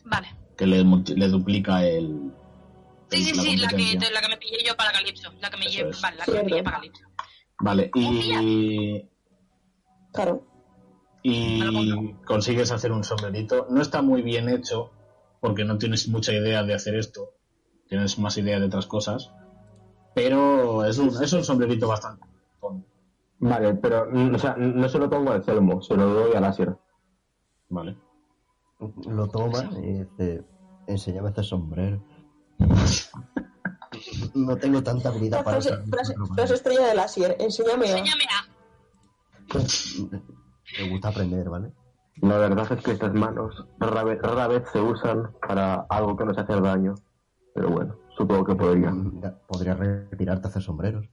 Speaker 2: Vale.
Speaker 1: que le, multi- le duplica el.
Speaker 2: Sí,
Speaker 1: el-
Speaker 2: sí, sí, la que,
Speaker 1: competencia.
Speaker 2: la que me pillé yo para Calypso. La que me,
Speaker 1: Eso
Speaker 2: lle-
Speaker 1: es.
Speaker 2: vale, la que me pillé para Calypso.
Speaker 1: Vale, y.
Speaker 4: Claro.
Speaker 2: Me lo
Speaker 1: Y
Speaker 2: compro.
Speaker 1: consigues hacer un sombrerito. No está muy bien hecho, porque no tienes mucha idea de hacer esto. Tienes más idea de otras cosas. Pero es un, es un sombrerito bastante.
Speaker 8: Vale, pero mm, o sea, no se lo pongo al Selmo, se lo doy a Láser.
Speaker 1: Vale.
Speaker 5: Lo toma y dice, enséñame este sombrero. no tengo tanta habilidad para
Speaker 4: Frase,
Speaker 5: eso.
Speaker 4: frase, frase estrella de Lasier, enséñame a.
Speaker 2: Enséñame a.
Speaker 5: Pues, Me gusta aprender, ¿vale?
Speaker 8: La verdad es que estas manos rara vez, rara vez se usan para algo que nos hace daño. Pero bueno, supongo que podría.
Speaker 5: Mira, Podría retirarte a hacer sombreros.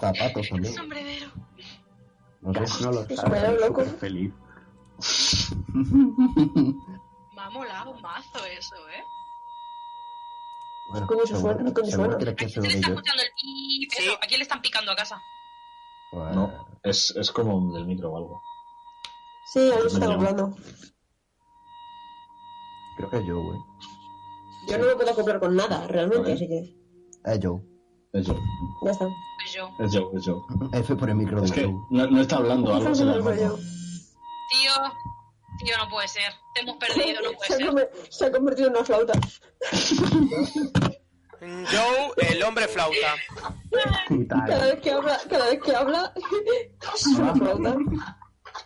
Speaker 5: Zapatos también.
Speaker 2: Sombrerero.
Speaker 5: No sé.
Speaker 3: No lo
Speaker 4: Pues
Speaker 3: sabe,
Speaker 4: me veo loco.
Speaker 3: súper feliz.
Speaker 2: Me ha molado un mazo eso, ¿eh?
Speaker 5: Bueno,
Speaker 4: Coño, eso
Speaker 5: seguro,
Speaker 4: suena, coño,
Speaker 5: seguro
Speaker 4: suena.
Speaker 5: crees
Speaker 2: ¿A
Speaker 5: que
Speaker 2: quién
Speaker 5: se
Speaker 2: se
Speaker 5: lo
Speaker 2: le
Speaker 5: doy
Speaker 2: está
Speaker 5: yo.
Speaker 2: escuchando el pip?
Speaker 6: Sí.
Speaker 2: Eso, ¿A quién le están picando a casa?
Speaker 1: No, es, es como del micro o algo.
Speaker 4: Sí, a mí se está comprando.
Speaker 5: Creo que es Joe, güey.
Speaker 4: Yo no lo puedo comprar con nada, realmente,
Speaker 1: Vale.
Speaker 4: así que.
Speaker 5: Es Joe.
Speaker 1: Es yo,
Speaker 4: Ya está.
Speaker 2: Pues yo.
Speaker 1: es yo, es yo.
Speaker 5: F por el micro de
Speaker 1: Es que
Speaker 5: Joe.
Speaker 1: no, no está hablando, algo se le
Speaker 4: Yo.
Speaker 1: nota.
Speaker 2: Tío, tío, no puede ser. Te hemos perdido, no puede
Speaker 4: Se ha
Speaker 2: ser.
Speaker 4: conver- Se ha convertido en una flauta.
Speaker 6: Joe, el hombre flauta.
Speaker 3: Y tal.
Speaker 4: Cada vez que habla, cada vez que habla, es una flauta.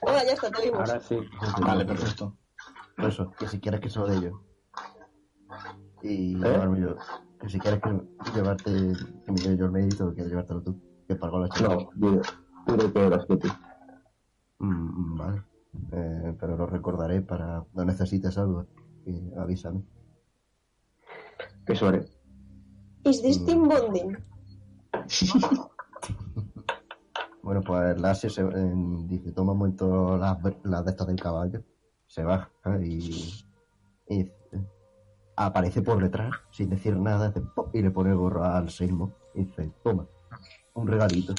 Speaker 4: Ahora ya está, te vimos.
Speaker 3: Ahora sí.
Speaker 1: Vale, perfecto.
Speaker 5: Por Eso, que si quieres que se lo dé yo. Y
Speaker 8: ¿Eh?
Speaker 5: llevarme yo. Que si quieres que llevarte, que me lleve yo el mérito, que llevártelo tú. Que pago la chica.
Speaker 8: No, yo yo que las Betty.
Speaker 5: Mm, vale. Eh, pero lo recordaré para no necesites algo. eh, avísame.
Speaker 8: Eso haré.
Speaker 4: Is this team bonding?
Speaker 5: Bueno, pues Lassie se, eh, dice, toma un momento las, br- las de estas del caballo, se baja y, y, eh, aparece por detrás, sin decir nada, hace pop, y le pone el gorro al Selmo y dice, toma, un regalito.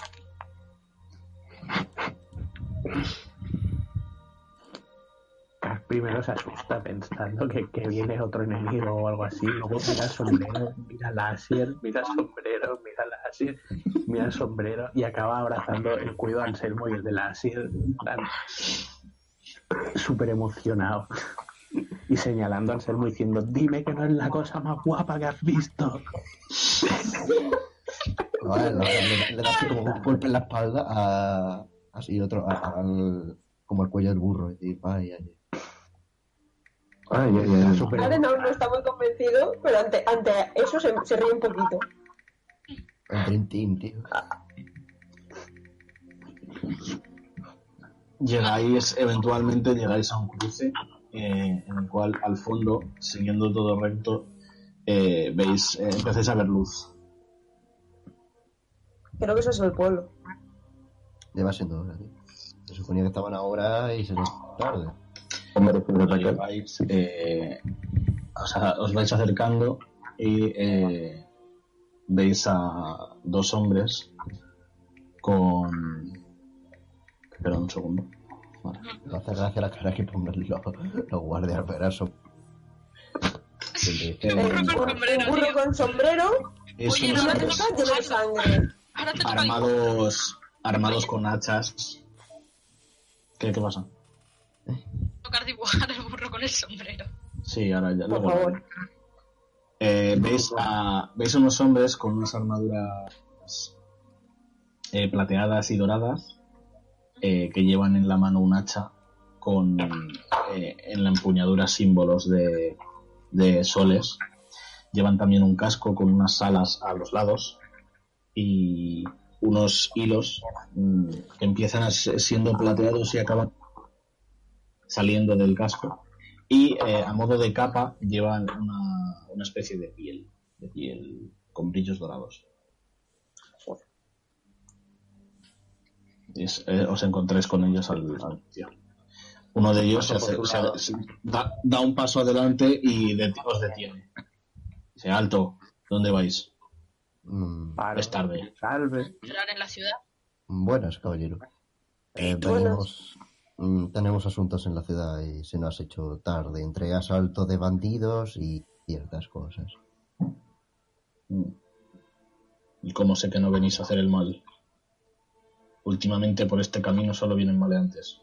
Speaker 3: Cas primero se asusta pensando que, que viene otro enemigo o algo así. Luego mira el sombrero, mira láser, mira el sombrero, mira láser, mira el sombrero y acaba abrazando el cuido de Anselmo y el de láser. en plan, Súper emocionado. Y señalando a Anselmo diciendo, dime que no es la cosa más guapa que has visto.
Speaker 5: Vale, le, le da así como un golpe en la espalda a, así otro, a- al- como al cuello del burro. Y dice, vaya,
Speaker 8: Ay, ay, ay, ay.
Speaker 3: Súper
Speaker 4: Ahora no, no está muy convencido, pero ante, ante eso se, se ríe un poquito.
Speaker 5: el trintín, tío.
Speaker 1: Llegáis, eventualmente llegáis a un cruce eh, en el cual al fondo, siguiendo todo recto, eh, veis, eh, empezáis a ver luz.
Speaker 4: Creo que eso es el pueblo.
Speaker 5: Lleva siendo hora, tío. Se suponía que estaban ahora y se les tarde.
Speaker 8: Hombre, pues,
Speaker 1: Cuando
Speaker 8: ataque.
Speaker 1: llegáis, eh, o sea, os vais acercando y eh, veis a dos hombres con... Espera un segundo. Vale.
Speaker 5: Me hace gracia la cara que ponen los, los guardias, pero son...
Speaker 1: Eh,
Speaker 4: Un
Speaker 2: con sombrero,
Speaker 4: burro
Speaker 2: tío.
Speaker 4: con sombrero
Speaker 1: es
Speaker 2: Oye,
Speaker 1: unos
Speaker 2: no,
Speaker 4: y una
Speaker 1: hombres
Speaker 4: boca llena de sangre.
Speaker 2: Ahora te toca a ti.
Speaker 1: armados, armados con hachas. ¿Qué, qué pasa? ¿Eh?
Speaker 2: tocar dibujar el burro con el sombrero.
Speaker 1: Sí, ahora ya
Speaker 4: Por
Speaker 1: luego
Speaker 4: favor.
Speaker 1: lo- Eh, veis a veis unos hombres con unas armaduras eh, plateadas y doradas eh, que llevan en la mano un hacha con eh, en la empuñadura símbolos de, de soles. Llevan también un casco con unas alas a los lados y unos hilos mm, que empiezan a se- siendo plateados y acaban saliendo del casco y eh, a modo de capa llevan una, una especie de piel, de piel con brillos dorados. Y es- eh, os encontréis con ellos al, al inicio. Uno de ellos se hace- se hace- se da, da un paso adelante y deti- os detiene. Dice, alto, ¿dónde vais?
Speaker 5: Mm,
Speaker 3: Paro.
Speaker 1: Es tarde.
Speaker 3: Salve.
Speaker 2: Entrar en la ciudad.
Speaker 5: buenas, caballero. Eh,
Speaker 4: Buenas.
Speaker 5: venimos mm, tenemos asuntos en la ciudad y se nos ha hecho tarde, entre asalto de bandidos y ciertas cosas.
Speaker 9: ¿Y cómo sé que no venís a hacer el mal? Últimamente por este camino solo vienen maleantes.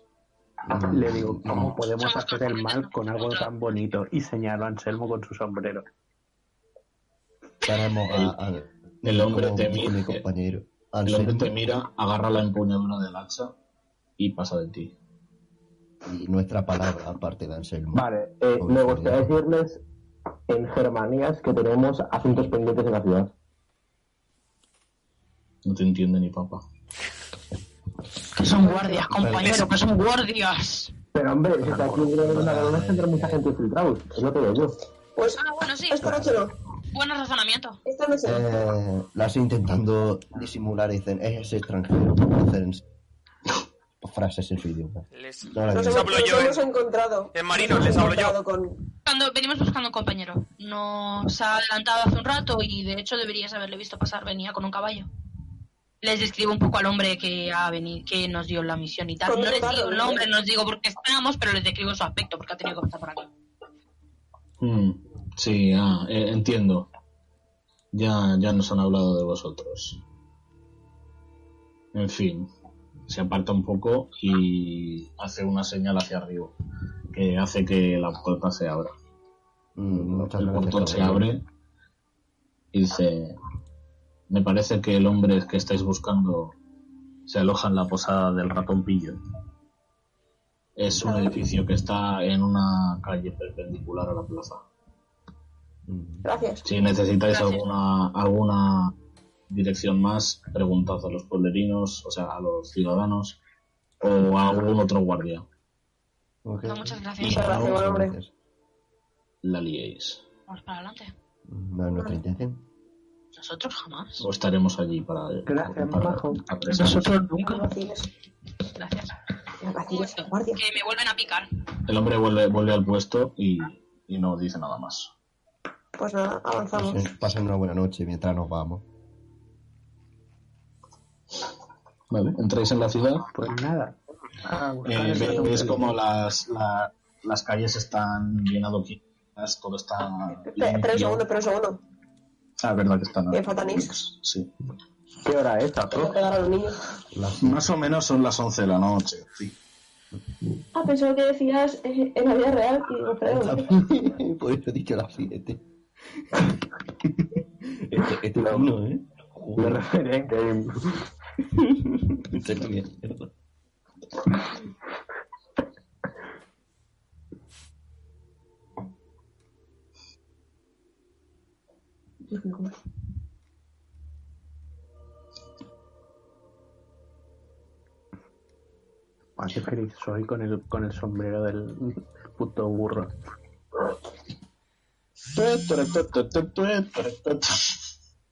Speaker 1: Le digo, ¿cómo podemos hacer el mal con algo tan bonito? Y señalo a Anselmo con su sombrero.
Speaker 5: Paramos a- al-
Speaker 9: el hombre
Speaker 5: como
Speaker 9: te
Speaker 5: dijo mi
Speaker 9: mira.
Speaker 5: compañero. al
Speaker 9: El hombre
Speaker 5: ser-
Speaker 9: te mira, agarra la empuñadura del hacha y pasa de ti.
Speaker 5: y nuestra palabra, aparte de Anselmo.
Speaker 8: Vale, eh, me gustaría decirles en Germanías que tenemos asuntos pendientes en la ciudad.
Speaker 9: No te entiende ni papá.
Speaker 2: Que son guardias, compañero, que son guardias.
Speaker 8: Pero hombre,
Speaker 1: Pues
Speaker 8: si está aquí en una galona tendrá mucha gente infiltrados, es lo que veo yo.
Speaker 4: Pues
Speaker 2: Ah, bueno, sí.
Speaker 4: esta noche no.
Speaker 2: Buen razonamiento.
Speaker 4: Esta noche no.
Speaker 5: Eh, las intentando disimular y dicen, es extranjero, hacen frases en su idioma.
Speaker 6: Les...
Speaker 5: No la
Speaker 4: Nos hemos,
Speaker 5: entiendo.
Speaker 6: hablo
Speaker 4: nos
Speaker 6: yo,
Speaker 4: hemos
Speaker 6: eh.
Speaker 4: encontrado.
Speaker 6: En Marino,
Speaker 4: Nos hemos
Speaker 6: les hablo yo.
Speaker 4: encontrado Con...
Speaker 2: Cuando venimos buscando un compañero. Nos ha adelantado hace un rato y de hecho deberías haberle visto pasar, venía con un caballo. Les describo un poco al hombre que ha venido, que nos dio la misión y tal.
Speaker 4: Con
Speaker 2: No
Speaker 4: un
Speaker 2: les digo
Speaker 4: carro,
Speaker 2: el
Speaker 4: ¿no?
Speaker 2: nombre, no les digo por qué estamos, pero les describo su aspecto, porque ha tenido que pasar por aquí.
Speaker 9: Mm, sí, ah, eh, entiendo. Ya, ya nos han hablado de vosotros. En fin, se aparta un poco y hace una señal hacia arriba, que hace que la puerta se abra.
Speaker 5: Mm, muchas
Speaker 9: el
Speaker 5: gracias,
Speaker 9: portón se
Speaker 5: caballero.
Speaker 9: abre y dice, me parece que el hombre que estáis buscando se aloja en la posada del ratón pillo. Es
Speaker 1: Ah.
Speaker 9: un edificio que está en una calle perpendicular a la plaza.
Speaker 5: Mm,
Speaker 4: Gracias.
Speaker 9: Si necesitáis
Speaker 2: Gracias.
Speaker 9: alguna alguna dirección más, preguntad a los pueblerinos, o sea, a los ciudadanos o a algún otro guardia.
Speaker 5: ok.
Speaker 2: No, muchas gracias.
Speaker 9: Y
Speaker 4: Gracias,
Speaker 9: no
Speaker 4: buen hombre.
Speaker 5: Gracias.
Speaker 9: la liéis.
Speaker 2: Vamos para adelante.
Speaker 5: No es nuestra intención.
Speaker 2: Nosotros jamás.
Speaker 9: O estaremos allí para.
Speaker 1: Gracias,
Speaker 9: para
Speaker 1: majo.
Speaker 9: apresaros.
Speaker 4: Los vaciles.
Speaker 2: Gracias.
Speaker 4: Los vaciles, los guardias.
Speaker 2: Que me vuelven a picar.
Speaker 9: El hombre vuelve, vuelve al puesto y, y no dice nada más.
Speaker 4: Pues nada, avanzamos.
Speaker 5: Pasen, pasen una buena noche mientras nos vamos.
Speaker 9: Vale, entráis en la ciudad.
Speaker 1: Pues nada. A buscar
Speaker 9: Eh,
Speaker 1: el
Speaker 9: ve-
Speaker 1: ratón
Speaker 9: veis
Speaker 1: feliz.
Speaker 9: como las, la- las calles están bien adoquinadas, todo está.
Speaker 4: Pe- Pero un
Speaker 9: limpio.
Speaker 4: segundo, pero un segundo.
Speaker 9: Ah, verdad que están.
Speaker 4: Eh, Fatanix.
Speaker 9: Sí.
Speaker 8: ¿Qué hora es,
Speaker 4: Tengo que
Speaker 8: Afro?
Speaker 4: pegar a los niños.
Speaker 5: Las-
Speaker 9: Más o menos son las 11 de la noche. Sí.
Speaker 4: Ah, pensaba que decías eh, en la vida real y digo, perdón.
Speaker 5: Por eso he dicho las 7. este este fino, ¿eh?
Speaker 8: Me refería en que
Speaker 5: Se la mierda.
Speaker 1: Ah, Qué feliz soy con el, con el sombrero del puto burro.
Speaker 9: Tuet, tuet, tuet, tuet, tuet, tuet, tuet.